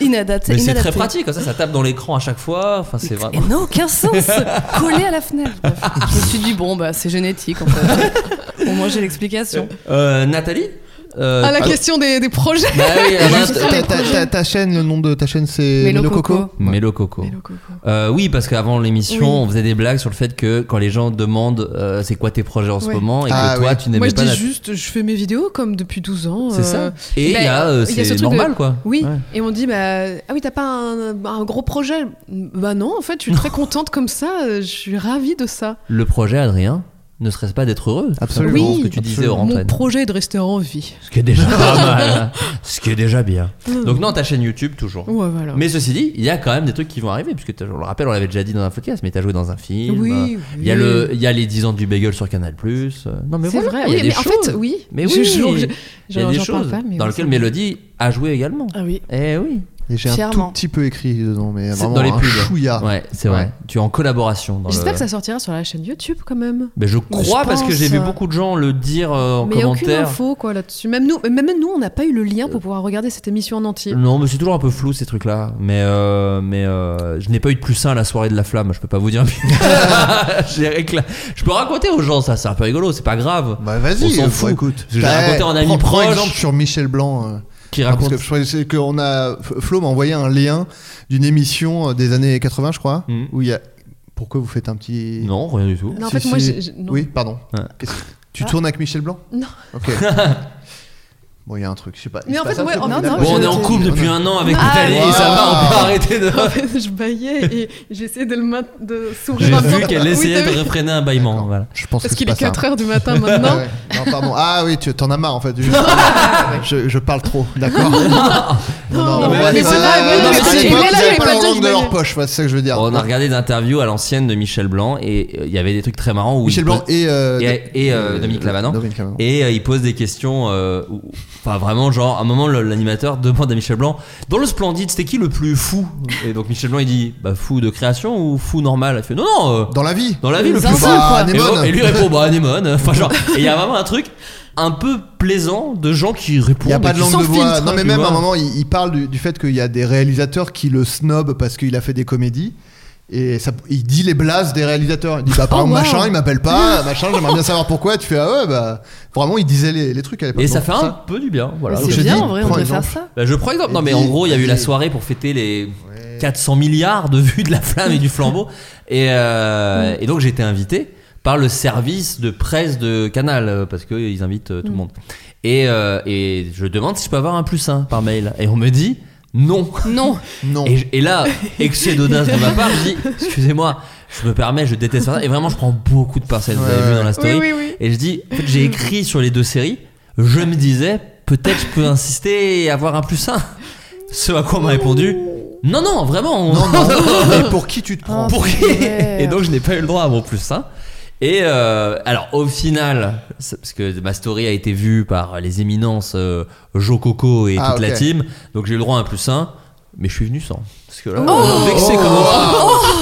S10: inadapté.
S7: Mais c'est
S10: inadapté.
S7: très pratique, comme ça, ça tape dans l'écran à chaque fois. Enfin, c'est vraiment.
S10: Et non, aucun sens Collé à la fenêtre Bref, Je me suis dit, bon, bah, c'est génétique, en fait. Au moins, j'ai l'explication.
S7: Euh, Nathalie, Euh,
S9: Ah, la
S7: ah,
S9: question des, des projets.
S7: Bah oui,
S8: Et
S7: alors,
S8: juste, ta,
S7: t'as-
S8: ta- ta- ta chaîne, le nom de ta chaîne, c'est
S9: Mélo
S8: Mélo
S9: Coco.
S8: Coco.
S7: Mélo Coco. Euh, oui, parce qu'avant l'émission,
S9: Oui.
S7: on faisait des blagues sur le fait que quand les gens demandent euh, c'est quoi tes projets en ce
S9: Ouais.
S7: moment et
S8: Ah
S7: que toi
S8: oui.
S7: tu n'aimais
S9: Moi, je
S7: Eh ben, pas
S9: dis
S7: la-
S9: juste, je fais mes vidéos comme depuis 12 ans.
S7: C'est ça.
S9: euh,
S7: Et
S9: ben,
S7: il y a, euh,
S9: il y
S7: c'est
S9: a ce truc de-
S7: normal, quoi.
S9: Oui.
S7: Ouais.
S9: Et on dit, bah, ah oui, t'as pas un, un gros projet Bah non, en fait, je suis très contente comme ça. euh, Je suis ravie de ça.
S7: Le projet, Adrien, ne serait-ce pas d'être heureux tout
S8: Absolument.
S7: simplement,
S9: Oui.
S7: ce que tu disais hors
S9: Mon
S7: antenne.
S9: projet est de rester en vie.
S7: Ce qui est déjà pas mal. hein. Ce qui est déjà bien. Donc, non, ta chaîne YouTube, toujours.
S9: Mmh. Ouais, voilà.
S7: Mais ceci dit, il y a quand même des trucs qui vont arriver, puisque t'as- on le rappelle, on l'avait déjà dit dans un podcast, mais t'as joué dans un film.
S9: Oui,
S7: euh,
S9: oui.
S7: Il y, a le- il y a les 10 ans du bagel sur Canal. euh, Non, mais
S9: C'est
S7: voilà,
S9: vrai,
S7: il y a
S9: oui,
S7: des
S9: mais en
S7: choses.
S9: fait, oui.
S7: Mais
S9: Je-
S7: oui,
S9: je- je-
S7: il y a
S9: j'en-
S7: des
S9: j'en parle
S7: choses
S9: pas, mais
S7: dans
S9: oui,
S7: lesquelles
S9: c'est vrai.
S7: Mélodie a joué également.
S9: Ah oui.
S7: Eh oui.
S8: Et j'ai un tout
S9: Fièrement.
S8: petit peu écrit dedans, mais
S7: C'est
S8: vraiment
S7: dans les
S8: un
S7: pubs.
S8: chouïa.
S7: Ouais, c'est vrai. Tu es en collaboration. dans
S9: J'espère
S7: le-
S9: que ça sortira sur la chaîne YouTube quand même.
S7: Mais je crois parce que
S9: pense,
S7: j'ai vu
S9: euh,
S7: beaucoup de gens le dire euh, en
S9: mais il y a aucune
S7: commentaire. Euh.
S9: info quoi là-dessus. Même nous, euh, même nous, on n'a pas eu le lien pour pouvoir regarder cette émission en entier.
S7: Non, mais c'est toujours un peu flou ces trucs-là. Mais, euh, mais euh, je n'ai pas eu de plus sain à la soirée de la flamme, je peux pas vous dire. mieux. Je les réclame. je peux raconter aux gens ça, c'est un peu rigolo, c'est pas grave.
S8: Bah vas-y,
S7: on s'en
S8: euh,
S7: fout.
S8: bah, écoute.
S7: Parce que J'ai
S8: Bah,
S7: raconté à un ami
S8: prends- prends
S7: proche
S8: exemple sur Michel Blanc. euh,
S7: qui
S8: parce
S7: raconte.
S8: que je crois que c'est qu'on a Flo m'a envoyé un lien d'une émission euh, des années 80, je crois,
S7: Mhm.
S8: où il y a. Pourquoi vous faites un petit
S7: Non, rien du tout.
S9: Non, en
S8: Si,
S9: fait, moi,
S8: si.
S9: j'ai- j'ai- non.
S8: Oui, pardon.
S7: Ouais.
S8: Qu'est-ce que- Tu
S9: Ah.
S8: tournes avec Michel Blanc
S9: Non.
S8: Ok. bon, il y a un truc, je sais pas. il
S9: Mais
S8: se
S9: en
S8: passe
S9: fait,
S8: un
S9: ouais,
S8: truc
S9: en-
S8: là-dedans.
S9: non,
S7: Bon, on est en
S9: j'ai-
S7: couple depuis un an avec
S9: Ah,
S7: Nathalie,
S8: ouais.
S7: ça va, on peut arrêter de.
S9: En fait, je baillais et j'essayais de le ma- de sourire.
S7: J'ai
S9: en même
S7: vu
S9: temps.
S7: qu'elle
S9: Oui,
S7: essayait
S9: t'as
S7: de
S9: vu
S7: réfréner un bâillement. Voilà.
S8: Je pense
S9: Parce
S8: que
S9: qu'il est
S8: c'est pas ça.
S9: 4h du matin maintenant.
S8: Ouais, non, pardon. Ah oui, tu t'en as marre en fait. Je, je, je parle trop, d'accord.
S9: Non,
S8: on
S7: mais
S8: va-
S7: c'est pas-
S8: euh,
S7: mais non, mais
S8: à
S7: c'est-
S8: l'époque,
S7: mais là,
S8: ils avaient
S9: j'avais
S8: pas
S9: pas
S8: leur
S9: dit,
S8: langue
S9: je
S8: de
S9: voulais-
S8: leur poche, ouais, c'est ça que je veux dire.
S7: On a regardé des interviews à l'ancienne de Michel Blanc et euh, il y avait des trucs très marrants où
S8: Michel
S7: il
S8: Blanc
S7: pose-
S8: et, euh,
S7: et- et, euh, Dominique Lavanant.
S8: Dominique Lavanant.
S7: Et euh, il pose des questions, euh, où- enfin vraiment genre, à un moment le- l'animateur demande à Michel Blanc, dans le Splendide, c'était qui le plus fou Et donc Michel Blanc il dit, bah fou de création ou fou normal Il fait, non non, euh,
S8: Dans la vie.
S7: dans la vie le plus
S8: Zinzin,
S7: fou.
S8: quoi.
S7: Et,
S8: Anémone.
S7: et lui répond, bah anémone. Enfin genre, et il y a vraiment un truc un peu plaisant de gens qui répondent.
S8: Il n'y a pas
S7: et
S8: de
S7: qui
S8: langue
S7: sans
S8: de bois.
S7: filtre,
S8: Non, mais
S7: tu
S8: même à
S7: vois.
S8: un moment, il, il parle du, du fait qu'il y a des réalisateurs qui le snob parce qu'il a fait des comédies. Et ça, il dit les blases des réalisateurs. Il dit, bah, par
S9: Oh,
S8: exemple,
S9: wow.
S8: machin, il m'appelle pas, machin, j'aimerais bien savoir pourquoi. Tu fais, ah ouais, bah, vraiment, il disait les, les trucs à l'époque.
S7: Et ça
S8: Donc,
S7: fait un peu du bien. Voilà.
S8: Mais
S7: Donc,
S8: c'est
S7: je
S8: bien,
S7: dis,
S8: en vrai, on
S7: prends
S8: devrait
S7: exemple.
S8: faire
S7: Bah, je prends exemple. Non, mais en
S8: Vas-y,
S7: gros, il y a eu la
S8: vas-y.
S7: soirée pour fêter les 400 milliards de vues de la flamme et du flambeau. Et, euh, et donc, j'ai été invité par le service de presse de Canal, euh, parce qu'ils invitent
S9: Mm.
S7: euh, tout le monde. Et, euh, et je demande si je peux avoir un plus un par mail. Et on me dit non.
S10: Non.
S8: Non.
S7: Et, je- et là, excès d'audace de ma part, je dis excusez-moi, je me permets, je déteste faire ça. Et vraiment, je prends beaucoup de parcelles, vous avez
S8: Ouais,
S7: vu
S8: ouais.
S7: dans la story.
S9: Oui, oui, oui.
S7: Et je dis en fait, j'ai écrit sur les deux séries, je me disais peut-être je peux insister et avoir un plus un. Ce à quoi on m'a répondu non, non, vraiment. on-
S8: Non, non, mais pour qui tu te
S10: Oh,
S8: prends
S7: pour qui
S10: merde.
S7: Et donc je n'ai pas eu le droit à mon plus 1. Et euh, alors au final, c'est- parce que ma story a été vue par les éminences euh, Joe Coco et
S8: Ah,
S7: toute la
S8: ok.
S7: team, donc j'ai eu le droit à un plus 1, mais je suis venu sans. Parce que là, vexé comme un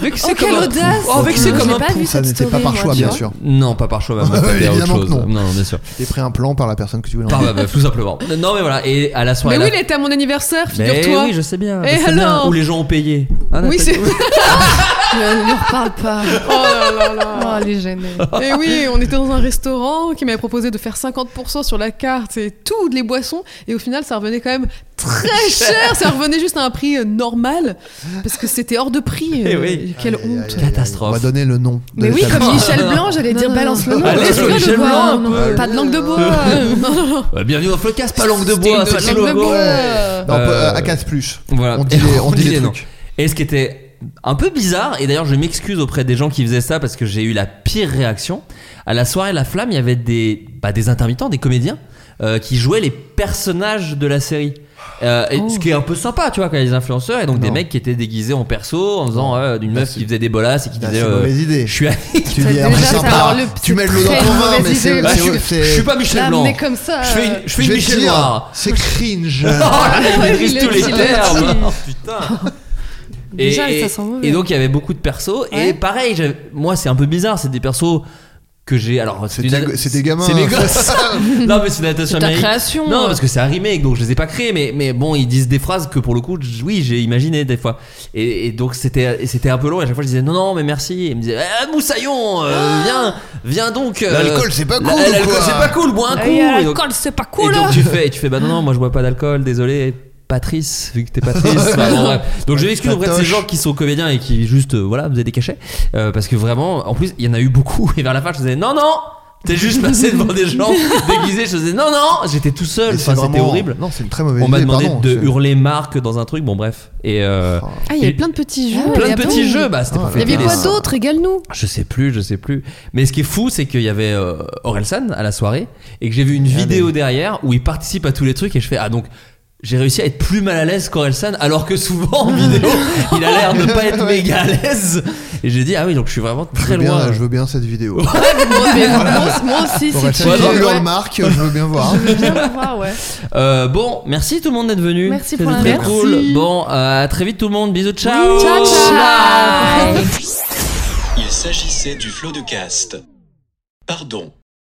S7: Vexé
S10: Oh,
S7: comme
S10: quelle
S7: un pou.
S10: audace
S7: Oh, vexé
S10: Je
S7: comme
S10: l'ai
S7: un
S10: pas
S7: pou.
S10: vu
S8: Ça
S10: cette
S8: n'était pas
S10: story,
S8: par
S10: moi,
S8: choix,
S10: tu
S8: bien
S10: vois.
S8: sûr.
S7: Non, pas par choix, ma meuf a fait autre
S8: Évidemment que
S7: chose.
S8: non.
S7: non, bien sûr.
S8: T'es pris un plan par la personne que tu voulais.
S7: Par
S8: enlever.
S7: ma meuf, bah, tout simplement. Non, mais voilà. Et à la soirée.
S9: Mais oui,
S7: là-
S9: il était à mon anniversaire,
S7: Mais
S9: figure-toi.
S7: oui, je sais bien.
S9: Et
S7: je sais bien.
S9: alors
S7: Où les gens ont payé. Ah, Nathalie,
S9: Oui, c'est.
S10: Ne leur parle pas.
S9: Oh là là là.
S10: Oh, elle est gênée.
S9: Et oui, on était dans un restaurant qui m'avait proposé de faire 50% sur la carte et toutes les boissons. Et au final, ça revenait quand même très cher. Ça revenait juste à un prix euh, normal parce que c'était hors de prix.
S7: Eh
S9: Euh,
S7: oui.
S9: Quelle
S8: Aïe, aïe, aïe,
S9: honte.
S8: aïe, aïe.
S7: Catastrophe.
S8: On va donner le nom. de
S10: Mais oui,
S8: l'établissement.
S10: comme Michel Blanc, j'allais dire
S9: Non,
S10: balance le nom.
S7: Allez,
S10: parce
S7: sur
S10: que là, je
S7: Michel
S10: vois,
S7: Blanc,
S10: non,
S7: euh,
S10: Pas de langue de bois.
S9: Euh, non, non, non.
S7: Euh, Bienvenue dans Flocas, pas langue de
S9: C'était
S7: bois,
S9: une
S7: c'est
S9: langue de
S7: logo.
S9: bois.
S8: Non, on peut-
S7: Euh,
S8: à casse plus.
S7: Voilà.
S8: On dit les, on dit les
S7: non.
S8: trucs.
S7: Et ce qui était un peu bizarre, et d'ailleurs je m'excuse auprès des gens qui faisaient ça parce que j'ai eu la pire réaction. À la soirée La Flamme, il y avait des, bah, des intermittents, des comédiens euh, qui jouaient les personnages de la série. Euh, et
S9: Oh.
S7: Ce qui est un peu sympa, tu vois, quand il y a des influenceurs et donc des
S8: Non.
S7: mecs qui étaient déguisés en perso en faisant euh, d'une meuf
S8: c'est-
S7: qui faisait des bolas et qui
S8: Là,
S7: disait
S8: c'est
S7: euh,
S8: mauvaise idée.
S7: Je suis avec.
S8: Tu dis,
S10: déjà,
S8: ah, mais
S10: ça,
S8: sympa.
S10: alors, le-
S8: tu mets de l'eau dans
S10: c'est
S8: ton
S10: très
S8: vin, mais
S10: mauvaise
S8: c'est.
S10: idée.
S7: Bah, je, suis-
S8: c'est-
S7: je suis pas Michel
S10: Là,
S7: Blanc.
S10: mais comme ça.
S7: Je fais une, je fais
S8: Je
S7: une
S8: vais te
S7: Michel
S8: dire, Euh,
S7: Noir.
S8: C'est cringe.
S7: Oh là là, il maîtrise
S9: il
S7: tous
S9: est
S7: les
S9: petit.
S7: termes. Oh, putain.
S10: Déjà,
S7: et,
S10: ça sent mauvais. hein.
S7: et donc il y avait beaucoup de persos. Et
S10: Ouais.
S7: pareil, j'avais- moi c'est un peu bizarre, c'est des persos que j'ai alors c'est
S8: des-
S7: une-
S8: c'est des gamins, hein.
S7: c'est mes
S8: c'est
S7: gosses
S8: ça.
S7: non mais c'est une adaptation
S8: C'est ta
S7: américaine.
S8: création.
S10: hein.
S7: non parce que c'est un remake donc je les ai pas créés mais mais bon ils disent des phrases que pour le coup j- oui j'ai imaginé des fois et, et donc c'était et c'était un peu long et à chaque fois je disais non non mais merci et ils me disaient eh, Moussaillon euh,
S10: Ah
S7: viens viens donc euh,
S8: L'alcool, c'est pas
S7: la-
S8: cool ou
S7: l'alcool
S8: quoi
S7: c'est pas cool bois un coup
S10: Et
S7: Et donc-
S10: l'alcool, c'est pas cool. hein.
S7: et donc tu fais, et tu fais bah non, non, moi je bois pas d'alcool, désolé. Patrice, vu que t'es Patrice. Enfin, bon, bref. Donc je m'excuse auprès de ces
S8: Patoche.
S7: gens qui sont comédiens et qui juste, euh, voilà, vous avez des cachets. Euh, parce que vraiment, en plus, il y en a eu beaucoup. Et vers la fin, je faisais non, non, t'es juste passé devant des gens déguisés. Je faisais non, non, j'étais tout seul.
S8: Mais c'est
S7: Enfin, c'était
S8: vraiment-
S7: horrible.
S8: Non, c'est une très mauvaise
S7: On m'a
S8: idée,
S7: demandé
S8: pardon, Oh.
S7: de
S8: c'est-
S7: hurler marque dans un truc. Bon, bref. Et euh,
S9: Ah, il y avait
S7: et-
S9: plein de petits jeux.
S7: Plein de
S9: Ah
S7: petits
S9: bon
S7: jeux, bah, c'était pas
S9: Il y
S7: fait.
S9: avait quoi
S7: Mais-
S9: d'autre Égale-nous.
S7: je sais plus, je sais plus. Mais ce qui est fou, c'est qu'il y avait euh, Orelsan à la soirée et que j'ai vu une
S8: Ah
S7: vidéo derrière où il participe à tous les trucs et je fais ah donc j'ai réussi à être plus mal à l'aise qu'Orelsan alors que souvent en vidéo il a l'air de pas être méga à l'aise et j'ai dit ah oui donc je suis vraiment
S8: Je
S7: très
S8: veux, bien,
S7: loin.
S8: je veux bien cette vidéo.
S10: Moi aussi,
S8: Bon, bah,
S10: c'est
S8: si
S7: tu-
S8: tu
S7: Ouais.
S8: le marque, je veux bien voir.
S7: Euh, bon, merci tout le monde d'être venu.
S10: Merci
S7: C'était
S10: pour
S7: très
S10: l'invite.
S7: cool.
S10: Merci.
S7: Bon, euh, à très vite tout le monde. Bisous, ciao.
S10: Ciao, ciao.
S2: Il s'agissait du flot de caste. Pardon.